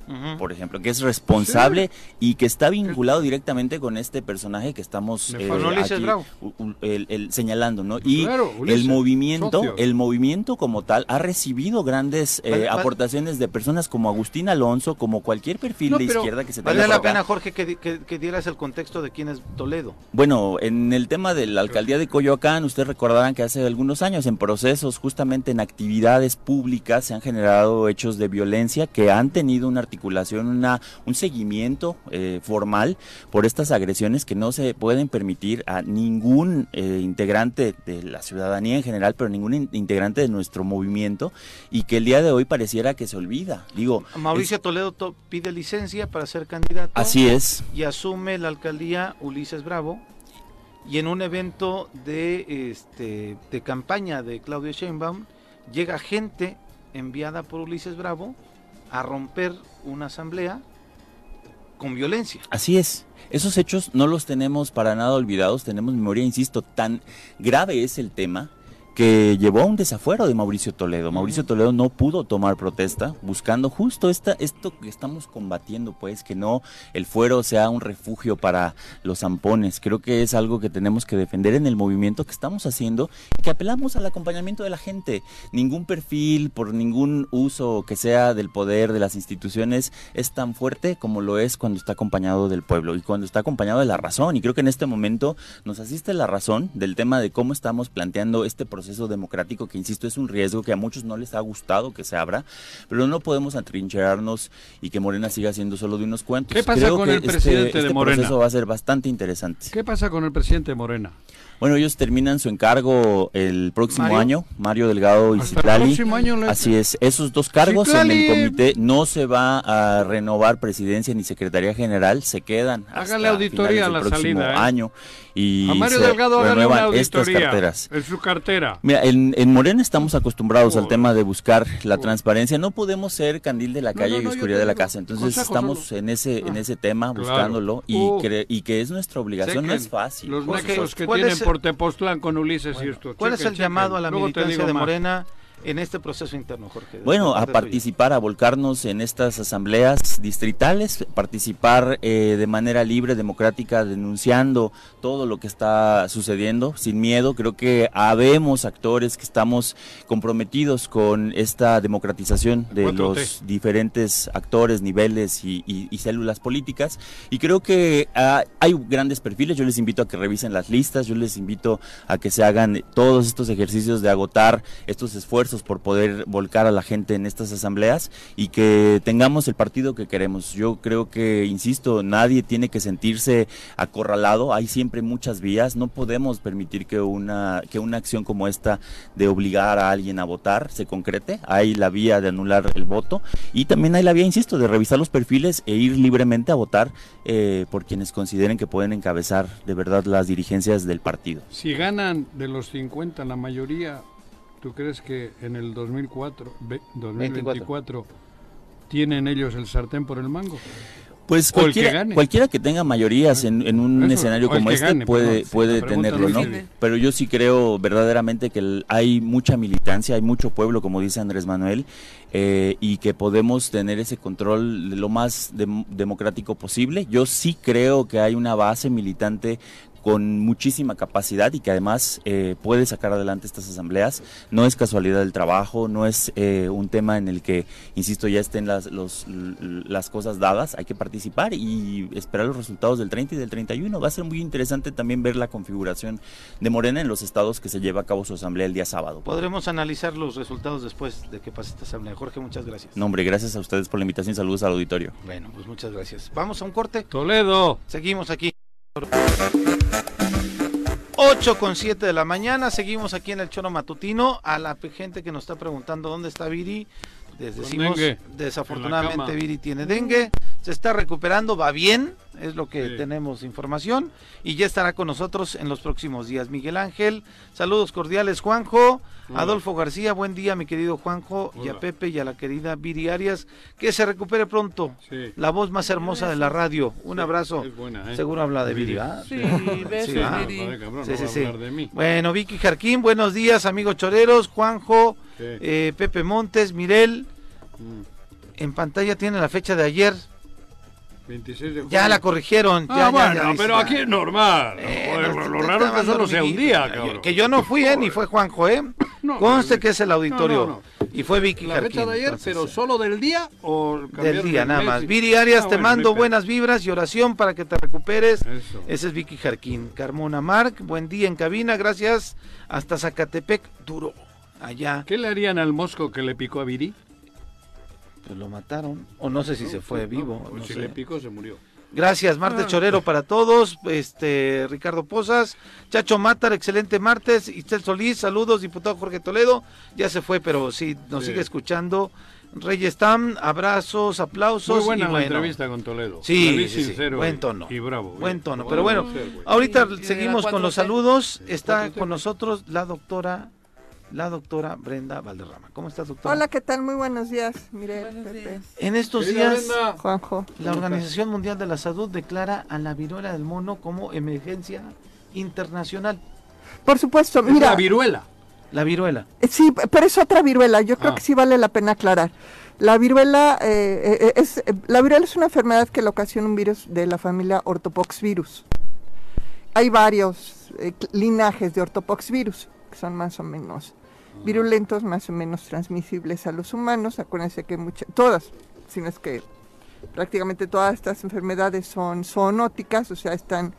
Speaker 1: Ujú.
Speaker 7: Por ejemplo, que es responsable y que está vinculado directamente con este personaje que estamos eh,
Speaker 2: Nefasto.
Speaker 1: Con Ulises Bravo.
Speaker 7: u- u- el- el- señalando, ¿no? Y
Speaker 2: Claro, Ulises,
Speaker 7: el movimiento,
Speaker 2: socio.
Speaker 7: el movimiento como tal ha recibido grandes eh,
Speaker 1: Vale, vale.
Speaker 7: aportaciones de personas como Agustín Alonso, como cualquier perfil
Speaker 2: No,
Speaker 7: de
Speaker 2: pero
Speaker 7: izquierda que se tenga
Speaker 1: Vale
Speaker 7: por
Speaker 1: la
Speaker 7: acá.
Speaker 1: pena, Jorge, que, di- que- que dieras el contexto de quién es Toledo.
Speaker 7: Bueno, en el tema de la alcaldía de Coyoacán, ustedes recordarán que hace algunos años, en procesos, justamente en actividades públicas, se han generado hechos de violencia que han tenido una articulación, una, un seguimiento eh, formal por estas agresiones que no se pueden permitir a ningún eh, integrante de la ciudadanía en general, pero ningún in- integrante de nuestro movimiento, y que el día de hoy pareciera que se olvida. Digo,
Speaker 1: Mauricio Toledo to- pide licencia para ser candidato.
Speaker 7: así es.
Speaker 1: y asume la alcaldía Ulises Bravo y en un evento de este de campaña de Claudio Sheinbaum llega gente enviada por Ulises Bravo a romper una asamblea con violencia.
Speaker 7: Así es. Esos hechos no los tenemos para nada olvidados, tenemos memoria, insisto, tan grave es el tema que llevó a un desafuero de Mauricio Toledo. Mauricio Toledo no pudo tomar protesta buscando justo esta, esto que estamos combatiendo, pues, que no el fuero sea un refugio para los zampones. Creo que es algo que tenemos que defender en el movimiento que estamos haciendo, que apelamos al acompañamiento de la gente. Ningún perfil, por ningún uso que sea del poder, de las instituciones, es tan fuerte como lo es cuando está acompañado del pueblo y cuando está acompañado de la razón. Y creo que en este momento nos asiste la razón del tema de cómo estamos planteando este proceso democrático, que insisto, es un riesgo que a muchos no les ha gustado que se abra, pero no podemos atrincherarnos y que Morena siga siendo solo de unos cuantos.
Speaker 2: ¿Qué pasa
Speaker 7: Creo
Speaker 2: con
Speaker 7: que
Speaker 2: el presidente
Speaker 7: este,
Speaker 2: de
Speaker 7: este
Speaker 2: Morena?
Speaker 7: proceso va a ser bastante interesante.
Speaker 2: ¿qué pasa con el presidente Morena?
Speaker 7: Bueno, ellos terminan su encargo el próximo
Speaker 1: Mario.
Speaker 7: año, Mario Delgado y
Speaker 2: Hasta el
Speaker 7: Citlali.
Speaker 2: próximo año le-
Speaker 7: Así es, esos dos cargos en
Speaker 2: Citlali.
Speaker 7: el comité no se va a renovar presidencia ni secretaría general, se quedan hasta
Speaker 2: Hágale auditoría
Speaker 7: finales
Speaker 2: a la
Speaker 7: del próximo
Speaker 2: salida, ¿eh?
Speaker 7: año y
Speaker 2: a Mario
Speaker 7: se
Speaker 2: Delgado hágale una
Speaker 7: renuevan estas
Speaker 2: auditoría
Speaker 7: carteras.
Speaker 2: en su cartera.
Speaker 7: Mira, en, en Morena estamos acostumbrados al
Speaker 2: Joder.
Speaker 7: tema de buscar la
Speaker 2: Joder.
Speaker 7: transparencia. No podemos ser candil de la
Speaker 2: No,
Speaker 7: calle
Speaker 2: no, no,
Speaker 7: y
Speaker 2: yo
Speaker 7: oscuridad
Speaker 2: te
Speaker 7: de la
Speaker 2: digo,
Speaker 7: casa. Entonces
Speaker 2: consejo
Speaker 7: estamos
Speaker 2: solo.
Speaker 7: en ese en ese tema
Speaker 2: Ah. Claro.
Speaker 7: buscándolo y,
Speaker 2: Uh.
Speaker 7: cre- y que es nuestra obligación. No
Speaker 2: Chequen
Speaker 7: es fácil.
Speaker 2: Los
Speaker 1: Jorge,
Speaker 2: nexos que
Speaker 1: ¿cuál
Speaker 2: tienen
Speaker 1: es-
Speaker 2: por Tepoztlán con Ulises y esto.
Speaker 1: ¿Cuál es
Speaker 2: Chequen,
Speaker 1: el
Speaker 2: chequen.
Speaker 1: llamado a la
Speaker 2: Luego te
Speaker 1: militancia
Speaker 2: digo
Speaker 1: de
Speaker 2: más.
Speaker 1: Morena en este proceso interno, Jorge? de
Speaker 7: Bueno, a
Speaker 1: parte tuya?
Speaker 7: participar, a volcarnos en estas asambleas distritales, participar eh, de manera libre, democrática, denunciando todo lo que está sucediendo sin miedo. Creo que habemos actores que estamos comprometidos con esta democratización de
Speaker 2: 4T.
Speaker 7: los diferentes actores, niveles y, y- y células políticas. Y creo que ah, hay grandes perfiles. Yo les invito a que revisen las listas, yo les invito a que se hagan todos estos ejercicios de agotar estos esfuerzos por poder volcar a la gente en estas asambleas y que tengamos el partido que queremos. Yo creo que, insisto, nadie tiene que sentirse acorralado. Hay siempre muchas vías. No podemos permitir que una, que una acción como esta de obligar a alguien a votar se concrete. Hay la vía de anular el voto y también hay la vía, insisto, de revisar los perfiles e ir libremente a votar eh, por quienes consideren que pueden encabezar de verdad las dirigencias del partido.
Speaker 2: Si ganan de los 50 la mayoría, ¿tú crees que en el 2004, ve- 2024 tienen ellos el sartén por el mango?
Speaker 7: Pues
Speaker 2: O el que
Speaker 7: cualquiera,
Speaker 2: gane.
Speaker 7: cualquiera que tenga mayorías en, en un
Speaker 2: Eso,
Speaker 7: escenario
Speaker 2: o el
Speaker 7: como
Speaker 2: que
Speaker 7: este
Speaker 2: gane,
Speaker 7: puede,
Speaker 2: perdón, sí,
Speaker 7: puede
Speaker 2: la pregunta
Speaker 7: tenerlo,
Speaker 2: no
Speaker 7: ¿no?
Speaker 2: es que-
Speaker 7: Pero yo sí creo verdaderamente que el- hay mucha militancia, hay mucho pueblo, como dice Andrés Manuel, eh, y que podemos tener ese control de lo más dem- democrático posible. Yo sí creo que hay una base militante con muchísima capacidad y que además eh, puede sacar adelante estas asambleas. No es casualidad el trabajo, no es eh, un tema en el que, insisto, ya estén las, los- l- las cosas dadas, hay que participar y esperar los resultados del 30 y del 31. Va a ser muy interesante también ver la configuración de Morena en los estados que se lleva a cabo su asamblea el día sábado.
Speaker 1: Podremos analizar los resultados después de que pase esta asamblea. Jorge, muchas gracias.
Speaker 7: No, hombre, gracias a ustedes por la invitación y saludos al auditorio.
Speaker 1: Bueno, pues muchas gracias. Vamos a un corte.
Speaker 2: Toledo.
Speaker 1: Seguimos aquí. 8 con 7 de la mañana, seguimos aquí en el Choro Matutino. A la pe- gente que nos está preguntando dónde está Viri, les
Speaker 2: Con
Speaker 1: decimos,
Speaker 2: dengue, en la
Speaker 1: desafortunadamente
Speaker 2: cama.
Speaker 1: Viri tiene dengue, se está recuperando, va bien, es lo que
Speaker 2: Sí.
Speaker 1: tenemos información, y ya estará con nosotros en los próximos días. Miguel Ángel, saludos cordiales, Juanjo,
Speaker 2: Hola.
Speaker 1: Adolfo García, buen día, mi querido Juanjo, y a
Speaker 2: Hola.
Speaker 1: Pepe y a la querida Viri Arias, que se recupere pronto.
Speaker 2: Sí.
Speaker 1: La voz más hermosa de la radio. Un abrazo.
Speaker 2: Es buena, ¿eh?
Speaker 1: Seguro habla de Viri,
Speaker 2: Viri.
Speaker 1: ¿verdad?
Speaker 4: Sí,
Speaker 1: Sí,
Speaker 4: besos,
Speaker 1: ah,
Speaker 2: no,
Speaker 4: Viri.
Speaker 2: padre, cabrón,
Speaker 1: Sí,
Speaker 2: no
Speaker 1: sí,
Speaker 2: va a
Speaker 1: sí.
Speaker 2: hablar de mí.
Speaker 1: Bueno, Vicky Jarquín, buenos días, amigos choreros, Juanjo,
Speaker 2: Sí.
Speaker 1: eh, Pepe Montes, Mirel.
Speaker 2: Mm.
Speaker 1: En pantalla tiene la fecha de ayer.
Speaker 2: 26 de
Speaker 1: Ya
Speaker 2: junio.
Speaker 1: la corrigieron.
Speaker 2: Ah,
Speaker 1: ya, ya,
Speaker 2: bueno,
Speaker 1: ya,
Speaker 2: pero
Speaker 1: ya.
Speaker 2: aquí es normal.
Speaker 1: Eh,
Speaker 2: Joder,
Speaker 1: no,
Speaker 2: lo- lo
Speaker 1: usted
Speaker 2: raro es
Speaker 1: estaba
Speaker 2: que solo sea un
Speaker 1: dormido.
Speaker 2: día,
Speaker 1: Yo-
Speaker 2: cabrón.
Speaker 1: Que yo no fui, eh, ni fue Juanjo, ¿eh?
Speaker 2: No,
Speaker 1: Conste
Speaker 2: no,
Speaker 1: que es el auditorio.
Speaker 2: no,
Speaker 1: Y fue Vicky
Speaker 2: La
Speaker 1: Jarquín.
Speaker 2: fecha de ayer,
Speaker 1: entonces,
Speaker 2: pero
Speaker 1: eh,
Speaker 2: solo del día o
Speaker 1: Del
Speaker 2: cambiaron
Speaker 1: día,
Speaker 2: el
Speaker 1: nada
Speaker 2: mes
Speaker 1: más.
Speaker 2: y-
Speaker 1: Viri Arias,
Speaker 2: Ah,
Speaker 1: te
Speaker 2: bueno,
Speaker 1: mando
Speaker 2: mi pe-
Speaker 1: buenas vibras y oración para que te recuperes.
Speaker 2: Eso.
Speaker 1: Ese es Vicky Jarquín. Carmona Marc, buen día en cabina, gracias. Hasta Zacatepec, duro. Allá,
Speaker 2: ¿Qué le harían al mosco que le picó a Viri?
Speaker 1: pues lo mataron. O no sé si se fue vivo.
Speaker 2: pues
Speaker 1: no
Speaker 2: si
Speaker 1: sé.
Speaker 2: le Ah. picó, se murió.
Speaker 1: Gracias, martes chorero para todos. Este Ricardo Posas, Chacho Matar, excelente martes. Itzel Solís, saludos, diputado Jorge Toledo. Ya se fue, pero sí, nos
Speaker 2: Sí.
Speaker 1: sigue escuchando. Reyes Tam, abrazos, aplausos.
Speaker 2: Muy buena
Speaker 1: y
Speaker 2: la
Speaker 1: bueno,
Speaker 2: entrevista con Toledo.
Speaker 1: Sí,
Speaker 2: La vi
Speaker 1: sí, sí.
Speaker 2: sincero
Speaker 1: buen
Speaker 2: y-
Speaker 1: tono.
Speaker 2: Y bravo.
Speaker 1: Buen
Speaker 2: bien.
Speaker 1: tono.
Speaker 2: Lo
Speaker 1: Pero
Speaker 2: voy a
Speaker 1: bueno,
Speaker 2: hacer, güey.
Speaker 1: ahorita
Speaker 4: Sí, y de
Speaker 1: seguimos
Speaker 4: la
Speaker 1: con los
Speaker 4: 4T.
Speaker 1: saludos.
Speaker 2: Sí,
Speaker 1: Está
Speaker 2: 4T.
Speaker 1: con nosotros la doctora, la doctora Brenda Valderrama. ¿Cómo estás, doctora?
Speaker 8: Hola, ¿qué tal? Muy buenos días, Mirel,
Speaker 4: Buenos
Speaker 8: Pepe,
Speaker 4: días.
Speaker 1: En estos
Speaker 2: Querida
Speaker 1: días,
Speaker 2: Brenda,
Speaker 8: Juanjo.
Speaker 1: la Organización Mundial de la Salud declara a la viruela del mono como emergencia internacional.
Speaker 8: Por supuesto,
Speaker 2: es la
Speaker 8: mira,
Speaker 2: viruela.
Speaker 1: La viruela.
Speaker 8: eh, sí, pero es otra viruela, yo creo
Speaker 2: Ah.
Speaker 8: que sí vale la pena aclarar. La viruela, eh, eh, es, eh, la viruela es una enfermedad que la ocasiona un virus de la familia ortopoxvirus. Hay varios eh, cl- linajes de ortopoxvirus, que son más o menos virulentos, más o menos transmisibles a los humanos. Acuérdense que muchas, todas, sino es que prácticamente todas estas enfermedades son zoonóticas, o sea, están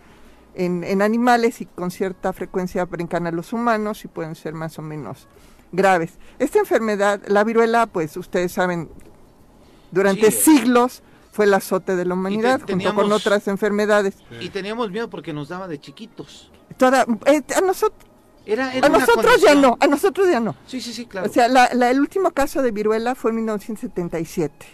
Speaker 8: en, en animales y con cierta frecuencia brincan a los humanos y pueden ser más o menos graves. Esta enfermedad, la viruela, pues ustedes saben, durante
Speaker 1: Sí.
Speaker 8: siglos fue el azote de la humanidad junto con
Speaker 1: teníamos-
Speaker 8: otras enfermedades.
Speaker 1: Y teníamos miedo porque nos daba de chiquitos.
Speaker 8: Toda, eh, a, nosot-
Speaker 1: Era, era
Speaker 8: a
Speaker 1: una
Speaker 8: nosotros ya
Speaker 1: condición.
Speaker 8: no, a nosotros ya no.
Speaker 1: Sí, sí, sí,
Speaker 8: O
Speaker 1: claro.
Speaker 8: sea, la- la- el último caso de viruela fue en 1977.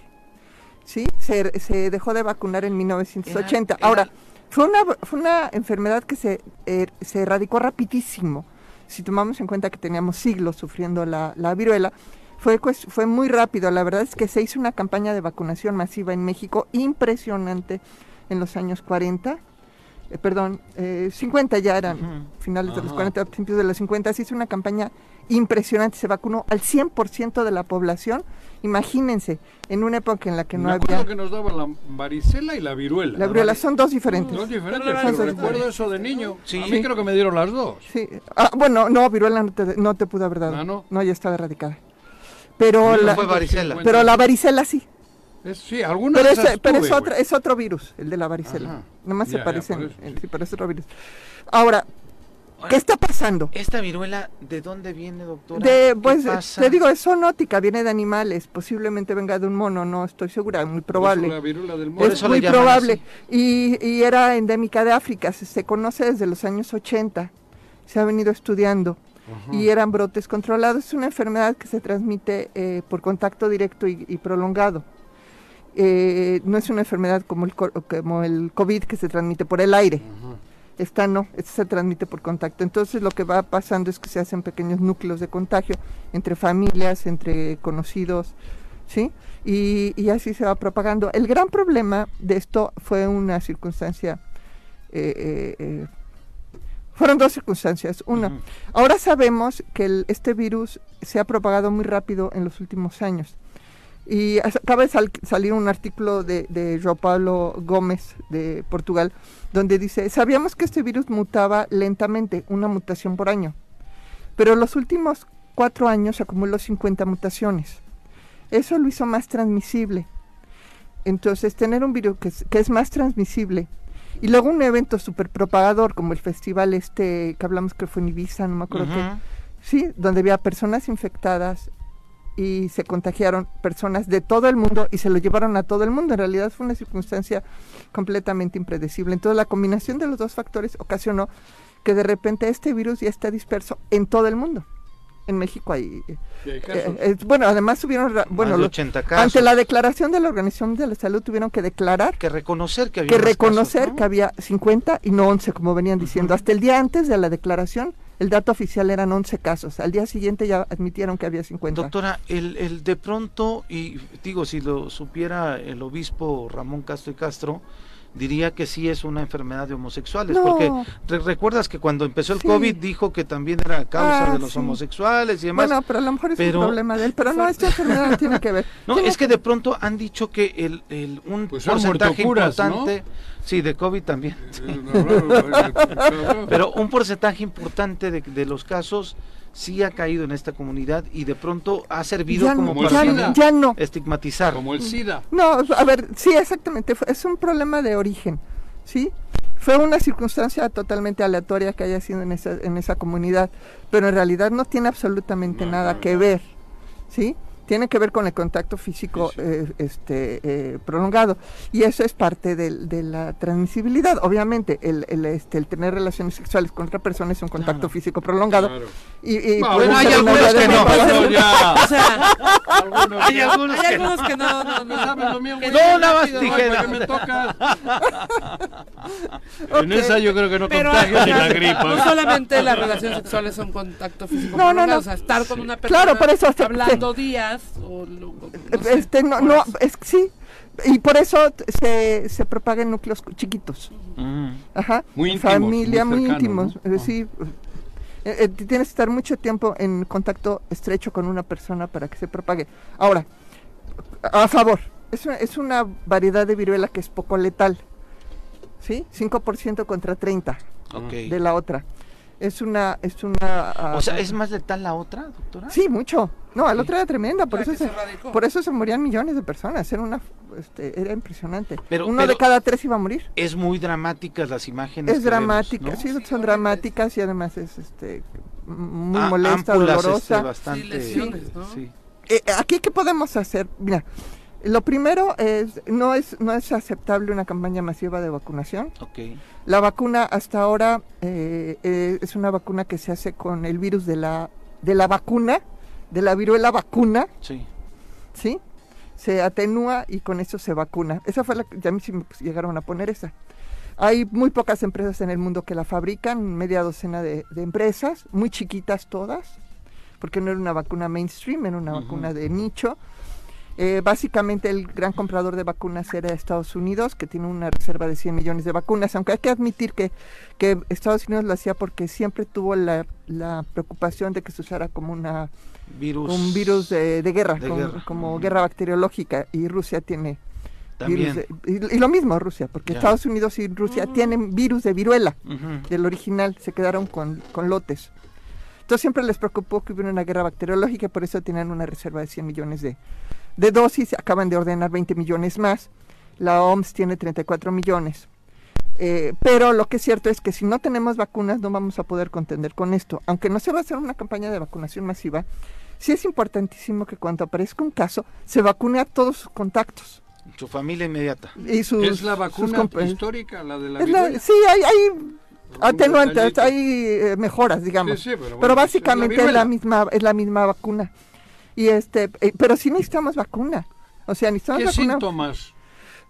Speaker 8: ¿Sí? Se, se dejó de vacunar en 1980.
Speaker 1: Era- era-
Speaker 8: Ahora, fue una, fue una enfermedad que se, eh, se erradicó rapidísimo. Si tomamos en cuenta que teníamos siglos sufriendo la, la viruela, fue, cues- fue muy rápido. La verdad es que se hizo una campaña de vacunación masiva en México impresionante en los años 40. Eh, perdón, eh, 50 ya eran
Speaker 1: Ujú.
Speaker 8: finales de los
Speaker 2: Ajá.
Speaker 8: 40, principios de los 50, se hizo una campaña impresionante, se vacunó al 100% de la población, imagínense, en una época en la que no
Speaker 2: Me
Speaker 8: había...
Speaker 2: acuerdo que nos daba la varicela y la viruela.
Speaker 8: La viruela, son dos diferentes.
Speaker 2: Dos diferentes,
Speaker 4: Pero
Speaker 2: pero
Speaker 8: son
Speaker 2: recuerdo
Speaker 8: diferentes.
Speaker 2: eso de niño.
Speaker 1: Sí.
Speaker 2: A mí creo que me dieron las dos.
Speaker 8: Sí. Ah, bueno, no, viruela no te, no te pudo haber dado.
Speaker 2: Ah, ¿no?
Speaker 8: ya estaba erradicada. Pero,
Speaker 1: No
Speaker 8: la,
Speaker 1: fue varicela.
Speaker 8: pero la varicela sí.
Speaker 2: Es- sí, algunas
Speaker 8: Pero,
Speaker 2: de
Speaker 8: es,
Speaker 2: esas
Speaker 8: pero
Speaker 2: tuve,
Speaker 8: es, otro,
Speaker 2: güey.
Speaker 8: es otro virus, el de la varicela.
Speaker 2: Ajá.
Speaker 8: Nomás
Speaker 2: Ya,
Speaker 8: se
Speaker 2: ya,
Speaker 8: parecen.
Speaker 2: por eso,
Speaker 8: en-
Speaker 2: sí.
Speaker 8: sí, pero es otro virus. Ahora, ¿qué está pasando?
Speaker 2: Eh,
Speaker 1: Esta viruela, ¿de dónde viene, doctora?
Speaker 8: De,
Speaker 1: ¿Qué
Speaker 8: pues,
Speaker 1: pasa?
Speaker 8: te digo, es zoonótica, viene de animales, posiblemente venga de un mono, no estoy segura, muy probable.
Speaker 2: Por eso La viruela del
Speaker 1: Por
Speaker 2: mono.
Speaker 8: es
Speaker 1: eso le
Speaker 8: muy
Speaker 1: llaman
Speaker 8: probable. Y, y era endémica de África, se, se conoce desde los años 80, se ha venido estudiando. Y eran brotes controlados. Es una enfermedad que se transmite eh, por contacto directo y, y prolongado. Eh, no es una enfermedad como el, cor- como el COVID que se transmite por el aire. Esta no, esta se transmite por contacto. Entonces lo que va pasando es que se hacen pequeños núcleos de contagio entre familias, entre conocidos, ¿sí? Y, y así se va propagando. El gran problema de esto fue una circunstancia, eh, eh, eh, fueron dos circunstancias. Una,
Speaker 1: Ujú.
Speaker 8: ahora sabemos que el- este virus se ha propagado muy rápido en los últimos años. Y as- acaba de sal- salir un artículo de, de João Paulo Gómez de Portugal, donde dice, sabíamos que este virus mutaba lentamente, una mutación por año, pero en los últimos cuatro años acumuló 50 mutaciones. Eso lo hizo más transmisible. Entonces, tener un virus que es, que es más transmisible y luego un evento súper propagador como el festival este que hablamos que fue en Ibiza, no me acuerdo qué,
Speaker 1: Ujú.
Speaker 8: Sí, donde había personas infectadas y se contagiaron personas de todo el mundo y se lo llevaron a todo el mundo. En realidad fue una circunstancia completamente impredecible. Entonces la combinación de los dos factores ocasionó que de repente este virus ya está disperso en todo el mundo. En México hay... eh, eh, bueno, además subieron... Bueno,
Speaker 1: Más de
Speaker 8: lo-
Speaker 1: 80 casos.
Speaker 8: ante la declaración de la Organización de la Salud tuvieron que declarar
Speaker 1: que reconocer que había
Speaker 8: que
Speaker 1: más casos,
Speaker 8: reconocer
Speaker 1: ¿no?
Speaker 8: que había 50 y no 11, como venían diciendo. Hasta el día antes de la declaración, el dato oficial eran 11 casos. Al día siguiente ya admitieron que había 50.
Speaker 1: Doctora, el, el de pronto, y digo, si lo supiera el obispo Ramón Castro y Castro, diría que sí es una enfermedad de homosexuales,
Speaker 8: No.
Speaker 1: porque re- recuerdas que cuando empezó el
Speaker 8: Sí.
Speaker 1: COVID dijo que también era causa
Speaker 8: Ah,
Speaker 1: de los
Speaker 8: sí.
Speaker 1: homosexuales y demás.
Speaker 8: bueno, pero a lo mejor es
Speaker 1: pero-
Speaker 8: un problema de él. Pero no, esta enfermedad no tiene que ver.
Speaker 1: no,
Speaker 8: Tiene
Speaker 1: es que de pronto han dicho que el, el- un
Speaker 2: Pues han
Speaker 1: porcentaje
Speaker 2: muerto curas, ¿no?
Speaker 1: importante, sí, de COVID también,
Speaker 2: Eh,
Speaker 8: eh.
Speaker 2: Pero
Speaker 1: pero un porcentaje importante de, de los casos sí ha caído en esta comunidad y de pronto ha servido
Speaker 8: ya,
Speaker 1: como
Speaker 8: no,
Speaker 2: el
Speaker 1: para
Speaker 8: ya,
Speaker 2: SIDA.
Speaker 8: ya no.
Speaker 1: estigmatizar.
Speaker 2: Como el SIDA.
Speaker 8: No, a ver, sí, exactamente. fue- Es un problema de origen, ¿sí? Fue una circunstancia totalmente aleatoria que haya sido en esa, en esa comunidad, pero en realidad no tiene absolutamente
Speaker 2: No,
Speaker 8: nada
Speaker 2: no,
Speaker 8: que
Speaker 2: no.
Speaker 8: ver, ¿sí? Tiene que ver con el contacto físico eh, este, eh, prolongado. Y eso es parte del- de, la transmisibilidad. Obviamente, el, el, este, el tener relaciones sexuales con otra persona es un contacto
Speaker 1: Claro.
Speaker 8: físico prolongado.
Speaker 2: Claro.
Speaker 8: Y, y
Speaker 2: Bueno,
Speaker 8: puede
Speaker 2: hay
Speaker 8: ser una
Speaker 2: algunos
Speaker 8: vía de
Speaker 2: que no.
Speaker 8: propagación.
Speaker 2: Bueno, ya.
Speaker 4: O sea,
Speaker 2: Algunos
Speaker 1: Hay
Speaker 2: ya-
Speaker 1: algunos
Speaker 4: hay
Speaker 1: que no.
Speaker 4: algunos que no, no, no.
Speaker 2: Dame lo mío,
Speaker 4: Que
Speaker 2: güey.
Speaker 1: no, nada más
Speaker 2: Rápido,
Speaker 1: tijera.
Speaker 2: ¿para qué me tocas? En
Speaker 8: Ok.
Speaker 2: esa yo creo que no
Speaker 4: Pero
Speaker 2: contagio ni la
Speaker 4: no
Speaker 2: gripa.
Speaker 4: solamente las relaciones sexuales son contacto físico.
Speaker 8: No, no,
Speaker 4: prolongado,
Speaker 8: no.
Speaker 4: O sea, estar con una persona
Speaker 8: Claro, por eso se-
Speaker 4: hablando días o... lo- o- no sé,
Speaker 8: este no, no
Speaker 4: horas.
Speaker 8: es que sí y por eso t- se, se propaga en núcleos cu- chiquitos Mm. ajá
Speaker 2: Muy
Speaker 8: En
Speaker 2: íntimos,
Speaker 8: familia
Speaker 2: muy
Speaker 8: muy,
Speaker 2: cercanos,
Speaker 8: íntimos
Speaker 2: ¿no?
Speaker 8: eh, sí Eh, eh, t- tienes que estar mucho tiempo en contacto estrecho con una persona para que se propague ahora a a favor es una, es una variedad de viruela que es poco letal sí 5% contra 30
Speaker 1: Ok.
Speaker 8: de la otra es una es una ah,
Speaker 1: O sea, ¿es más letal la otra, doctora?
Speaker 8: Sí, mucho. No, el otro era tremenda, por
Speaker 4: La
Speaker 8: eso
Speaker 4: que
Speaker 8: se,
Speaker 4: se radicó.
Speaker 8: por eso se morían millones de personas. Era una, este, era impresionante.
Speaker 1: Pero-
Speaker 8: Uno
Speaker 1: pero-
Speaker 8: de cada tres iba a morir.
Speaker 1: Es muy dramáticas las imágenes.
Speaker 8: Es
Speaker 1: que vemos,
Speaker 8: dramática,
Speaker 1: ¿no?
Speaker 8: sí,
Speaker 4: Sí,
Speaker 8: son
Speaker 4: horrible.
Speaker 8: dramáticas y además es, este, muy
Speaker 1: Ah,
Speaker 8: molesta,
Speaker 1: ámpulas, este,
Speaker 8: dolorosa.
Speaker 1: bastante.
Speaker 4: Sí, lesiones, ¿no?
Speaker 1: sí.
Speaker 8: Eh, aquí qué podemos hacer mira lo primero es no es no es aceptable una campaña masiva de vacunación
Speaker 1: Ok.
Speaker 8: la vacuna hasta ahora eh, eh, es una vacuna que se hace con el virus de la de la vacuna de la viruela vacuna
Speaker 1: Sí.
Speaker 8: ¿sí? Se atenúa y con eso se vacuna. Esa fue la que ya a mí sí me pus- llegaron a poner esa. Hay muy pocas empresas en el mundo que la fabrican, media docena de, de empresas, muy chiquitas todas, porque no era una vacuna mainstream, era una
Speaker 1: Ujú.
Speaker 8: vacuna de nicho. Eh, básicamente el gran comprador de vacunas era Estados Unidos, que tiene una reserva de 100 millones de vacunas, aunque hay que admitir que, que Estados Unidos lo hacía porque siempre tuvo la, la preocupación de que se usara como una
Speaker 1: Virus.
Speaker 8: un virus de, de guerra,
Speaker 1: De
Speaker 8: con-
Speaker 1: guerra.
Speaker 8: como
Speaker 1: Ujú.
Speaker 8: guerra bacteriológica y Rusia tiene
Speaker 1: También.
Speaker 8: virus de- y, y lo mismo Rusia, porque
Speaker 1: Ya.
Speaker 8: Estados Unidos y Rusia tienen virus de viruela
Speaker 1: Ujú.
Speaker 8: del original, se quedaron con, con lotes. Entonces siempre les preocupó que hubiera una guerra bacteriológica, y por eso tenían una reserva de 100 millones de, de dosis, acaban de ordenar 20 millones más, la OMS tiene 34 millones. Eh, pero lo que es cierto es que si no tenemos vacunas no vamos a poder contender con esto. Aunque no se va a hacer una campaña de vacunación masiva, sí es importantísimo que cuando aparezca un caso se vacune a todos sus contactos.
Speaker 1: Su familia inmediata.
Speaker 8: Y sus,
Speaker 2: Es la
Speaker 8: sus
Speaker 2: vacuna
Speaker 8: compa-
Speaker 2: histórica, la de la
Speaker 8: es la-
Speaker 2: viruela.
Speaker 8: sí, hay, hay atenuantes,
Speaker 2: detallito.
Speaker 8: hay eh, mejoras, digamos.
Speaker 2: Sí, sí, pero bueno,
Speaker 8: pero
Speaker 2: es la
Speaker 8: básicamente es
Speaker 2: viruela.
Speaker 8: la misma es la misma vacuna. Y este, eh, pero sí necesitamos vacuna. O sea, necesitamos
Speaker 2: ¿Qué Mm,
Speaker 8: vacuna.
Speaker 2: síntomas?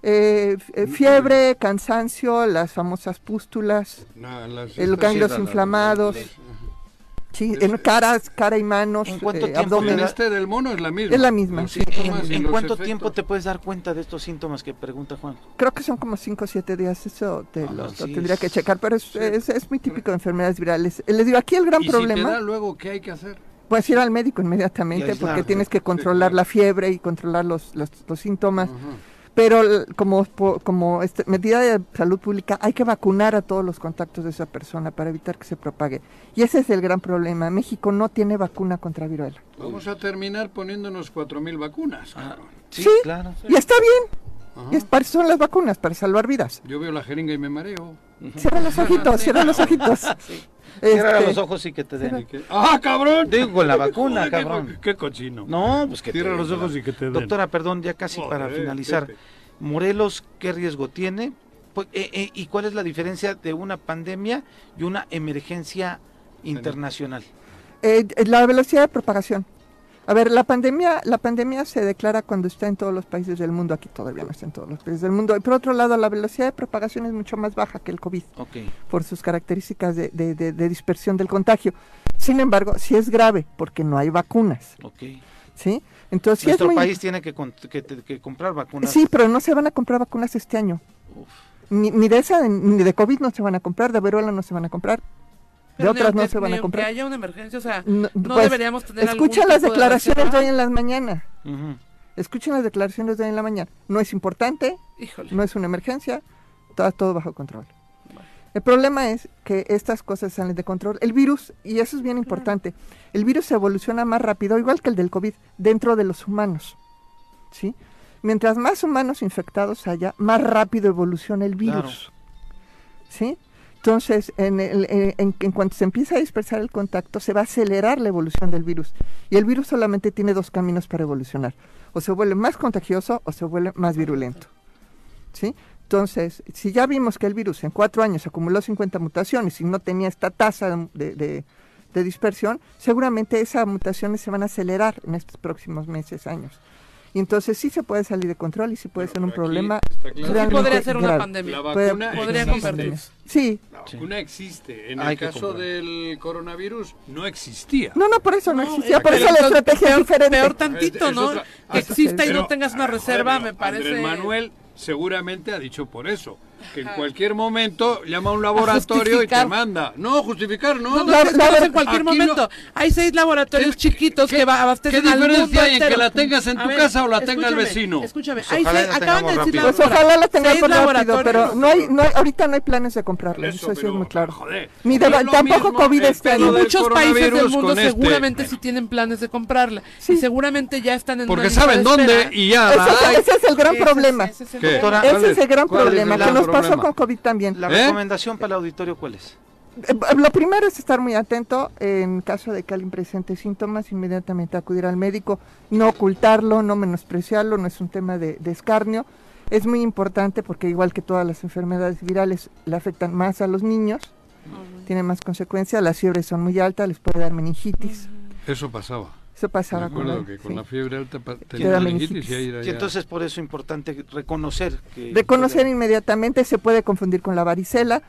Speaker 8: eh, f- eh, fiebre, cansancio, las famosas pústulas,
Speaker 2: No, las-
Speaker 8: El
Speaker 2: estas-
Speaker 8: ganglios
Speaker 2: sí, la- la-
Speaker 8: inflamados. sí, en
Speaker 2: Es-
Speaker 8: caras, cara y manos,
Speaker 1: ¿En cuánto
Speaker 8: eh,
Speaker 1: tiempo
Speaker 8: abdomen.
Speaker 2: En
Speaker 1: Dominar-
Speaker 2: este del mono es la misma.
Speaker 8: Es la misma,
Speaker 2: Los
Speaker 8: sí.
Speaker 2: síntomas
Speaker 1: ¿En,
Speaker 2: y
Speaker 1: en
Speaker 2: Ah, los
Speaker 1: cuánto
Speaker 2: efectos.
Speaker 1: tiempo te puedes dar cuenta de estos síntomas que pregunta Juan?
Speaker 8: Creo que son como 5 o 7 días, eso te
Speaker 1: Ah,
Speaker 8: lo, lo
Speaker 1: sí,
Speaker 8: tendría
Speaker 1: es-
Speaker 8: que checar, pero es, es- es muy típico de enfermedades virales. Eh, Les digo, aquí el gran
Speaker 2: ¿Y si
Speaker 8: problema...
Speaker 2: te da luego, ¿qué hay que hacer?
Speaker 8: Puedes ir al médico inmediatamente porque tienes que controlar la fiebre y controlar los, los, los síntomas. Pero l- como, po- como este- medida de salud pública hay que vacunar a todos los contactos de esa persona para evitar que se propague. Y ese es el gran problema. México no tiene vacuna contra viruela.
Speaker 2: Vamos a terminar poniéndonos 4.000 vacunas.
Speaker 1: Ah.
Speaker 2: cabrón.
Speaker 1: Sí,
Speaker 8: Sí.
Speaker 1: claro.
Speaker 8: Y está bien. Y es para eso son las vacunas, para salvar vidas.
Speaker 2: Yo veo la jeringa y me mareo.
Speaker 8: Cierra los ojitos, cierra los ojitos.
Speaker 1: Cierra
Speaker 8: Este,
Speaker 1: los ojos y que te den.
Speaker 2: Y que- ¡Ah, cabrón!
Speaker 1: Digo, con la
Speaker 2: Joder,
Speaker 1: vacuna,
Speaker 2: qué
Speaker 1: cabrón.
Speaker 2: co- Qué cochino.
Speaker 1: No, pues que
Speaker 2: Cierra
Speaker 1: te-
Speaker 2: los ojos y que te den.
Speaker 1: Doctora, perdón, ya casi
Speaker 2: Joder,
Speaker 1: para finalizar.
Speaker 2: Pepe.
Speaker 1: Morelos, ¿qué riesgo tiene? Pues, eh, eh, ¿Y cuál es la diferencia de una pandemia y una emergencia internacional?
Speaker 8: eh, eh, la velocidad de propagación. A ver, la pandemia, la pandemia se declara cuando está en todos los países del mundo. Aquí todavía no está en todos los países del mundo. Y por otro lado, la velocidad de propagación es mucho más baja que el COVID
Speaker 1: Ok.
Speaker 8: por sus características de, de- de- de dispersión del contagio. Sin embargo, sí es grave porque no hay vacunas,
Speaker 1: Ok.
Speaker 8: ¿sí? Entonces, sí es
Speaker 1: Nuestro
Speaker 8: muy-
Speaker 1: país tiene que, con- que te- que comprar vacunas.
Speaker 8: Sí, pero no se van a comprar vacunas este año.
Speaker 1: Uf.
Speaker 8: Ni, ni de esa, ni de COVID no se van a comprar, de viruela no se van a comprar.
Speaker 4: Pero
Speaker 8: de otras
Speaker 4: ni
Speaker 8: no
Speaker 4: aunque-
Speaker 8: se van
Speaker 4: ni
Speaker 8: a
Speaker 4: aunque
Speaker 8: comprar.
Speaker 4: haya una emergencia, o sea,
Speaker 8: No,
Speaker 4: no,
Speaker 8: pues,
Speaker 4: deberíamos tener
Speaker 8: Escucha
Speaker 4: algún
Speaker 8: las
Speaker 4: tipo de
Speaker 8: declaraciones de
Speaker 4: reserva.
Speaker 8: hoy en la mañana.
Speaker 1: Ujú.
Speaker 8: Escuchen las declaraciones de hoy en la mañana. No es importante,
Speaker 4: Híjole.
Speaker 8: no es una emergencia, está todo bajo control. El problema es que estas cosas salen de control. El virus, y eso es bien importante, el virus evoluciona más rápido, igual que el del COVID, dentro de los humanos. ¿sí? Mientras más humanos infectados haya, más rápido evoluciona el virus. ¿sí? Entonces, en, el- eh, en- en cuanto se empieza a dispersar el contacto, se va a acelerar la evolución del virus. Y el virus solamente tiene dos caminos para evolucionar. O se vuelve más contagioso o se vuelve más virulento. ¿sí? Entonces, si ya vimos que el virus en cuatro años acumuló 50 mutaciones y no tenía esta tasa de, de- de dispersión, seguramente esas mutaciones se van a acelerar en estos próximos meses, años. Y entonces sí se puede salir de control y sí puede ser un
Speaker 2: pero aquí
Speaker 8: problema.
Speaker 2: está claro. Sí
Speaker 4: Sí
Speaker 8: realmente
Speaker 4: podría ser una
Speaker 8: grave.
Speaker 2: La
Speaker 4: pandemia.
Speaker 8: Puede-
Speaker 2: vacuna
Speaker 4: Podría
Speaker 2: existe.
Speaker 4: convertirse.
Speaker 8: Sí.
Speaker 2: La vacuna existe. En
Speaker 1: Hay
Speaker 2: el
Speaker 1: que
Speaker 2: caso
Speaker 1: comprar.
Speaker 2: del coronavirus no existía.
Speaker 8: No, no, por eso no, existía,
Speaker 4: es-
Speaker 8: por eso
Speaker 4: pero
Speaker 8: la
Speaker 4: entonces,
Speaker 8: estrategia
Speaker 4: peor,
Speaker 8: es diferente.
Speaker 4: Peor tantito,
Speaker 2: Es- es
Speaker 4: ¿no?
Speaker 2: otra-
Speaker 4: que
Speaker 2: hasta-
Speaker 4: exista y
Speaker 2: pero-
Speaker 4: no tengas una
Speaker 2: ah, joder,
Speaker 4: reserva,
Speaker 2: pero
Speaker 4: me parece.
Speaker 2: Andrés Manuel seguramente ha dicho por eso. Que en cualquier momento llama a un laboratorio y te
Speaker 4: justificar.
Speaker 2: manda. No, justificar, no.
Speaker 4: No, no,
Speaker 8: La-
Speaker 4: es
Speaker 8: la
Speaker 4: como
Speaker 8: ver-
Speaker 4: en cualquier
Speaker 2: aquí no-
Speaker 4: momento. Hay seis laboratorios
Speaker 2: ¿Qué-
Speaker 4: chiquitos
Speaker 2: qué-
Speaker 4: que va- abastecen
Speaker 2: qué
Speaker 4: al mundo
Speaker 2: diferencia hay en que
Speaker 4: entero.
Speaker 2: la tengas en
Speaker 4: A
Speaker 2: tu casa o la tenga el
Speaker 4: escúchame,
Speaker 2: vecino?
Speaker 4: Escúchame,
Speaker 1: Pues
Speaker 4: hay
Speaker 1: ojalá
Speaker 4: seis,
Speaker 1: la
Speaker 4: acaban de
Speaker 1: tengamos
Speaker 4: decir
Speaker 1: rápido.
Speaker 8: Pues ojalá la tengamos
Speaker 4: Seis
Speaker 8: rápido,
Speaker 4: laboratorios.
Speaker 8: pero no hay, no hay, ahorita no hay planes de comprarla, eso,
Speaker 2: Eso,
Speaker 8: sí es
Speaker 2: pero,
Speaker 8: muy claro.
Speaker 2: joder,
Speaker 8: Ni
Speaker 2: no
Speaker 8: de-
Speaker 2: es lo
Speaker 8: tampoco
Speaker 2: mismo
Speaker 8: COVID
Speaker 2: el
Speaker 8: este
Speaker 2: pedo
Speaker 8: año.
Speaker 2: del
Speaker 4: Muchos países del
Speaker 2: coronavirus
Speaker 4: mundo
Speaker 2: con este.
Speaker 4: seguramente sí tienen planes de comprarla.
Speaker 8: Sí.
Speaker 4: Y seguramente ya están en una
Speaker 2: Porque
Speaker 4: lista
Speaker 2: saben
Speaker 4: de
Speaker 2: dónde
Speaker 4: espera.
Speaker 2: y ya
Speaker 8: Ese,
Speaker 2: la
Speaker 8: es-
Speaker 2: hay.
Speaker 8: ese es el gran
Speaker 4: Ese es-
Speaker 8: problema.
Speaker 4: ese es el
Speaker 2: ¿Qué?
Speaker 4: problema.
Speaker 1: Doctora,
Speaker 2: ¿Cuál
Speaker 8: Ese es
Speaker 2: es-
Speaker 8: el gran
Speaker 2: cuál es el
Speaker 8: problema que
Speaker 2: gran
Speaker 8: nos pasó
Speaker 2: problema?
Speaker 8: con COVID también.
Speaker 1: La
Speaker 2: ¿Eh?
Speaker 1: recomendación para el auditorio, ¿cuál es?
Speaker 8: Eh, Lo primero es estar muy atento en caso de que alguien presente síntomas, inmediatamente acudir al médico, no ocultarlo, no menospreciarlo, no es un tema de, de escarnio. Es muy importante porque igual que todas las enfermedades virales le afectan más a los niños, tienen más consecuencias, las fiebres son muy altas, les puede dar meningitis.
Speaker 2: Eso pasaba.
Speaker 8: Eso
Speaker 2: Me
Speaker 8: pasaba
Speaker 2: acuerdo que
Speaker 8: él,
Speaker 2: con
Speaker 8: sí.
Speaker 2: la fiebre alta pa-
Speaker 8: da
Speaker 2: tenía meningitis
Speaker 8: meningitis.
Speaker 2: y ahí era
Speaker 1: Y
Speaker 2: ya-
Speaker 1: entonces por eso es importante reconocer que...
Speaker 8: Reconocer inmediatamente se puede confundir con la varicela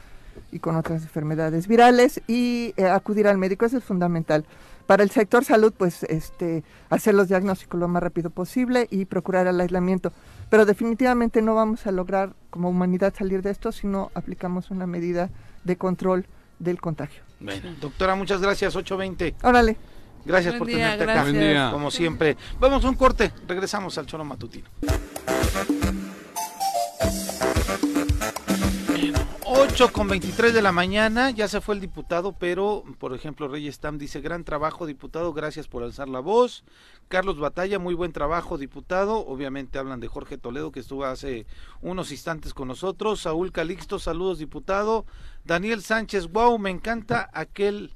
Speaker 8: y con otras enfermedades virales y eh, acudir al médico, eso es fundamental. Para el sector salud, pues este, hacer los diagnósticos lo más rápido posible y procurar el aislamiento. Pero definitivamente no vamos a lograr como humanidad salir de esto si no aplicamos una medida de control del contagio.
Speaker 1: Bueno, doctora, muchas gracias, 820.
Speaker 8: Órale.
Speaker 1: Gracias
Speaker 4: Buen
Speaker 1: por
Speaker 4: día,
Speaker 1: tenerte acá.
Speaker 4: gracias.
Speaker 2: Buen día.
Speaker 1: Como siempre. Vamos a un corte, regresamos al choro matutino. 8 con 23 de la mañana, ya se fue el diputado, pero por ejemplo Reyes Tam dice, gran trabajo diputado, gracias por alzar la voz. Carlos Batalla, muy buen trabajo diputado. Obviamente hablan de Jorge Toledo que estuvo hace unos instantes con nosotros. Saúl Calixto, saludos diputado. Daniel Sánchez, wow, me encanta aquel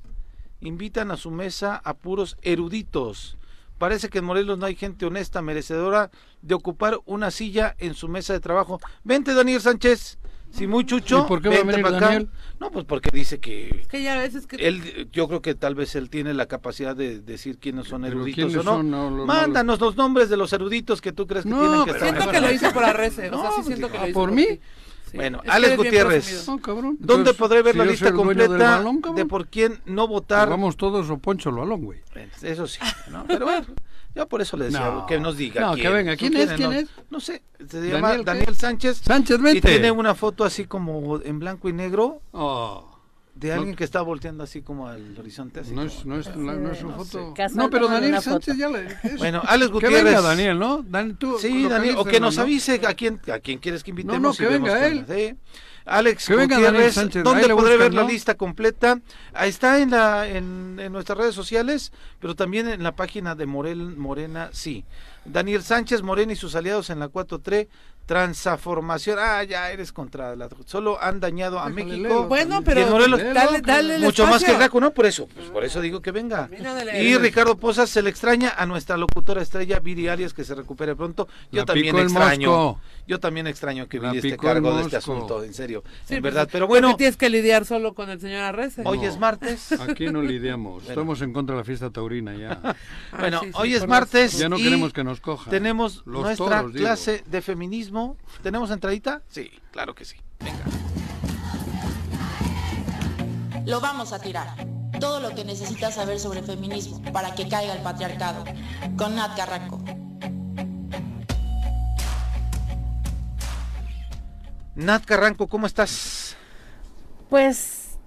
Speaker 1: invitan a su mesa a puros eruditos. Parece que en Morelos no hay gente honesta, merecedora de ocupar una silla en su mesa de trabajo. Vente, Daniel Sánchez. Si muy chucho,
Speaker 2: ¿Y por qué va a
Speaker 1: vente
Speaker 2: venir
Speaker 1: para acá.
Speaker 2: Daniel?
Speaker 1: No, pues porque dice que
Speaker 4: Que ya ves, es que
Speaker 1: él, yo creo que tal vez él tiene la capacidad de decir quiénes son
Speaker 2: Pero
Speaker 1: eruditos
Speaker 2: ¿quiénes
Speaker 1: o no.
Speaker 2: son, no, los
Speaker 1: Mándanos los nombres de los eruditos que tú crees que
Speaker 2: No,
Speaker 1: tienen que
Speaker 2: pero-
Speaker 1: estar.
Speaker 4: siento que lo hice por arrece. O sea, sí
Speaker 1: No,
Speaker 4: siento que lo
Speaker 2: ah,
Speaker 4: hice
Speaker 2: ¿por mí?
Speaker 4: Sí.
Speaker 1: Bueno,
Speaker 4: Es que
Speaker 1: Alex
Speaker 4: eres bien
Speaker 1: Gutiérrez.
Speaker 4: presumido.
Speaker 2: No, cabrón.
Speaker 1: ¿Dónde
Speaker 2: Entonces,
Speaker 1: podré ver
Speaker 2: si
Speaker 1: la
Speaker 2: yo soy
Speaker 1: lista
Speaker 2: el dueño del
Speaker 1: completa
Speaker 2: balón, cabrón,
Speaker 1: de por quién no
Speaker 2: pues
Speaker 1: votar?
Speaker 2: Vamos todos o poncho lo alón, güey.
Speaker 1: Eso sí, ¿no? Pero bueno, yo por eso le decía
Speaker 2: No.
Speaker 1: que nos diga.
Speaker 2: No, que venga.
Speaker 1: ¿Tú
Speaker 2: ¿Quién es? ¿Quién
Speaker 1: no?
Speaker 2: es?
Speaker 1: No sé, se llama
Speaker 2: ¿Daniel
Speaker 1: Daniel,
Speaker 2: qué?
Speaker 1: Sánchez.
Speaker 2: Sánchez,
Speaker 1: Y
Speaker 2: vente.
Speaker 1: tiene una foto así como en blanco y negro
Speaker 2: Oh,
Speaker 1: De alguien que está volteando así como al horizonte. Así
Speaker 2: No
Speaker 1: como-
Speaker 2: es, no es, la- no es su foto.
Speaker 9: casual
Speaker 2: No, pero
Speaker 9: toman
Speaker 2: Daniel
Speaker 9: una
Speaker 2: Sánchez
Speaker 9: foto.
Speaker 2: ya le. es-
Speaker 1: Bueno, Alex
Speaker 2: que
Speaker 1: Gutiérrez.
Speaker 2: venga Daniel, ¿no? Dan- tú
Speaker 1: Sí, Daniel, o
Speaker 2: localícelo,
Speaker 1: que nos
Speaker 2: ¿no?
Speaker 1: avise a quién, a quién quieres que invitemos.
Speaker 2: No, no, que
Speaker 1: y vemos
Speaker 2: venga
Speaker 1: qué
Speaker 2: él.
Speaker 1: onda, ¿sí? Alex
Speaker 2: Que venga Daniel
Speaker 1: Gutiérrez,
Speaker 2: Sánchez, ahí
Speaker 1: ¿dónde
Speaker 2: le
Speaker 1: podré
Speaker 2: buscan,
Speaker 1: ver la
Speaker 2: ¿no?
Speaker 1: lista completa? Ah, Está en, la, en, en nuestras redes sociales, pero también en la página de Morel, Morena, sí. Daniel Sánchez, Morena y sus aliados en la 4-3, transformación. Ah, ya eres contra la... Solo han dañado a
Speaker 2: Déjale,
Speaker 1: México.
Speaker 2: léelo.
Speaker 4: Bueno,
Speaker 1: Y
Speaker 4: pero
Speaker 1: en Morelos-
Speaker 4: dale, dale el
Speaker 1: Mucho más que
Speaker 4: espacio.
Speaker 1: Graco, ¿no? Por eso, pues, por eso digo que venga.
Speaker 4: Mírale.
Speaker 1: Y Ricardo Posas se le extraña a nuestra locutora estrella Viri Arias que se recupere pronto. Yo
Speaker 2: La
Speaker 1: también
Speaker 2: picó el
Speaker 1: extraño.
Speaker 2: mosco.
Speaker 1: Yo también extraño que
Speaker 2: La
Speaker 1: Viri esté a
Speaker 2: picó el
Speaker 1: cargo de este
Speaker 2: mosco.
Speaker 1: asunto, en serio.
Speaker 4: Sí,
Speaker 1: en
Speaker 4: pues,
Speaker 1: verdad, pero
Speaker 4: ¿por qué
Speaker 1: bueno,
Speaker 4: tienes que lidiar solo con el señor Arrece.
Speaker 1: hoy es martes.
Speaker 2: Aquí no lidiamos. Estamos en contra de la fiesta taurina ya.
Speaker 4: Ah,
Speaker 1: bueno,
Speaker 4: sí, sí,
Speaker 1: hoy es
Speaker 4: por
Speaker 1: martes.
Speaker 2: Ya no
Speaker 1: y
Speaker 2: queremos que nos cojan.
Speaker 1: Tenemos
Speaker 2: Los
Speaker 1: nuestra
Speaker 2: toros, digo.
Speaker 1: clase de feminismo. ¿Tenemos entradita? Sí, claro que sí. Venga.
Speaker 10: Lo vamos a tirar. Todo lo que necesitas saber sobre feminismo para que caiga el patriarcado. Con Nat Carranco.
Speaker 1: Nat Carranco, ¿cómo estás?
Speaker 9: Pues,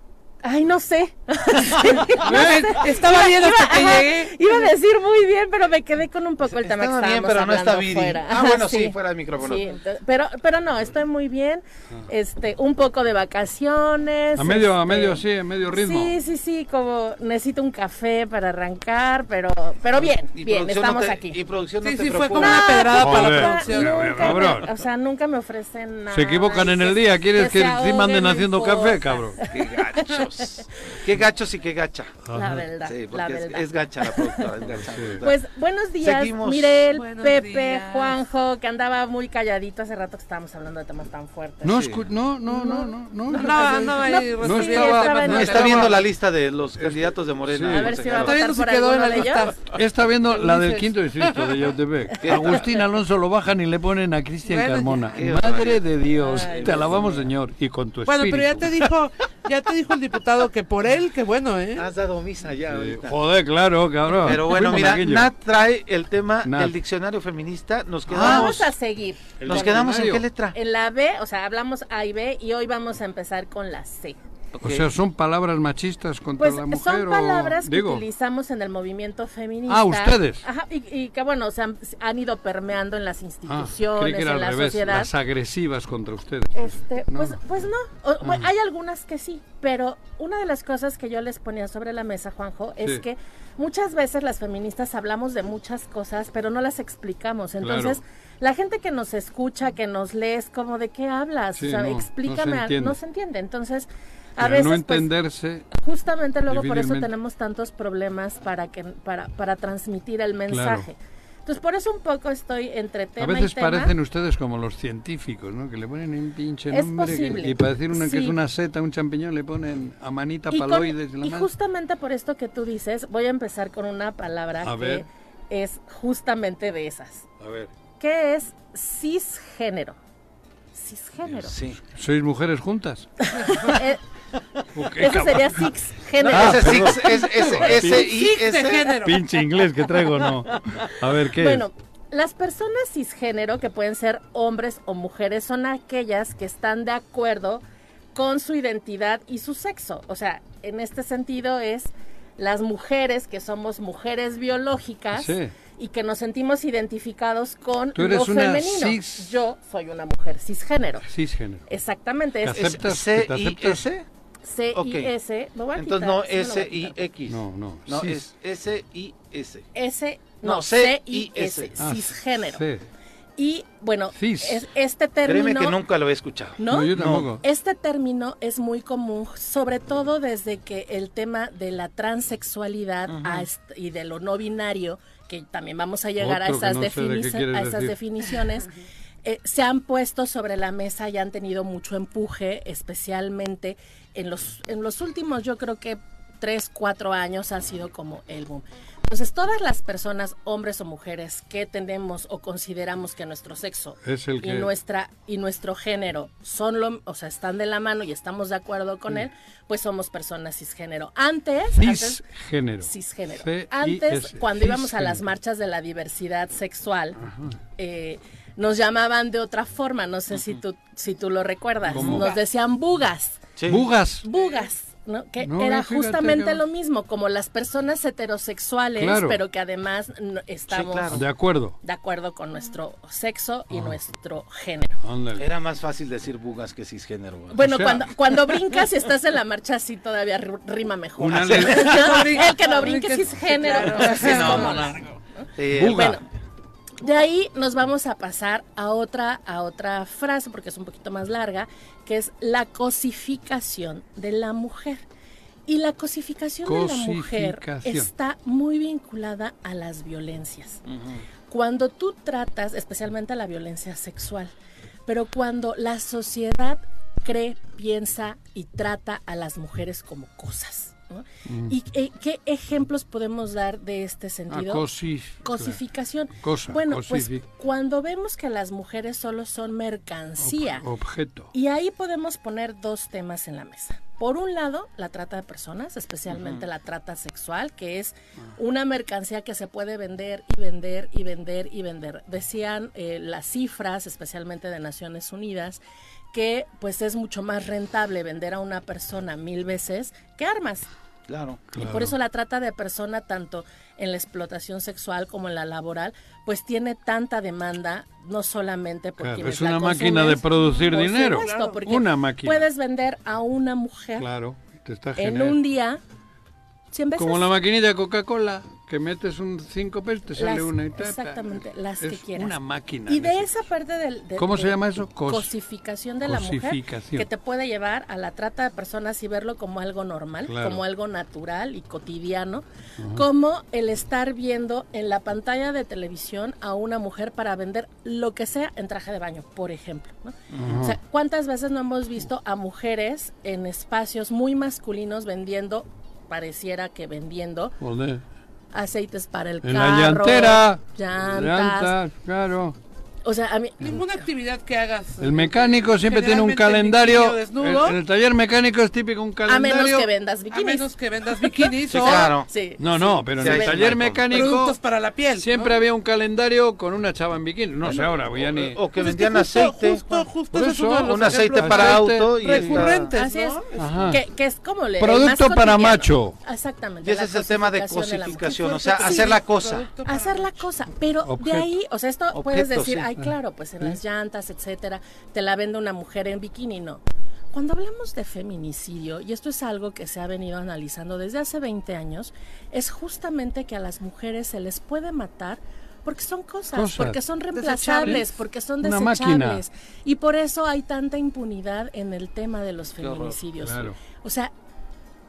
Speaker 9: ay, no sé.
Speaker 4: Ay, Estaba bien hasta que
Speaker 9: Ajá,
Speaker 4: llegué.
Speaker 9: Iba a decir muy bien, pero me quedé con un poco el tema
Speaker 1: Estaba
Speaker 9: que
Speaker 1: bien,
Speaker 9: estábamos
Speaker 1: pero no
Speaker 9: hablando
Speaker 1: está Viri.
Speaker 9: fuera.
Speaker 1: Ah,
Speaker 9: Ajá,
Speaker 1: bueno, sí, fuera del micrófono.
Speaker 9: Sí, entonces- pero, pero no, estoy muy bien. Este, un poco de vacaciones.
Speaker 2: A medio, a
Speaker 9: este,
Speaker 2: medio, sí, a medio ritmo.
Speaker 9: Sí, sí, sí, como necesito un café para arrancar, pero, pero bien, bien,
Speaker 1: producción no
Speaker 9: estamos
Speaker 1: te-
Speaker 9: aquí.
Speaker 1: Y producción no
Speaker 4: Sí,
Speaker 1: te
Speaker 4: sí, fue
Speaker 1: preocupa.
Speaker 4: como una pedrada
Speaker 9: pues,
Speaker 4: para
Speaker 2: Joder.
Speaker 4: la
Speaker 9: Nunca-
Speaker 4: producción.
Speaker 2: Mira,
Speaker 9: nunca me-
Speaker 2: cabrón.
Speaker 9: o sea, nunca me ofrecen nada.
Speaker 2: Se equivocan
Speaker 9: y
Speaker 2: en
Speaker 9: que-
Speaker 2: el día. ¿Quieres que,
Speaker 9: se
Speaker 2: encima
Speaker 9: ahoguen,
Speaker 2: anden haciendo
Speaker 9: no
Speaker 2: café,
Speaker 9: importa.
Speaker 2: cabrón?
Speaker 1: Qué gachos. Qué gachos y qué gacha.
Speaker 9: La verdad,
Speaker 1: Sí, porque
Speaker 9: la
Speaker 1: es,
Speaker 9: verdad.
Speaker 1: es gacha la productora. Es gacha, la productora.
Speaker 9: Pues buenos días,
Speaker 1: Seguimos.
Speaker 9: Mirel,
Speaker 4: Buenos
Speaker 9: Pepe,
Speaker 4: días.
Speaker 9: Juanjo, que andaba muy calladito hace rato que estábamos hablando de temas tan fuertes.
Speaker 2: No, escu- no, no, no, no, no.
Speaker 4: No, no, no, ahí
Speaker 9: No,
Speaker 4: resolvió
Speaker 2: sí,
Speaker 4: el
Speaker 2: estaba- este,
Speaker 4: tema.
Speaker 2: no,
Speaker 1: Está viendo la lista de los candidatos de Morena.
Speaker 2: sí.
Speaker 9: a ver si va a
Speaker 4: Está
Speaker 1: consejeros.
Speaker 9: votar
Speaker 4: viendo si
Speaker 9: por
Speaker 4: quedó en
Speaker 9: alguno
Speaker 4: la
Speaker 9: de
Speaker 4: lista.
Speaker 9: ellos.
Speaker 2: Está viendo la del
Speaker 4: Ulises.
Speaker 2: quinto distrito de Yautepec. Agustín Alonso lo bajan y le ponen a Cristian
Speaker 4: Bueno,
Speaker 2: Carmona.
Speaker 1: ya. Qué
Speaker 2: Madre
Speaker 1: barbaridad.
Speaker 2: de Dios,
Speaker 9: Ay,
Speaker 2: te
Speaker 9: Dios
Speaker 2: alabamos,
Speaker 9: mío.
Speaker 2: Señor, y con tu
Speaker 4: Bueno,
Speaker 2: espíritu.
Speaker 4: pero ya te dijo, ya te dijo el diputado que por él, que bueno, ¿eh?
Speaker 9: Ah,
Speaker 1: Has dado misa ya
Speaker 2: Eh,
Speaker 1: ahorita.
Speaker 2: Joder, claro, cabrón.
Speaker 1: Pero bueno,
Speaker 2: Fuimos
Speaker 1: mira,
Speaker 2: aquello.
Speaker 1: Nat trae el tema
Speaker 2: Nat.
Speaker 1: del diccionario feminista. Nos quedamos,
Speaker 9: Ah, Vamos a seguir.
Speaker 1: nos quedamos en
Speaker 2: diccionario.
Speaker 1: qué letra.
Speaker 9: En la B, o sea, hablamos A y B y hoy vamos a empezar con la C.
Speaker 1: Ok.
Speaker 2: O sea, son palabras machistas contra
Speaker 9: Pues
Speaker 2: la mujer.
Speaker 9: son
Speaker 2: o-
Speaker 9: palabras que
Speaker 2: digo,
Speaker 9: utilizamos en el movimiento feminista.
Speaker 2: Ah, ustedes.
Speaker 9: Ajá, y, y que bueno, se han, se han ido permeando en las
Speaker 2: Ah,
Speaker 9: instituciones,
Speaker 2: creí que era
Speaker 9: en
Speaker 2: al
Speaker 9: la
Speaker 2: revés,
Speaker 9: sociedad.
Speaker 2: las agresivas contra ustedes.
Speaker 9: Este,
Speaker 2: No.
Speaker 9: pues, pues no, O- bueno, hay algunas que sí, pero una de las cosas que yo les ponía sobre la mesa, Juanjo, es
Speaker 2: Sí.
Speaker 9: que muchas veces las feministas hablamos de muchas cosas, pero no las explicamos. Entonces,
Speaker 2: Claro.
Speaker 9: la gente que nos escucha, que nos lee, es como, ¿de qué hablas?
Speaker 2: Sí,
Speaker 9: o sea,
Speaker 2: no, no se
Speaker 9: explícame, al-
Speaker 2: entiende.
Speaker 9: no se entiende. Entonces, a
Speaker 2: Para
Speaker 9: veces...
Speaker 2: no
Speaker 9: pues,
Speaker 2: entenderse,
Speaker 9: justamente luego por eso
Speaker 2: Difícilmente.
Speaker 9: tenemos tantos problemas para que para para transmitir el mensaje. Entonces por eso un poco estoy entre tema
Speaker 2: a veces
Speaker 9: y tema.
Speaker 2: parecen ustedes como los científicos, ¿no? Que le ponen un pinche
Speaker 9: Es
Speaker 2: nombre. que-
Speaker 9: posible.
Speaker 2: y para decir una, que es
Speaker 9: Sí.
Speaker 2: una seta, un champiñón, le ponen amanita,
Speaker 9: y, con-
Speaker 2: paloides. la
Speaker 9: y
Speaker 2: madre.
Speaker 9: justamente por esto que tú dices, voy a empezar con una palabra
Speaker 2: A
Speaker 9: que
Speaker 2: ver.
Speaker 9: es justamente de esas.
Speaker 2: A ver,
Speaker 9: ¿Qué es cisgénero? Cisgénero.
Speaker 1: Sí.
Speaker 2: ¿sois mujeres juntas?
Speaker 9: Eh,
Speaker 2: ¿O qué,
Speaker 9: eso
Speaker 2: cabrón?
Speaker 9: sería cisgénero.
Speaker 2: Ah,
Speaker 1: Ese
Speaker 2: perdón.
Speaker 1: six, es- es- ese y
Speaker 4: Six de
Speaker 1: ese.
Speaker 4: género.
Speaker 2: Pinche inglés que traigo, no. A ver, ¿qué
Speaker 9: Bueno,
Speaker 2: es?
Speaker 9: las personas cisgénero, que pueden ser hombres o mujeres, son aquellas que están de acuerdo con su identidad y su sexo. O sea, en este sentido es las mujeres que somos mujeres biológicas
Speaker 2: Sí.
Speaker 9: y que nos sentimos identificados con
Speaker 2: Tú eres
Speaker 9: lo
Speaker 2: una
Speaker 9: femenino.
Speaker 2: cis-
Speaker 9: Yo soy una mujer cisgénero.
Speaker 2: Cisgénero.
Speaker 9: Exactamente, es
Speaker 2: Acepto. ¿Aceptas?
Speaker 1: C
Speaker 2: ¿Te
Speaker 1: y
Speaker 2: aceptas?
Speaker 1: S.
Speaker 9: C
Speaker 1: Ok.
Speaker 9: I S. Me voy a
Speaker 1: Entonces
Speaker 9: quitar,
Speaker 1: no
Speaker 9: sí me lo voy a
Speaker 1: S y
Speaker 9: quitar.
Speaker 1: X.
Speaker 2: No, no.
Speaker 1: No,
Speaker 2: cis.
Speaker 1: es S y S.
Speaker 9: S
Speaker 1: No,
Speaker 9: no,
Speaker 1: C
Speaker 9: C
Speaker 1: I
Speaker 9: I S,
Speaker 1: S.
Speaker 2: Ah,
Speaker 9: cisgénero.
Speaker 2: sí.
Speaker 9: Y bueno,
Speaker 2: Cis.
Speaker 9: es- este término
Speaker 1: Créeme que nunca lo he escuchado.
Speaker 9: ¿No?
Speaker 2: No, yo tampoco.
Speaker 9: Este término es muy común, sobre todo desde que el tema de la transexualidad a est- y de lo no binario, que también vamos a llegar a
Speaker 2: Otro que
Speaker 9: esas,
Speaker 2: no sé de qué
Speaker 9: definici-
Speaker 2: quieres
Speaker 9: a esas
Speaker 2: decir.
Speaker 9: definiciones, eh, se han puesto sobre la mesa y han tenido mucho empuje, especialmente en los, en los últimos, yo creo que tres, cuatro años ha sido como el boom. Entonces, todas las personas, hombres o mujeres, que tenemos o consideramos que nuestro sexo
Speaker 2: Es el
Speaker 9: y
Speaker 2: que-
Speaker 9: nuestra y nuestro género son lo, o sea, están de la mano y estamos de acuerdo con él, pues somos personas cisgénero. Antes, antes
Speaker 2: Cisgénero.
Speaker 9: cisgénero.
Speaker 2: C-I-S,
Speaker 9: Antes, cuando íbamos a las
Speaker 2: cisgénero.
Speaker 9: marchas de la diversidad sexual, eh, nos llamaban de otra forma, no sé si tú si tú lo recuerdas.
Speaker 2: ¿Cómo?
Speaker 9: Nos decían bugas,
Speaker 1: Sí.
Speaker 2: Bugas.
Speaker 9: bugas. ¿no? que
Speaker 2: No,
Speaker 9: era
Speaker 2: fíjate
Speaker 9: justamente
Speaker 2: que-
Speaker 9: lo mismo, como las personas heterosexuales,
Speaker 2: Claro.
Speaker 9: pero que además no, estamos
Speaker 1: claro.
Speaker 2: De acuerdo.
Speaker 9: de acuerdo con nuestro sexo y nuestro género.
Speaker 2: Ándale.
Speaker 1: Era más fácil decir bugas que cisgénero. güey.
Speaker 9: Bueno,
Speaker 2: O sea-
Speaker 9: cuando, cuando brincas y estás en la marcha, sí todavía ri- rima mejor.
Speaker 2: Una le-
Speaker 9: El que no brinque sí es género.
Speaker 4: Claro.
Speaker 9: Sí,
Speaker 1: No,
Speaker 9: como
Speaker 1: no,
Speaker 9: la-
Speaker 1: Sí,
Speaker 2: Buga.
Speaker 9: Bueno, de ahí nos vamos a pasar a otra, a otra frase, porque es un poquito más larga, que es la cosificación de la mujer. Y la cosificación de la mujer
Speaker 2: Cosificación.
Speaker 9: está muy vinculada a las violencias. Cuando tú tratas, especialmente a la violencia sexual, pero cuando la sociedad cree, piensa y trata a las mujeres como cosas. ¿no? ¿Y eh, qué ejemplos podemos dar de este
Speaker 2: Ah,
Speaker 9: sentido?
Speaker 2: cosis-
Speaker 9: Cosificación.
Speaker 2: Cosa,
Speaker 9: bueno,
Speaker 2: cosifi-
Speaker 9: pues cuando vemos que las mujeres solo son mercancía,
Speaker 2: ob- objeto.
Speaker 9: y ahí podemos poner dos temas en la mesa. Por un lado, la trata de personas, especialmente la trata sexual, que es una mercancía que se puede vender y vender y vender y vender. Decían eh, las cifras, especialmente de Naciones Unidas, que pues es mucho más rentable vender a una persona mil veces que armas.
Speaker 1: claro.
Speaker 9: Y por eso la trata de persona, tanto en la explotación sexual como en la laboral, pues tiene tanta demanda, no solamente porque...
Speaker 2: Claro, es una máquina de producir dinero. Claro. Una máquina.
Speaker 9: Puedes vender a una mujer
Speaker 2: Claro, te está
Speaker 9: en
Speaker 2: generando.
Speaker 9: un día 100 veces.
Speaker 2: Como la maquinita de Coca-Cola, que metes un cinco pesos, te sale
Speaker 9: Las-
Speaker 2: una y ta, ta.
Speaker 9: exactamente, las
Speaker 2: es
Speaker 9: que quieras.
Speaker 2: Una máquina.
Speaker 9: Y de
Speaker 2: neta.
Speaker 9: esa parte del... de-
Speaker 2: ¿Cómo se
Speaker 9: de
Speaker 2: llama eso? Cos-
Speaker 9: cosificación de la mujer
Speaker 2: cosificación.
Speaker 9: que te puede llevar a la trata de personas y verlo como algo normal,
Speaker 2: Claro.
Speaker 9: como algo natural y cotidiano, como el estar viendo en la pantalla de televisión a una mujer para vender lo que sea en traje de baño, por ejemplo. ¿no? O sea, ¿cuántas veces no hemos visto a mujeres en espacios muy masculinos vendiendo, pareciera que vendiendo,
Speaker 2: Joder.
Speaker 9: aceites para el carro,
Speaker 2: En la llantera.
Speaker 9: llantas,
Speaker 2: llantas, claro.
Speaker 9: O sea, a mí,
Speaker 4: Ninguna actividad que hagas.
Speaker 2: El mecánico siempre tiene un
Speaker 4: Generalmente
Speaker 2: calendario.
Speaker 4: el niño
Speaker 2: En
Speaker 4: desnudo.
Speaker 2: en el taller mecánico es típico un
Speaker 9: a
Speaker 2: calendario.
Speaker 9: menos que vendas
Speaker 4: A
Speaker 9: bikinis.
Speaker 4: menos que vendas bikinis
Speaker 1: Sí,
Speaker 4: o
Speaker 1: claro.
Speaker 9: Sí.
Speaker 2: No, no, pero en
Speaker 1: Sí,
Speaker 2: el
Speaker 1: hay-
Speaker 2: taller
Speaker 1: hay-
Speaker 2: mecánico
Speaker 4: productos para la piel. ¿no?
Speaker 2: siempre había un calendario con una chava en bikini. No sé ahora, voy a ni.
Speaker 1: Eh, O que
Speaker 4: Pues es que
Speaker 1: vendían
Speaker 4: justo-
Speaker 1: aceite.
Speaker 4: Justo, justo,
Speaker 2: Por
Speaker 4: ese es
Speaker 2: eso,
Speaker 4: uno de los
Speaker 1: un aceite
Speaker 4: ejemplos
Speaker 1: para
Speaker 2: Aceite
Speaker 1: auto y
Speaker 4: recurrentes,
Speaker 9: Así
Speaker 4: ¿no?
Speaker 9: es.
Speaker 2: Ajá.
Speaker 9: Que, que es como le
Speaker 2: Producto
Speaker 9: el más
Speaker 2: para
Speaker 9: cotidiano.
Speaker 2: macho.
Speaker 1: está-
Speaker 9: Exactamente.
Speaker 1: Y ese
Speaker 9: la
Speaker 1: es el tema de
Speaker 9: cosificación la mujer.
Speaker 1: cosificación, o sea,
Speaker 9: Sí.
Speaker 1: hacer la cosa.
Speaker 4: Producto para-
Speaker 9: Hacer la cosa, pero
Speaker 2: Objeto.
Speaker 9: de ahí, o sea, esto
Speaker 1: Objeto,
Speaker 9: puedes decir,
Speaker 1: sí.
Speaker 9: ay, claro, pues en las llantas, etcétera, te la vende una mujer en bikini, no. Cuando hablamos de feminicidio, y esto es algo que se ha venido analizando desde hace 20 años, es justamente que a las mujeres se les puede matar porque son cosas,
Speaker 2: Cosas.
Speaker 9: porque son reemplazables,
Speaker 2: Desechables.
Speaker 9: porque son
Speaker 2: Una máquina.
Speaker 9: desechables. Y por eso hay tanta impunidad en el tema de los feminicidios.
Speaker 2: Claro.
Speaker 9: O sea,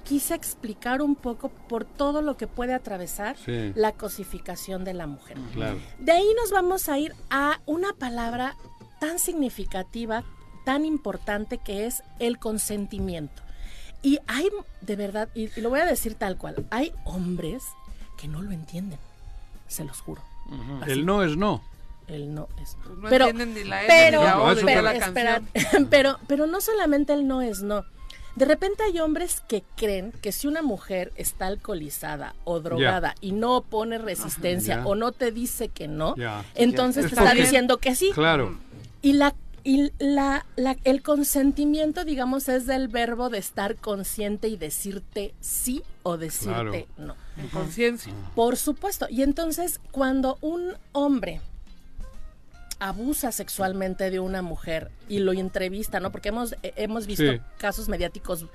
Speaker 9: quise explicar un poco por todo lo que puede atravesar
Speaker 2: Sí.
Speaker 9: la cosificación de la mujer.
Speaker 2: Claro.
Speaker 9: De ahí nos vamos a ir a una palabra tan significativa, tan importante que es el consentimiento. Y hay, de verdad, y, y lo voy a decir tal cual, hay hombres que no lo entienden, se los juro. Así,
Speaker 2: El no es no.
Speaker 9: el no es no.
Speaker 4: No
Speaker 9: Pero-
Speaker 4: entienden ni la N,
Speaker 9: pero,
Speaker 4: ni la O,
Speaker 2: eso
Speaker 4: ni
Speaker 2: te-
Speaker 9: pero,
Speaker 4: la
Speaker 9: espera,
Speaker 4: canción.
Speaker 9: pero, pero no solamente el no es no. De repente hay hombres que creen que si una mujer está alcoholizada o drogada y no pone resistencia
Speaker 2: Ya.
Speaker 9: o no te dice que no,
Speaker 2: Ya.
Speaker 9: entonces
Speaker 2: Es
Speaker 9: te está
Speaker 2: porque-
Speaker 9: diciendo que sí.
Speaker 2: Claro.
Speaker 9: Y la y la, la- el consentimiento, digamos, es del verbo de estar consciente y decirte sí o decirte no.
Speaker 4: En conciencia.
Speaker 9: Por supuesto. Y entonces, cuando un hombre abusa sexualmente de una mujer y lo entrevista, ¿no? Porque hemos, eh, hemos visto
Speaker 2: Sí.
Speaker 9: casos mediáticos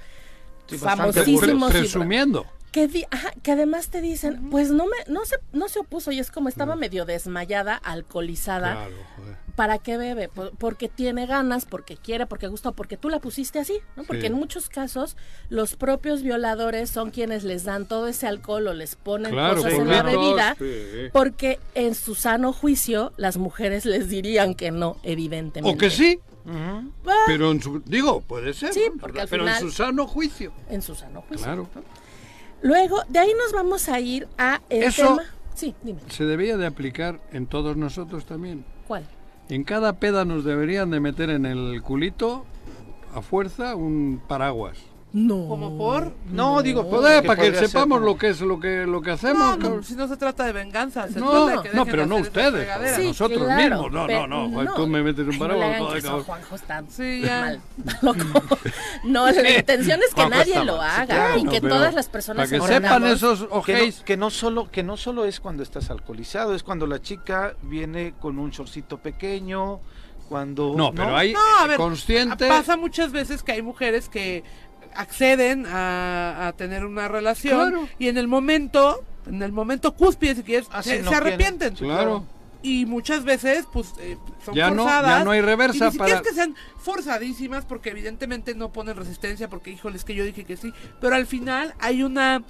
Speaker 1: Sí, bastante
Speaker 9: famosísimos.
Speaker 2: Pre-
Speaker 9: y-
Speaker 2: presumiendo.
Speaker 9: que, di- ajá, que además te dicen, pues no, me, no, se, no se opuso y es como estaba medio desmayada, alcoholizada.
Speaker 2: Claro, joder.
Speaker 9: ¿Para qué bebe? Por- porque tiene ganas, porque quiere, porque gusta, porque tú la pusiste así, ¿no? Porque
Speaker 2: Sí.
Speaker 9: en muchos casos los propios violadores son quienes les dan todo ese alcohol o les ponen
Speaker 2: Claro,
Speaker 9: cosas
Speaker 2: por
Speaker 9: en la
Speaker 2: datos,
Speaker 9: bebida,
Speaker 2: sí.
Speaker 9: porque en su sano juicio las mujeres les dirían que no, evidentemente.
Speaker 2: O que sí,
Speaker 1: Ujú.
Speaker 2: pero en su. Digo, puede ser.
Speaker 9: Ah. Sí,
Speaker 2: ¿no?
Speaker 9: porque al
Speaker 2: Pero
Speaker 9: final- Pues
Speaker 2: en su sano juicio.
Speaker 9: En su sano juicio.
Speaker 2: Claro.
Speaker 9: Luego, de ahí nos vamos a ir a el
Speaker 2: Eso-
Speaker 9: tema. Sí, dime,
Speaker 2: Se debía de aplicar en todos nosotros también.
Speaker 9: ¿cuál?
Speaker 2: En cada peda nos deberían de meter en el culito a fuerza un paraguas.
Speaker 9: No.
Speaker 4: ¿Como por?
Speaker 2: No,
Speaker 1: Oh,
Speaker 2: digo, para que sepamos lo que es lo que lo que hacemos.
Speaker 4: No, no, si no se trata de venganza, se
Speaker 2: No,
Speaker 4: trata de que
Speaker 2: no,
Speaker 4: dejen
Speaker 2: pero
Speaker 4: de
Speaker 2: no
Speaker 4: hacer esas
Speaker 2: ustedes,
Speaker 4: fregaderas.
Speaker 2: Sí, nosotros mismos. No,
Speaker 9: pero
Speaker 2: no, no, tú me metes un
Speaker 9: Ay,
Speaker 2: paraguas,
Speaker 9: No le hagan
Speaker 2: ay,
Speaker 9: caso a
Speaker 2: cabrón.
Speaker 9: Juanjo, está
Speaker 4: Sí, ya.
Speaker 9: mal, loco. No, la intención es que
Speaker 2: Juanjo
Speaker 9: nadie
Speaker 2: está
Speaker 9: lo
Speaker 2: mal, pues, sí,
Speaker 9: haga
Speaker 2: claro.
Speaker 9: y
Speaker 2: No,
Speaker 9: que
Speaker 2: pero
Speaker 9: todas las personas
Speaker 2: para que
Speaker 9: entendamos.
Speaker 2: sepan esos
Speaker 1: Que
Speaker 2: ojeis.
Speaker 1: no, que no solo que no solo es cuando estás alcoholizado, es cuando la chica viene con un shortcito pequeño, cuando
Speaker 2: No, pero hay
Speaker 4: No, a ver,
Speaker 2: consciente.
Speaker 4: Pasa muchas veces que hay mujeres que acceden a, a tener una relación
Speaker 2: Claro.
Speaker 4: y en el momento, en el momento cúspide, si quieres,
Speaker 1: Ah, sí,
Speaker 4: se,
Speaker 1: no
Speaker 4: se
Speaker 1: quieren.
Speaker 4: arrepienten.
Speaker 2: Claro.
Speaker 4: Y muchas veces, pues, eh, son
Speaker 2: Ya no- ya
Speaker 4: forzadas.
Speaker 2: no hay reversa
Speaker 4: Y ni siquiera
Speaker 2: para-
Speaker 4: es que sean forzadísimas porque evidentemente no ponen resistencia porque, híjole, es que yo dije que sí. Pero al final hay una...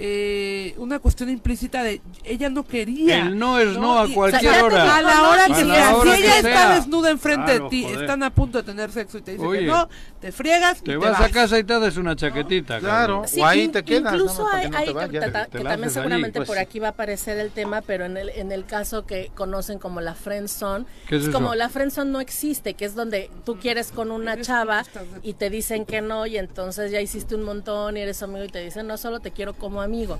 Speaker 4: eh, una cuestión implícita de ella no quería.
Speaker 2: El no es no a
Speaker 4: Y-
Speaker 2: cualquier
Speaker 4: ya-
Speaker 2: hora.
Speaker 4: A la hora que
Speaker 2: A la
Speaker 4: sea.
Speaker 2: hora
Speaker 4: si
Speaker 2: que
Speaker 4: ella
Speaker 2: sea.
Speaker 4: está desnuda enfrente
Speaker 2: Claro,
Speaker 4: de ti,
Speaker 2: joder.
Speaker 4: están a punto de tener sexo y te dicen
Speaker 2: Oye.
Speaker 4: que no, te friegas y
Speaker 2: Te vas a casa y te das una chaquetita.
Speaker 1: Claro.
Speaker 2: cabrón.
Speaker 1: O ahí
Speaker 9: in-
Speaker 1: te quedas,
Speaker 9: Incluso
Speaker 1: nada más
Speaker 9: hay,
Speaker 1: para que no
Speaker 9: hay
Speaker 1: te
Speaker 9: que, ta-
Speaker 1: vayas.
Speaker 9: ta-
Speaker 2: Te
Speaker 9: que
Speaker 2: la
Speaker 9: también
Speaker 2: haces ahí,
Speaker 9: seguramente
Speaker 1: pues
Speaker 9: por
Speaker 1: sí.
Speaker 9: aquí va a aparecer el tema, pero en el, en el caso que conocen como la friend zone, pues
Speaker 2: ¿Qué es eso?
Speaker 9: como la friend zone no existe, que es donde tú quieres con una
Speaker 4: Eres
Speaker 9: chava
Speaker 4: conquistador.
Speaker 9: y te dicen que no y entonces ya hiciste un montón y eres amigo y te dicen no solo te quiero como amigo.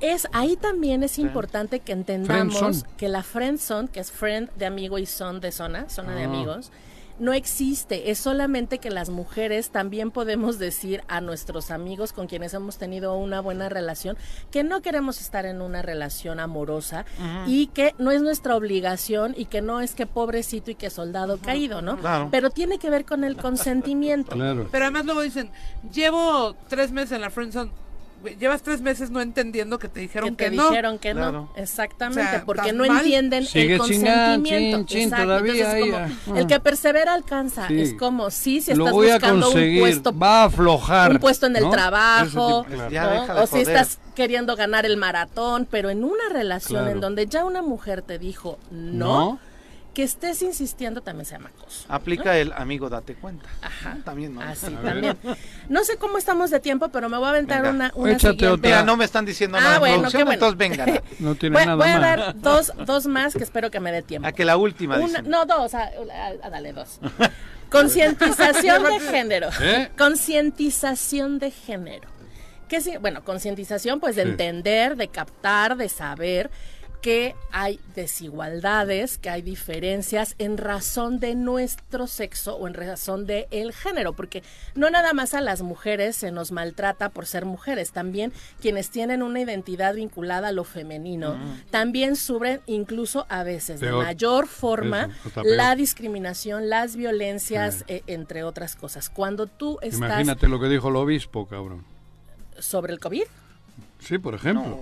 Speaker 9: Es ahí también es importante que entendamos
Speaker 2: Friendzone.
Speaker 9: que la friend zone, que es friend de amigo y son de zona, zona de amigos, no existe, es solamente que las mujeres también podemos decir a nuestros amigos con quienes hemos tenido una buena relación que no queremos estar en una relación amorosa y que no es nuestra obligación y que no es que pobrecito y que soldado caído, ¿no?
Speaker 1: Claro.
Speaker 9: Pero tiene que ver con el consentimiento.
Speaker 2: Claro.
Speaker 4: Pero además luego dicen, llevo tres meses en la friendzone, güey, llevas tres meses no entendiendo que te
Speaker 9: Que
Speaker 4: dijeron que,
Speaker 9: te
Speaker 4: no.
Speaker 9: dijeron que
Speaker 1: Claro.
Speaker 9: no, exactamente,
Speaker 4: O sea,
Speaker 9: porque
Speaker 4: estás
Speaker 9: no
Speaker 4: mal.
Speaker 9: entienden
Speaker 2: Sigue
Speaker 9: el
Speaker 2: chingando,
Speaker 9: consentimiento.
Speaker 2: chin, chin,
Speaker 9: Exacto,
Speaker 2: todavía
Speaker 9: entonces
Speaker 2: ahí,
Speaker 9: como,
Speaker 2: ah.
Speaker 9: el que persevera alcanza,
Speaker 2: Sí.
Speaker 9: es como sí, si
Speaker 2: Lo
Speaker 9: estás
Speaker 2: voy a
Speaker 9: buscando un
Speaker 2: conseguir.
Speaker 9: puesto
Speaker 2: Va a aflojar.
Speaker 9: un puesto en el
Speaker 2: ¿no?
Speaker 9: trabajo,
Speaker 2: Ese tipo, claro.
Speaker 1: Ya
Speaker 9: ¿no?
Speaker 1: deja de
Speaker 9: o si
Speaker 1: joder.
Speaker 9: estás queriendo ganar el maratón, pero en una relación
Speaker 2: Claro.
Speaker 9: en donde ya una mujer te dijo no,
Speaker 2: ¿No?
Speaker 9: que estés insistiendo también se llama acoso.
Speaker 1: aplica el amigo date cuenta.
Speaker 9: Ajá.
Speaker 1: También no.
Speaker 9: Así
Speaker 2: Ah, A ver.
Speaker 9: también. No sé cómo estamos de tiempo, pero me voy a aventar
Speaker 1: Venga.
Speaker 9: una, una
Speaker 2: Échate
Speaker 9: siguiente.
Speaker 2: otra.
Speaker 1: Mira, no me están diciendo
Speaker 9: Ah,
Speaker 1: nada. en
Speaker 9: bueno,
Speaker 1: producción,
Speaker 9: qué bueno.
Speaker 1: Entonces vengan.
Speaker 2: No tiene
Speaker 9: Voy,
Speaker 2: nada
Speaker 9: voy a
Speaker 2: más.
Speaker 9: dar dos, dos más que espero que me dé tiempo.
Speaker 1: A que la última
Speaker 9: Una-
Speaker 1: dicen.
Speaker 9: no, dos, ah, ah, ah, dale dos. Concientización de género.
Speaker 2: ¿Eh?
Speaker 9: Concientización de género. ¿Qué sí? Bueno, concientización pues de
Speaker 2: Sí.
Speaker 9: entender, de captar, de saber que hay desigualdades, que hay diferencias en razón de nuestro sexo o en razón de el género, porque no nada más a las mujeres se nos maltrata por ser mujeres, también quienes tienen una identidad vinculada a lo femenino, también sufren incluso a veces
Speaker 2: Mm. Peor.
Speaker 9: de mayor forma
Speaker 2: Eso, hasta peor.
Speaker 9: la discriminación, las violencias, eh, entre otras cosas. Cuando tú estás
Speaker 2: Imagínate lo que dijo el obispo, cabrón.
Speaker 9: sobre el COVID,
Speaker 2: Sí, por ejemplo.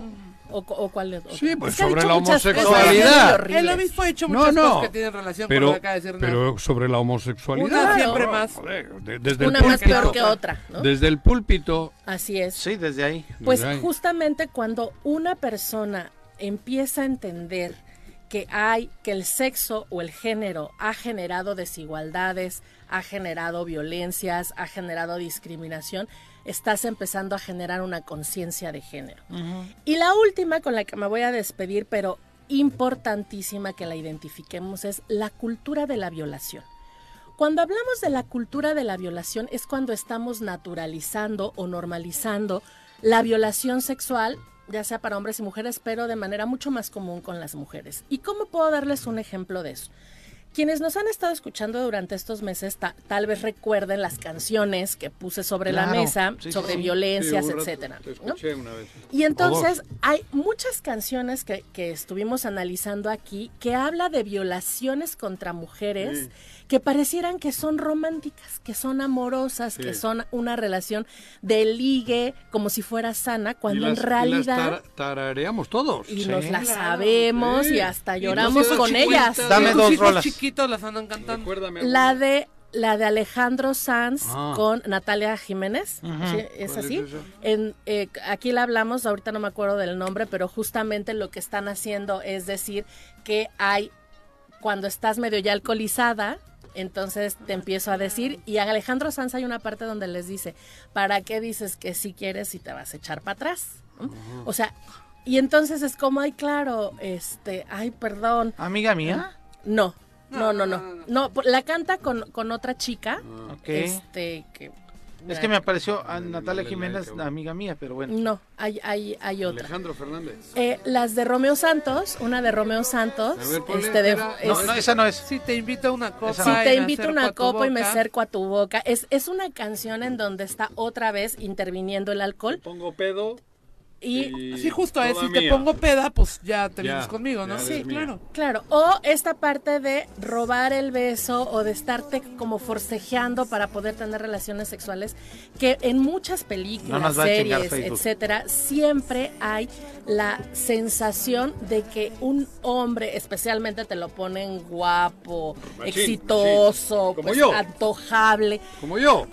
Speaker 9: ¿O, cu- o cuál es?
Speaker 2: Sí, pues,
Speaker 9: ha
Speaker 2: sobre
Speaker 9: dicho
Speaker 2: la
Speaker 9: muchas cosas
Speaker 2: homosexualidad.
Speaker 9: muy
Speaker 4: El
Speaker 9: horribles.
Speaker 4: obispo ha hecho
Speaker 2: Ah, No,
Speaker 4: muchas
Speaker 2: no.
Speaker 4: cosas que tienen relación con lo
Speaker 2: Pero,
Speaker 4: que acaba de decir. ¿no?
Speaker 2: pero sobre la homosexualidad.
Speaker 4: Una siempre
Speaker 2: cabrón,
Speaker 4: más.
Speaker 2: joder, de- desde el
Speaker 9: Una más
Speaker 2: púlpito.
Speaker 9: peor que otra, ¿no?
Speaker 2: Desde el púlpito.
Speaker 9: Así es.
Speaker 1: Sí, desde ahí.
Speaker 9: Pues
Speaker 2: desde ahí.
Speaker 9: justamente cuando una persona empieza a entender que hay, que el sexo o el género ha generado desigualdades, ha generado violencias, ha generado discriminación, estás empezando a generar una conciencia de género. Y la última con la que me voy a despedir, pero importantísima que la identifiquemos, es la cultura de la violación. Cuando hablamos de la cultura de la violación es cuando estamos naturalizando o normalizando la violación sexual, ya sea para hombres y mujeres, pero de manera mucho más común con las mujeres. ¿Y cómo puedo darles un ejemplo de eso? Quienes nos han estado escuchando durante estos meses ta- tal vez recuerden las canciones que puse sobre la
Speaker 1: Claro,
Speaker 9: mesa,
Speaker 1: sí, sí,
Speaker 9: sobre
Speaker 1: sí.
Speaker 9: violencias,
Speaker 2: Sí, un rato
Speaker 9: etcétera.
Speaker 2: te
Speaker 9: ¿no?
Speaker 2: escuché una vez.
Speaker 9: Y
Speaker 2: O
Speaker 9: entonces
Speaker 2: dos.
Speaker 9: hay muchas canciones que, que estuvimos analizando aquí que habla de violaciones contra mujeres que parecieran que son románticas, que son amorosas, que son una relación de ligue como si fuera sana,
Speaker 2: Y
Speaker 9: cuando
Speaker 2: las-
Speaker 9: en
Speaker 2: Y las
Speaker 9: realidad
Speaker 2: tara- tarareamos todos.
Speaker 9: y nos la
Speaker 1: Claro.
Speaker 9: sabemos
Speaker 2: Sí.
Speaker 9: y hasta
Speaker 2: Y
Speaker 9: lloramos
Speaker 2: nos quedan
Speaker 9: con
Speaker 2: 50
Speaker 9: ellas.
Speaker 2: de-
Speaker 1: Dame
Speaker 4: Tus
Speaker 1: dos
Speaker 4: hijos
Speaker 1: rolas.
Speaker 4: chiquitos las andan cantando.
Speaker 2: Recuérdame
Speaker 9: La
Speaker 2: alguna.
Speaker 9: de la de Alejandro Sanz
Speaker 2: Ah.
Speaker 9: con Natalia Jiménez, ¿sí? ¿es
Speaker 2: ¿Cuál
Speaker 9: así?
Speaker 2: es esa?
Speaker 9: En, eh, aquí la hablamos, ahorita no me acuerdo del nombre, pero justamente lo que están haciendo es decir que hay, cuando estás medio ya alcoholizada, entonces te empiezo a decir, y a Alejandro Sanz hay una parte donde les dice, ¿para qué dices que sí quieres y te vas a echar para atrás? ¿no? O sea, y entonces es como, ay, claro, este, ay, perdón,
Speaker 1: Amiga mía.
Speaker 9: no, Ah. no, no, no. No, po- la canta con, con otra chica.
Speaker 1: Ok.
Speaker 9: Este, que
Speaker 1: Es que me apareció a Natalia Jiménez, amiga mía, pero bueno.
Speaker 9: No, hay, hay, hay otra.
Speaker 2: Alejandro Fernández.
Speaker 9: Eh, las de Romeo Santos, una de Romeo Santos.
Speaker 2: A ver, ponle,
Speaker 9: este de-
Speaker 2: espera.
Speaker 1: No,
Speaker 9: es-
Speaker 1: no, esa no es.
Speaker 4: Si te invito a una copa.
Speaker 1: Esa
Speaker 9: Si
Speaker 1: no.
Speaker 4: y
Speaker 9: te
Speaker 4: me
Speaker 9: invito a una
Speaker 4: acerco a tu
Speaker 9: copa y me
Speaker 4: boca,
Speaker 9: acerco a tu boca. Es, es una canción en donde está otra vez interviniendo el alcohol.
Speaker 2: Pongo pedo.
Speaker 9: Y
Speaker 4: Sí, justo es,
Speaker 2: toda
Speaker 4: si te
Speaker 2: mía.
Speaker 4: pongo peda, pues ya te vienes
Speaker 2: Ya,
Speaker 4: conmigo, ¿no?
Speaker 2: ya
Speaker 4: Sí,
Speaker 2: eres mía.
Speaker 4: claro.
Speaker 9: claro, o esta parte de robar el beso o de estarte como forcejeando para poder tener relaciones sexuales, que en muchas
Speaker 1: No
Speaker 9: películas,
Speaker 1: nos va a chingar
Speaker 9: series,
Speaker 1: Facebook.
Speaker 9: etcétera, siempre hay la sensación de que un hombre, especialmente te lo ponen guapo,
Speaker 2: Machín,
Speaker 9: exitoso,
Speaker 2: machín. Como
Speaker 9: pues,
Speaker 2: yo.
Speaker 9: antojable.
Speaker 2: Como yo.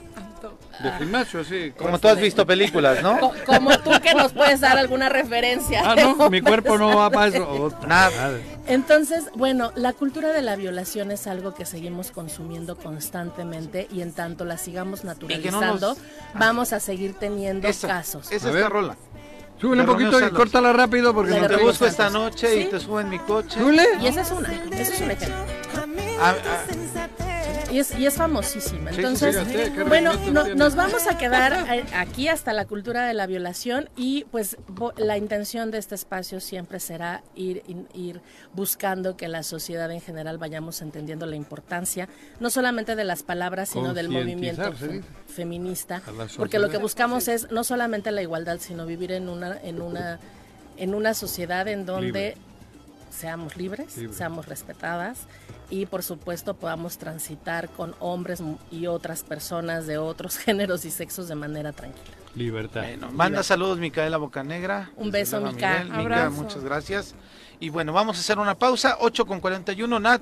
Speaker 2: De
Speaker 4: Ah.
Speaker 2: gimnasio, así. este.
Speaker 1: Como tú has visto películas, ¿no?
Speaker 9: Co- como tú que nos puedes dar alguna referencia.
Speaker 2: Ah, no, mi cuerpo no va para eso. Otra
Speaker 1: Nada.
Speaker 2: madre.
Speaker 9: Entonces, bueno, la cultura de la violación es algo que seguimos consumiendo constantemente y en tanto la sigamos naturalizando,
Speaker 1: nos-
Speaker 9: vamos a seguir teniendo
Speaker 1: Esa, esa
Speaker 9: casos.
Speaker 1: es
Speaker 2: A ver.
Speaker 1: esta rola.
Speaker 2: Súbele
Speaker 1: De
Speaker 2: un
Speaker 1: Romeo
Speaker 2: poquito y
Speaker 1: Santos.
Speaker 2: córtala rápido porque
Speaker 9: La
Speaker 2: no
Speaker 9: de
Speaker 2: te
Speaker 1: Te
Speaker 9: Romeo
Speaker 2: gusta.
Speaker 1: busco
Speaker 9: Santos.
Speaker 1: esta noche
Speaker 9: Sí.
Speaker 1: y te subo en mi coche.
Speaker 9: Y esa es una, eso es un ejemplo.
Speaker 1: A- a-
Speaker 9: Y es, y es famosísima.
Speaker 1: Sí, sí,
Speaker 9: Entonces,
Speaker 2: sí, fíjate, qué
Speaker 9: bueno,
Speaker 2: respeto
Speaker 9: no-
Speaker 2: tiene.
Speaker 9: nos vamos a quedar eh, aquí hasta la cultura de la violación y pues vo- la intención de este espacio siempre será ir, in- ir buscando que la sociedad en general vayamos entendiendo la importancia, no solamente de las palabras, sino del movimiento
Speaker 2: Concientizar, se
Speaker 9: fe-
Speaker 2: dice.
Speaker 9: feminista,
Speaker 2: A la
Speaker 9: porque lo que
Speaker 2: sociedad.
Speaker 9: buscamos es no solamente la igualdad, sino vivir en una, en una, en una sociedad en donde
Speaker 2: Libre.
Speaker 9: seamos libres,
Speaker 2: Libre.
Speaker 9: seamos respetadas y por supuesto podamos transitar con hombres mu- y otras personas de otros géneros y sexos de manera tranquila.
Speaker 2: Libertad.
Speaker 1: bueno, manda saludos Micaela Bocanegra.
Speaker 9: Un beso,
Speaker 1: Desde
Speaker 9: Mica.
Speaker 1: Mica,
Speaker 4: Abrazo.
Speaker 1: muchas gracias. Y bueno, vamos a hacer una pausa. 8 con 41, Nat.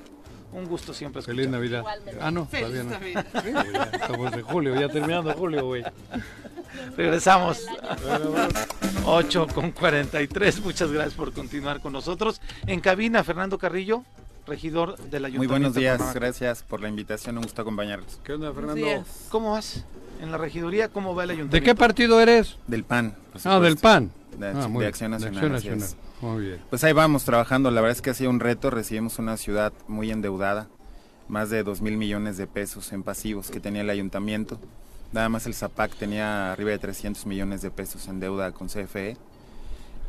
Speaker 1: Un gusto siempre
Speaker 2: Feliz
Speaker 1: escuchar.
Speaker 2: Navidad. Ah, no, todavía
Speaker 4: Feliz
Speaker 2: no.
Speaker 4: Navidad.
Speaker 2: Sí, ya Estamos en julio, ya terminando julio, güey.
Speaker 1: Regresamos. 8 con 43. Muchas gracias por continuar con nosotros. En cabina, Fernando Carrillo, regidor del Ayuntamiento.
Speaker 11: Muy buenos
Speaker 1: de
Speaker 11: días,
Speaker 1: Cuernavaca.
Speaker 11: gracias por la invitación, un gusto acompañarlos.
Speaker 2: ¿Qué onda,
Speaker 4: Buenos
Speaker 2: Fernando?
Speaker 4: días.
Speaker 1: ¿Cómo vas? En la regiduría, ¿cómo va el
Speaker 2: ¿De qué
Speaker 1: ayuntamiento?
Speaker 2: partido eres?
Speaker 11: Del PAN. por
Speaker 2: Ah,
Speaker 11: supuesto.
Speaker 2: del PAN.
Speaker 11: De,
Speaker 2: Ah, muy
Speaker 11: de
Speaker 2: bien,
Speaker 11: Acción Nacional. así es.
Speaker 2: Nacional. Muy bien.
Speaker 11: Pues ahí vamos trabajando, la verdad es que ha sido un reto, recibimos una ciudad muy endeudada, más de 2 mil millones de pesos en pasivos que tenía el ayuntamiento, nada más el ZAPAC tenía arriba de 300 millones de pesos en deuda con CFE.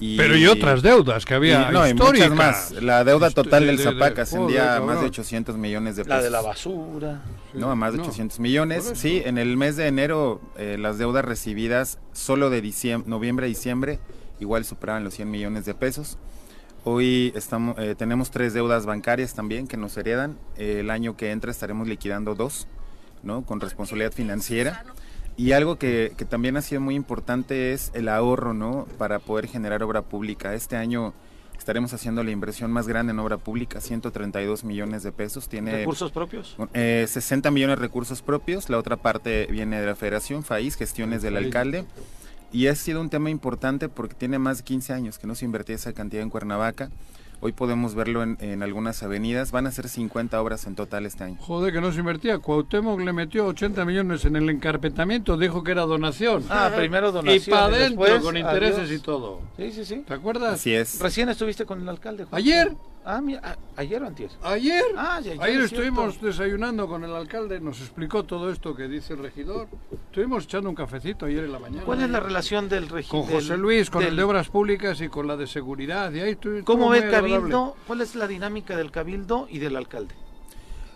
Speaker 11: Y-
Speaker 2: Pero y otras deudas que
Speaker 11: y-
Speaker 2: había
Speaker 11: no, y
Speaker 2: históricas.
Speaker 11: muchas más. La deuda
Speaker 2: Histo-
Speaker 11: total
Speaker 2: de-
Speaker 11: del
Speaker 2: de- de-
Speaker 11: ZAPAC
Speaker 2: joder,
Speaker 11: ascendía a más
Speaker 2: cabrón.
Speaker 11: de 800 millones de pesos.
Speaker 1: La de la basura.
Speaker 11: No, a más de
Speaker 2: No.
Speaker 11: 800
Speaker 2: Por
Speaker 11: millones.
Speaker 2: eso.
Speaker 11: Sí, en el mes de enero eh, las deudas recibidas solo de diciembre, noviembre a diciembre igual superaban los 100 millones de pesos. Hoy estamos, eh, tenemos tres deudas bancarias también que nos heredan. Eh, el año que entra estaremos liquidando dos, ¿no? Con responsabilidad financiera. Y algo que, que también ha sido muy importante es el ahorro, ¿no? Para poder generar obra pública. Este año estaremos haciendo la inversión más grande en obra pública, 132 millones de pesos. Tiene
Speaker 1: Recursos propios.
Speaker 11: eh, 60 millones de recursos propios, la otra parte viene de la Federación FAIS, gestiones del
Speaker 2: FAIS.
Speaker 11: alcalde. Y ha sido un tema importante porque tiene más de 15 años que no se invertía esa cantidad en Cuernavaca. Hoy podemos verlo en, en algunas avenidas. Van a ser 50 obras en total este año.
Speaker 2: Joder, que no se invertía. Cuauhtémoc le metió 80 millones en el encarpetamiento, dijo que era donación.
Speaker 1: Ah, primero
Speaker 2: y
Speaker 1: donaciones.
Speaker 2: para adentro,
Speaker 1: después,
Speaker 2: con intereses
Speaker 1: adiós.
Speaker 2: y todo.
Speaker 1: Sí, sí, sí.
Speaker 2: ¿Te acuerdas?
Speaker 11: Así es.
Speaker 1: Recién estuviste con el alcalde. Juan.
Speaker 2: Ayer,
Speaker 1: Ah, mira, a- ayer o antier.
Speaker 2: ayer,
Speaker 1: Ah, ya, ya,
Speaker 2: ayer
Speaker 1: es cierto.
Speaker 2: estuvimos desayunando con el alcalde, nos explicó todo esto que dice el regidor. Estuvimos echando un cafecito ayer en la mañana.
Speaker 1: ¿Cuál es la relación del
Speaker 2: Con
Speaker 1: regidor?
Speaker 2: José Luis, con el de Obras Públicas y con la de Seguridad. Y ahí estuvo- estuvo
Speaker 1: ¿Cómo ve
Speaker 2: muy
Speaker 1: el
Speaker 2: agradable.
Speaker 1: cabildo? ¿Cuál es la dinámica del cabildo y del alcalde?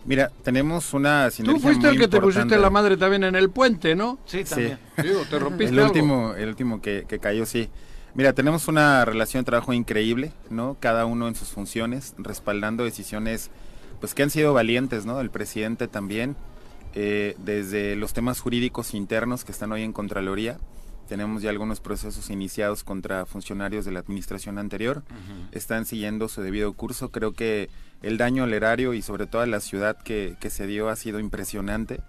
Speaker 11: Mira, tenemos una
Speaker 2: Tú
Speaker 11: sinergia
Speaker 2: fuiste
Speaker 11: muy
Speaker 2: el que te pusiste
Speaker 11: importante.
Speaker 2: la madre también en el puente, ¿no?
Speaker 1: Sí,
Speaker 11: Sí.
Speaker 1: también.
Speaker 2: Digo, te rompiste
Speaker 11: El
Speaker 2: algo.
Speaker 11: último, el último que, que cayó, sí. Mira, tenemos una relación de trabajo increíble, ¿no? Cada uno en sus funciones, respaldando decisiones, pues que han sido valientes, ¿no? El presidente también, eh, desde los temas jurídicos internos que están hoy en Contraloría, tenemos ya algunos procesos iniciados contra funcionarios de la administración anterior, están siguiendo su debido curso. Creo que el daño al erario y sobre todo a la ciudad que, que se dio ha sido impresionante.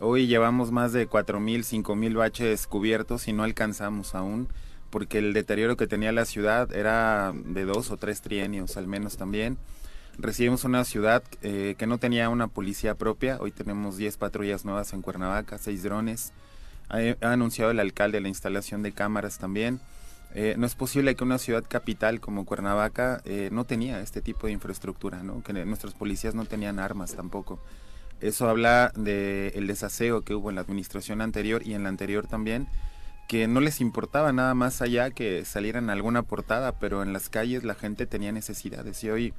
Speaker 11: Hoy llevamos más de 4.000, 5.000 baches cubiertos y no alcanzamos aún, porque el deterioro que tenía la ciudad era de dos o tres trienios al menos también. Recibimos una ciudad eh, que no tenía una policía propia, hoy tenemos 10 patrullas nuevas en Cuernavaca, 6 drones. Ha, ha anunciado el alcalde la instalación de cámaras también. Eh, no es posible que una ciudad capital como Cuernavaca eh, no tenía este tipo de infraestructura, ¿no? que nuestros policías no tenían armas tampoco Eso habla del el desaseo que hubo en la administración anterior y en la anterior también, que no les importaba nada más allá que salieran alguna portada, pero en las calles la gente tenía necesidades y hoy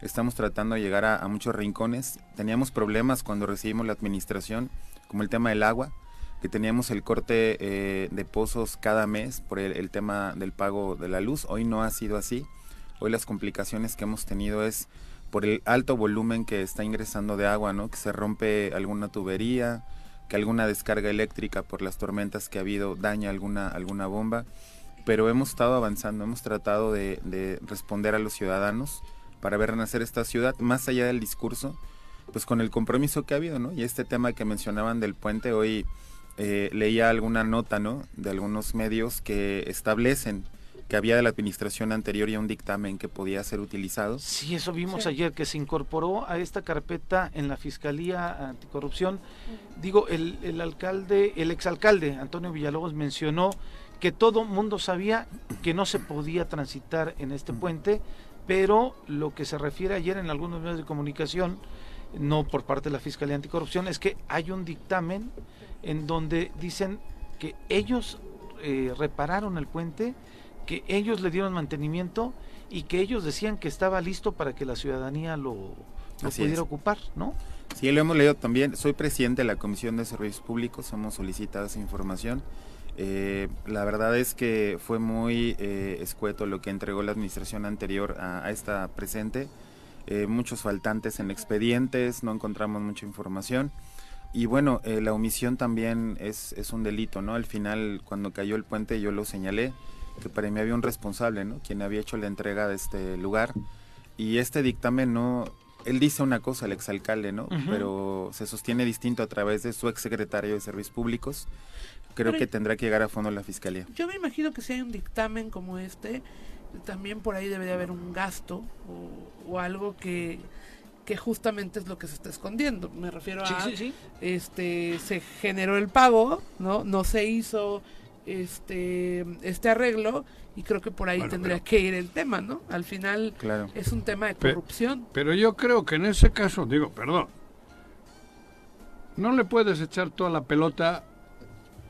Speaker 11: estamos tratando de llegar a, a muchos rincones. Teníamos problemas cuando recibimos la administración, como el tema del agua, que teníamos el corte eh, de pozos cada mes por el, el tema del pago de la luz. Hoy no ha sido así. Hoy las complicaciones que hemos tenido es por el alto volumen que está ingresando de agua, ¿no? Que se rompe alguna tubería, que alguna descarga eléctrica por las tormentas que ha habido daña alguna, alguna bomba. Pero hemos estado avanzando, hemos tratado de, de responder a los ciudadanos para ver renacer esta ciudad, más allá del discurso, pues con el compromiso que ha habido, ¿no? Y este tema que mencionaban del puente, hoy eh, leía alguna nota, ¿no? De algunos medios que establecen que había de la administración anterior ya un dictamen que podía ser utilizado.
Speaker 1: Sí, eso vimos sí. ayer, que se incorporó a esta carpeta en la Fiscalía Anticorrupción. Digo, el, el alcalde, el exalcalde Antonio Villalobos mencionó que todo mundo sabía que no se podía transitar en este puente, pero lo que se refiere ayer en algunos medios de comunicación, no por parte de la Fiscalía Anticorrupción, es que hay un dictamen en donde dicen que ellos eh, repararon el puente, que ellos le dieron mantenimiento y que ellos decían que estaba listo para que la ciudadanía lo, lo pudiera es. ocupar, ¿no?
Speaker 11: Sí, lo hemos leído también. Soy presidente de la Comisión de Servicios Públicos, hemos solicitado esa información. Eh, la verdad es que fue muy eh, escueto lo que entregó la administración anterior a, a esta presente. Eh, muchos faltantes en expedientes, no encontramos mucha información. Y bueno, eh, la omisión también es, es un delito, ¿no? Al final, cuando cayó el puente, yo lo señalé que para mí había un responsable, ¿no? Quien había hecho la entrega de este lugar. Y este dictamen no... Él dice una cosa, el exalcalde, ¿no? Uh -huh. Pero se sostiene distinto a través de su exsecretario de Servicios Públicos. Creo Pero que tendrá que llegar a fondo la fiscalía.
Speaker 4: Yo me imagino que si hay un dictamen como este, también por ahí debe de haber un gasto o, o algo que, que justamente es lo que se está escondiendo. Me refiero sí, a sí, sí. este se generó el pago, ¿no? No se hizo este, este arreglo y creo que por ahí bueno, tendría pero, que ir el tema, ¿no? Al final claro. es un tema de corrupción.
Speaker 2: Pero, pero, yo creo que en ese caso, digo, perdón, no le puedes echar toda la pelota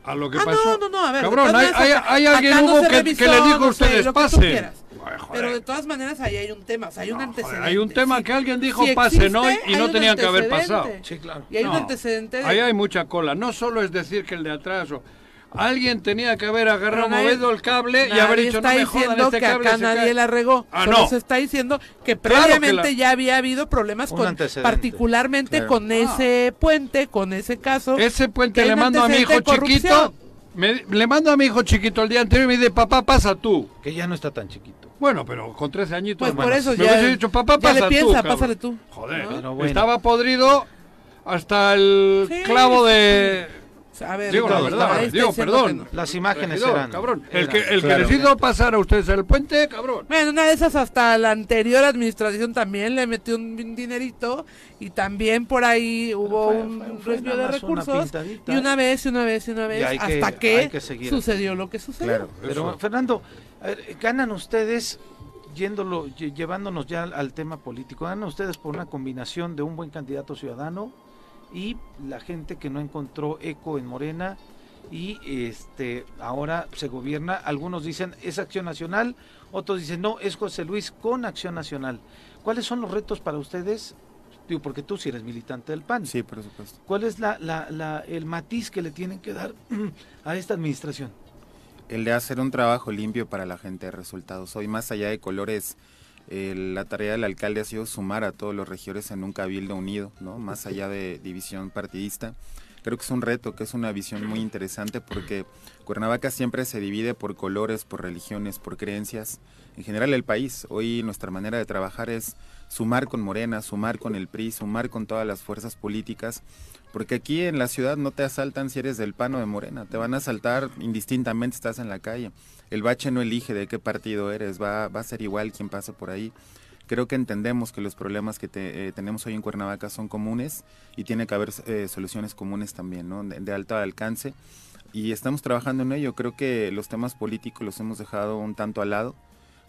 Speaker 2: a lo que
Speaker 4: ah,
Speaker 2: pasó.
Speaker 4: No, no, no, a ver.
Speaker 2: Cabrón, hay, hay, hay, alguien hubo no que, revisó, que, le dijo a ustedes,
Speaker 4: no sé,
Speaker 2: pase.
Speaker 4: Ay, pero de todas maneras ahí hay un tema, o sea, hay un antecedente. Joder,
Speaker 2: hay un tema
Speaker 4: si,
Speaker 2: que alguien dijo si pase, existe, ¿no? Y no tenían que haber pasado.
Speaker 1: Sí, claro.
Speaker 4: Y hay un antecedente. De...
Speaker 2: Ahí hay mucha cola. No solo es decir que el de atrás o, Alguien tenía que haber agarrado, nadie, movido el cable y haber dicho,
Speaker 4: está
Speaker 2: no
Speaker 4: diciendo
Speaker 2: me jodan, este
Speaker 4: que
Speaker 2: cable
Speaker 4: acá nadie la regó.
Speaker 2: Ah,
Speaker 4: solo
Speaker 2: no.
Speaker 4: se está diciendo que previamente claro que la... ya había habido problemas
Speaker 1: Un
Speaker 4: con,
Speaker 1: antecedente.
Speaker 4: particularmente
Speaker 1: Claro.
Speaker 4: con ese puente, con ese caso.
Speaker 2: Ah. Ese puente
Speaker 4: que
Speaker 2: le
Speaker 4: hay un
Speaker 2: mando a mi hijo
Speaker 4: antecedente de
Speaker 2: chiquito.
Speaker 4: corrupción.
Speaker 2: me- le mando a mi hijo chiquito el día anterior y me dice, papá, pasa tú.
Speaker 1: Que ya no está tan chiquito.
Speaker 2: Bueno, pero con 13 añitos.
Speaker 4: Pues por
Speaker 2: hermano,
Speaker 4: eso
Speaker 2: me
Speaker 4: ya-
Speaker 2: hubiese dicho, papá,
Speaker 4: ya
Speaker 2: pasa
Speaker 4: le piensa,
Speaker 2: tú. cabrón".
Speaker 4: pásale tú.
Speaker 2: Joder,
Speaker 4: ¿No?
Speaker 1: Pero bueno.
Speaker 2: estaba podrido hasta el
Speaker 4: Sí,
Speaker 2: clavo de.
Speaker 4: O sea, a ver,
Speaker 2: Digo la
Speaker 4: entonces, ahí
Speaker 2: verdad,
Speaker 4: está
Speaker 2: digo,
Speaker 4: diciendo
Speaker 2: perdón.
Speaker 4: que no.
Speaker 1: Las imágenes
Speaker 2: Regidor,
Speaker 1: eran.
Speaker 2: cabrón. El
Speaker 1: eran-
Speaker 2: que, el
Speaker 1: claro.
Speaker 2: que decidió pasar a ustedes el puente, cabrón.
Speaker 4: Bueno, una de esas hasta la anterior administración también le metió un dinerito y también por ahí hubo
Speaker 1: fue-
Speaker 4: un
Speaker 1: fue- fue
Speaker 4: desvío
Speaker 1: nada
Speaker 4: de
Speaker 1: más una
Speaker 4: recursos
Speaker 1: pintadita,
Speaker 4: y una vez y una vez y una vez
Speaker 1: hay que-
Speaker 4: hasta
Speaker 1: hay
Speaker 4: que,
Speaker 1: que seguir.
Speaker 4: sucedió lo que sucedió.
Speaker 11: Claro.
Speaker 1: Pero
Speaker 2: Eso.
Speaker 1: Fernando, a ver, ganan ustedes yéndolo lle- llevándonos ya al, al tema político. Ganan ustedes por una combinación de un buen candidato ciudadano y la gente que no encontró eco en Morena y este ahora se gobierna, algunos dicen es Acción Nacional, otros dicen no, es José Luis con Acción Nacional. ¿Cuáles son los retos para ustedes? Digo, porque tú sí eres militante del PAN.
Speaker 11: Sí, por supuesto.
Speaker 1: ¿Cuál es la- la- la- el matiz que le tienen que dar a esta administración?
Speaker 11: el de hacer un trabajo limpio para la gente de resultados. Hoy, más allá de colores, eh, la tarea del alcalde ha sido sumar a todos los regidores en un cabildo unido, ¿no? Más allá de división partidista. Creo que es un reto, que es una visión muy interesante porque Cuernavaca siempre se divide por colores, por religiones, por creencias. En general el país, hoy nuestra manera de trabajar es sumar con Morena, sumar con el PRI, sumar con todas las fuerzas políticas porque aquí en la ciudad no te asaltan si eres del PAN o de Morena, te van a asaltar indistintamente estás en la calle. El bache no elige de qué partido eres, va, va a ser igual quien pase por ahí. Creo que entendemos que los problemas que te- eh, tenemos hoy en Cuernavaca son comunes y tiene que haber eh, soluciones comunes también, ¿no? De, de alto alcance. Y estamos trabajando en ello. Creo que los temas políticos los hemos dejado un tanto al lado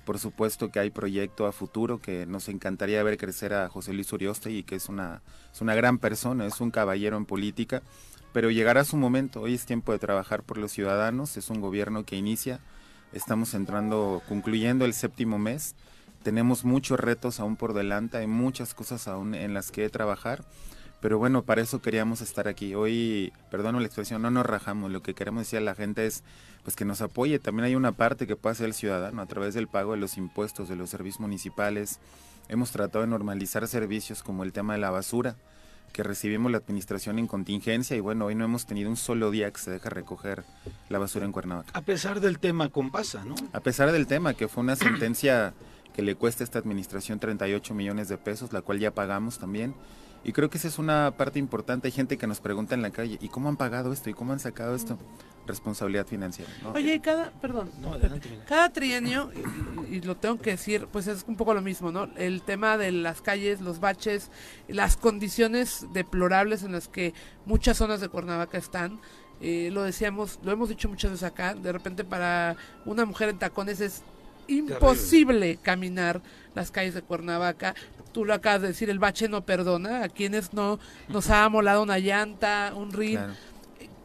Speaker 11: Por supuesto que hay proyecto a futuro que nos encantaría ver crecer a José Luis Urioste y que es una, es una gran persona, es un caballero en política, pero llegará su momento, hoy es tiempo de trabajar por los ciudadanos, es un gobierno que inicia, estamos entrando, concluyendo el séptimo mes, tenemos muchos retos aún por delante, hay muchas cosas aún en las que trabajar, pero bueno, para eso queríamos estar aquí. Hoy, perdón la expresión, no nos rajamos. Lo que queremos decir a la gente es pues que nos apoye. También hay una parte que puede hacer el ciudadano a través del pago de los impuestos, de los servicios municipales. Hemos tratado de normalizar servicios como el tema de la basura, que recibimos la administración en contingencia y bueno, hoy no hemos tenido un solo día que se deja recoger la basura en Cuernavaca.
Speaker 1: A pesar del tema Compasa, ¿no?
Speaker 11: A pesar del tema, que fue una sentencia que le cuesta a esta administración 38 millones de pesos, la cual ya pagamos también. Y creo que esa es una parte importante. Hay gente que nos pregunta en la calle, ¿y cómo han pagado esto? ¿Y cómo han sacado esto? Responsabilidad financiera. ¿no?
Speaker 4: Oye, y cada, perdón,
Speaker 1: No, adelante, mira.
Speaker 4: cada trienio, y, y lo tengo que decir, pues es un poco lo mismo, ¿no? El tema de las calles, los baches, las condiciones deplorables en las que muchas zonas de Cuernavaca están. Eh, lo decíamos, lo hemos dicho muchas veces acá, de repente para una mujer en tacones es imposible caminar las calles de Cuernavaca. Tú lo acabas de decir, el bache no perdona. A quienes no nos ha amolado una llanta, un rin.
Speaker 11: Claro.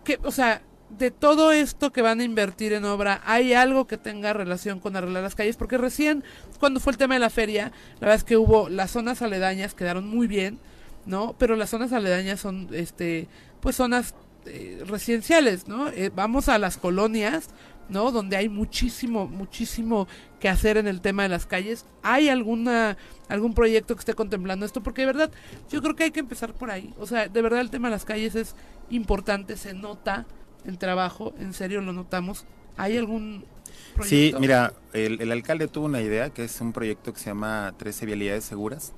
Speaker 4: que, o sea, de todo esto que van a invertir en obra, ¿hay algo que tenga relación con arreglar las calles? Porque recién, cuando fue el tema de la feria, la verdad es que hubo las zonas aledañas quedaron muy bien, ¿no? Pero las zonas aledañas son, este, pues zonas eh, residenciales, ¿no? Eh, vamos a las colonias, ¿no? Donde hay muchísimo, muchísimo que hacer en el tema de las calles. ¿Hay alguna, algún proyecto que esté contemplando esto? Porque de verdad, yo creo que hay que empezar por ahí. O sea, de verdad el tema de las calles es importante, se nota el trabajo, en serio lo notamos. ¿Hay algún
Speaker 11: Sí,
Speaker 4: proyecto?
Speaker 11: mira, el, el alcalde tuvo una idea que es un proyecto que se llama 13 vialidades seguras.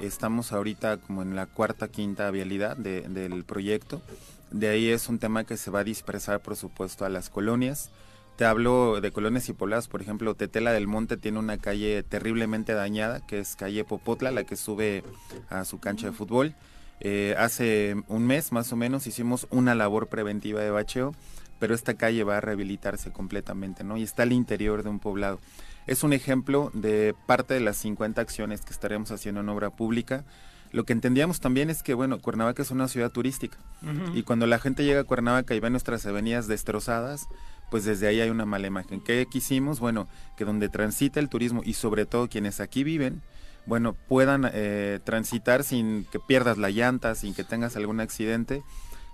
Speaker 11: Estamos ahorita como en la cuarta, quinta vialidad de- del proyecto. De ahí es un tema que se va a dispersar, por supuesto, a las colonias. Te hablo de colonias y pobladas, por ejemplo, Tetela del Monte tiene una calle terriblemente dañada, que es calle Popotla, la que sube a su cancha de fútbol. Eh, hace un mes más o menos hicimos una labor preventiva de bacheo, pero esta calle va a rehabilitarse completamente, ¿no? Y está al interior de un poblado. Es un ejemplo de parte de las 50 acciones que estaremos haciendo en obra pública. Lo que entendíamos también es que, bueno, Cuernavaca es una ciudad turística.
Speaker 1: Ujú.
Speaker 11: Y cuando la gente llega a Cuernavaca y ve nuestras avenidas destrozadas, pues desde ahí hay una mala imagen. ¿Qué quisimos? Bueno, que donde transita el turismo y sobre todo quienes aquí viven, bueno, puedan eh, transitar sin que pierdas la llanta, sin que tengas algún accidente.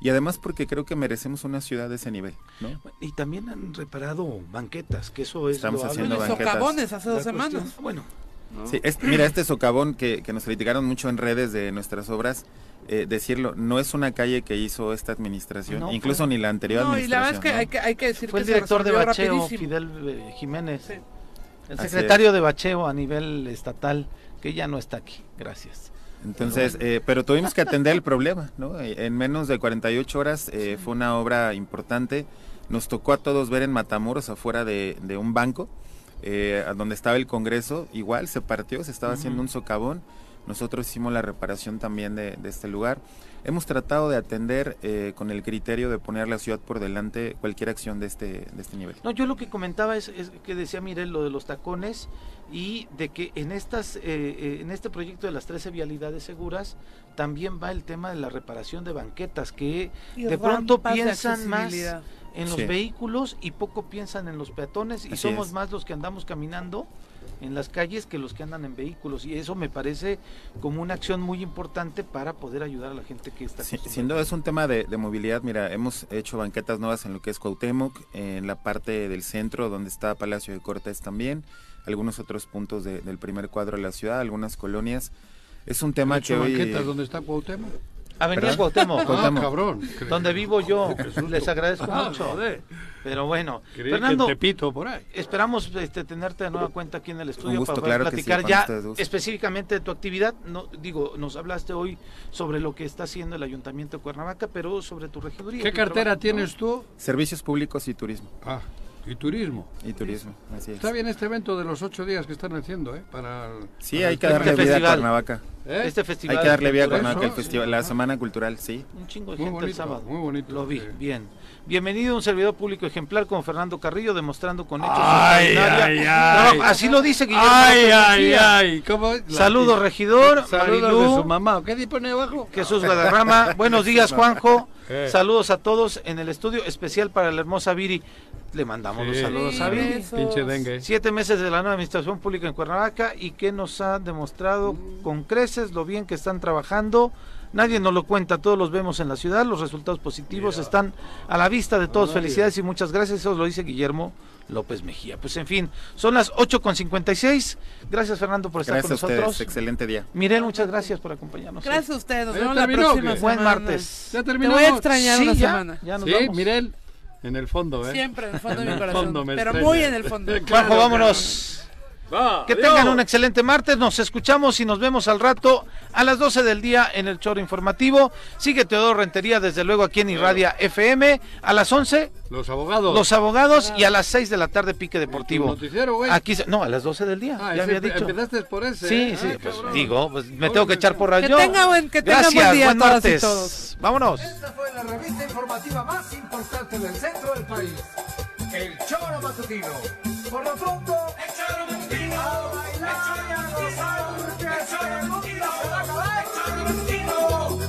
Speaker 11: Y además porque creo que merecemos una ciudad de ese nivel, ¿no?
Speaker 1: Y también han reparado banquetas, que eso es
Speaker 11: Estamos
Speaker 1: loable.
Speaker 11: haciendo Los banquetas.
Speaker 4: socavones hace dos
Speaker 1: La cuestión-
Speaker 4: semanas.
Speaker 1: Bueno,
Speaker 11: Sí, es- mira, este socavón que, que nos criticaron mucho en redes de nuestras obras, eh, decirlo, no es una calle que hizo esta administración,
Speaker 1: No,
Speaker 11: incluso
Speaker 1: fue-
Speaker 11: ni la anterior
Speaker 4: No, y la
Speaker 11: administración.
Speaker 4: verdad es que
Speaker 11: ¿no?
Speaker 4: hay que, hay que decir
Speaker 1: fue el
Speaker 4: que se
Speaker 1: director de
Speaker 4: resolvió
Speaker 1: bacheo,
Speaker 4: rapidísimo.
Speaker 1: Fidel eh, Jiménez,
Speaker 4: Sí.
Speaker 1: el
Speaker 11: Así es.
Speaker 1: secretario de bacheo a nivel estatal, que ya no está aquí. Gracias.
Speaker 11: Entonces, eh, pero tuvimos que atender el problema, ¿no? Eh, En menos de 48 horas eh, fue una obra importante. Nos tocó a todos ver en Matamoros, afuera de, de un banco, eh, a donde estaba el Congreso, igual se partió, se estaba haciendo un socavón. Nosotros hicimos la reparación también de, de este lugar. Hemos tratado de atender eh, con el criterio de poner la ciudad por delante cualquier acción de este, de este nivel.
Speaker 1: No, yo lo que comentaba es, es que decía Mirel lo de los tacones y de que en estas eh, eh, en este proyecto de las 13 vialidades seguras también va el tema de la reparación de banquetas que
Speaker 4: Y
Speaker 1: de pronto
Speaker 4: rampas de
Speaker 1: piensan más
Speaker 4: accesibilidad.
Speaker 1: en los
Speaker 11: Sí.
Speaker 1: vehículos y poco piensan en los peatones y
Speaker 11: Así
Speaker 1: somos
Speaker 11: es.
Speaker 1: más los que andamos caminando en las calles que los que andan en vehículos y eso me parece como una acción muy importante para poder ayudar a la gente que está
Speaker 11: Sí,
Speaker 1: acostumbrada.
Speaker 11: sin duda es un tema de, de movilidad. Mira, hemos hecho banquetas nuevas en lo que es Cuauhtémoc, en la parte del centro donde está Palacio de Cortes también, algunos otros puntos de- del primer cuadro de la ciudad, algunas colonias. Es un tema que
Speaker 2: Ocho
Speaker 11: hoy...
Speaker 2: banquetas donde está Cuauhtémoc.
Speaker 1: Avenida
Speaker 11: ¿Perdón?
Speaker 1: Cuauhtémoc.
Speaker 2: Ah,
Speaker 11: Cuauhtémoc.
Speaker 2: cabrón. Creí-
Speaker 1: donde vivo yo.
Speaker 2: Qué susto.
Speaker 1: Les agradezco
Speaker 2: Ah,
Speaker 1: mucho.
Speaker 2: joder.
Speaker 1: Pero bueno,
Speaker 2: Creí
Speaker 1: Fernando,
Speaker 2: que en Tepito por ahí.
Speaker 1: esperamos este, tenerte de nueva cuenta aquí en el estudio
Speaker 11: gusto,
Speaker 1: para poder
Speaker 11: claro que sí,
Speaker 1: platicar
Speaker 11: con
Speaker 1: ya
Speaker 11: ustedes dos.
Speaker 1: específicamente de tu actividad. No, digo, nos hablaste hoy sobre lo que está haciendo el Ayuntamiento de Cuernavaca, pero sobre tu regiduría.
Speaker 2: ¿Qué
Speaker 1: tu
Speaker 2: cartera
Speaker 1: trabajo, ¿no?
Speaker 2: tienes tú?
Speaker 11: Servicios públicos y turismo.
Speaker 2: Ah, Y turismo.
Speaker 11: Y turismo, así es.
Speaker 2: Está bien este evento de los ocho días que están haciendo, ¿eh? Para el-
Speaker 11: Sí,
Speaker 2: para
Speaker 11: hay
Speaker 2: el
Speaker 11: que darle
Speaker 2: tema.
Speaker 11: vida a Cuernavaca.
Speaker 2: ¿Eh?
Speaker 1: este
Speaker 11: Hay que darle vida a
Speaker 2: Por eso,
Speaker 11: Cuernavaca, el
Speaker 2: sí.
Speaker 11: festival, la semana cultural, sí.
Speaker 1: Un chingo de
Speaker 2: Muy
Speaker 1: gente el
Speaker 2: bonito,
Speaker 1: sábado.
Speaker 2: Muy bonito.
Speaker 1: Lo vi, bien. Bienvenido a un servidor público ejemplar con Fernando Carrillo, demostrando con hechos. su
Speaker 2: Ay, ay,
Speaker 1: extraordinaria-
Speaker 2: ay.
Speaker 1: No, así lo dice Guillermo.
Speaker 2: Ay,
Speaker 1: López
Speaker 2: ay,
Speaker 1: Mejía.
Speaker 2: ay. ¿Cómo? es? La-
Speaker 1: Saludos, regidor.
Speaker 2: Saludos
Speaker 1: Marilú.
Speaker 2: de su mamá. ¿Qué pone abajo?
Speaker 1: Jesús Guadarrama, buenos días Juanjo,
Speaker 2: Eh.
Speaker 1: saludos a todos en el estudio, especial para la hermosa Viri, le mandamos los
Speaker 2: Sí,
Speaker 1: saludos a
Speaker 2: sí,
Speaker 1: Viri.
Speaker 2: Pinche dengue.
Speaker 1: Siete meses de la nueva administración pública en Cuernavaca y que nos ha demostrado con creces lo bien que están trabajando. Nadie nos lo cuenta, todos los vemos en la ciudad, los resultados positivos están a la vista de todos. Felicidades y muchas gracias, eso lo dice Guillermo López Mejía. Pues en fin, son las 8.56. Gracias Fernando por estar
Speaker 11: Gracias a
Speaker 1: con
Speaker 11: ustedes,
Speaker 1: nosotros.
Speaker 11: excelente día.
Speaker 1: Mirel, muchas gracias por acompañarnos. hoy.
Speaker 4: Gracias a ustedes. Nos
Speaker 2: ¿Ya
Speaker 4: vemos la
Speaker 2: terminó o
Speaker 4: próxima
Speaker 2: qué?
Speaker 1: Buen
Speaker 4: semana.
Speaker 1: martes.
Speaker 2: Ya
Speaker 4: Te
Speaker 2: terminó.
Speaker 4: voy a extrañar
Speaker 1: Sí,
Speaker 4: una
Speaker 1: ya,
Speaker 4: semana.
Speaker 1: ya nos
Speaker 2: Sí,
Speaker 1: vamos.
Speaker 2: Mirel. En el fondo, ¿eh?
Speaker 4: Siempre en el fondo de
Speaker 2: En
Speaker 4: mi
Speaker 2: el
Speaker 4: corazón.
Speaker 2: fondo me
Speaker 4: pero
Speaker 2: extraña.
Speaker 4: muy en el fondo.
Speaker 2: Claro,
Speaker 1: Juanjo, vámonos.
Speaker 2: Va,
Speaker 1: Que
Speaker 2: adiós.
Speaker 1: tengan un excelente martes. Nos escuchamos y nos vemos al rato a las 12 del día en el choro informativo. Sigue Teodoro Rentería, desde luego, aquí en Irradia FM. A las 11,
Speaker 2: Los abogados.
Speaker 1: Los Abogados. Y a las 6 de la tarde, Pique Deportivo.
Speaker 2: Noticiero, güey.
Speaker 1: Aquí, se- no, a las 12 del día.
Speaker 2: Ah,
Speaker 1: ya
Speaker 2: ese-
Speaker 1: había dicho.
Speaker 2: Empezaste por ese.
Speaker 1: Sí,
Speaker 2: ¿eh?
Speaker 1: sí,
Speaker 2: Ay,
Speaker 1: pues
Speaker 2: cabrón.
Speaker 1: digo, pues me
Speaker 2: Ahora
Speaker 1: tengo que
Speaker 2: me-
Speaker 1: echar porras
Speaker 4: Que
Speaker 1: yo.
Speaker 4: tenga buen- que tenga buen
Speaker 1: Gracias,
Speaker 4: día a
Speaker 1: buen
Speaker 4: todas y
Speaker 1: martes.
Speaker 4: todos.
Speaker 1: Vámonos.
Speaker 12: Esta fue la revista informativa más importante del centro del país. El Choro Matutino. Por lo pronto, el Choro Matutino. A bailar y a gozar, porque el Choro Matutino se va a acabar. El Choro Matutino.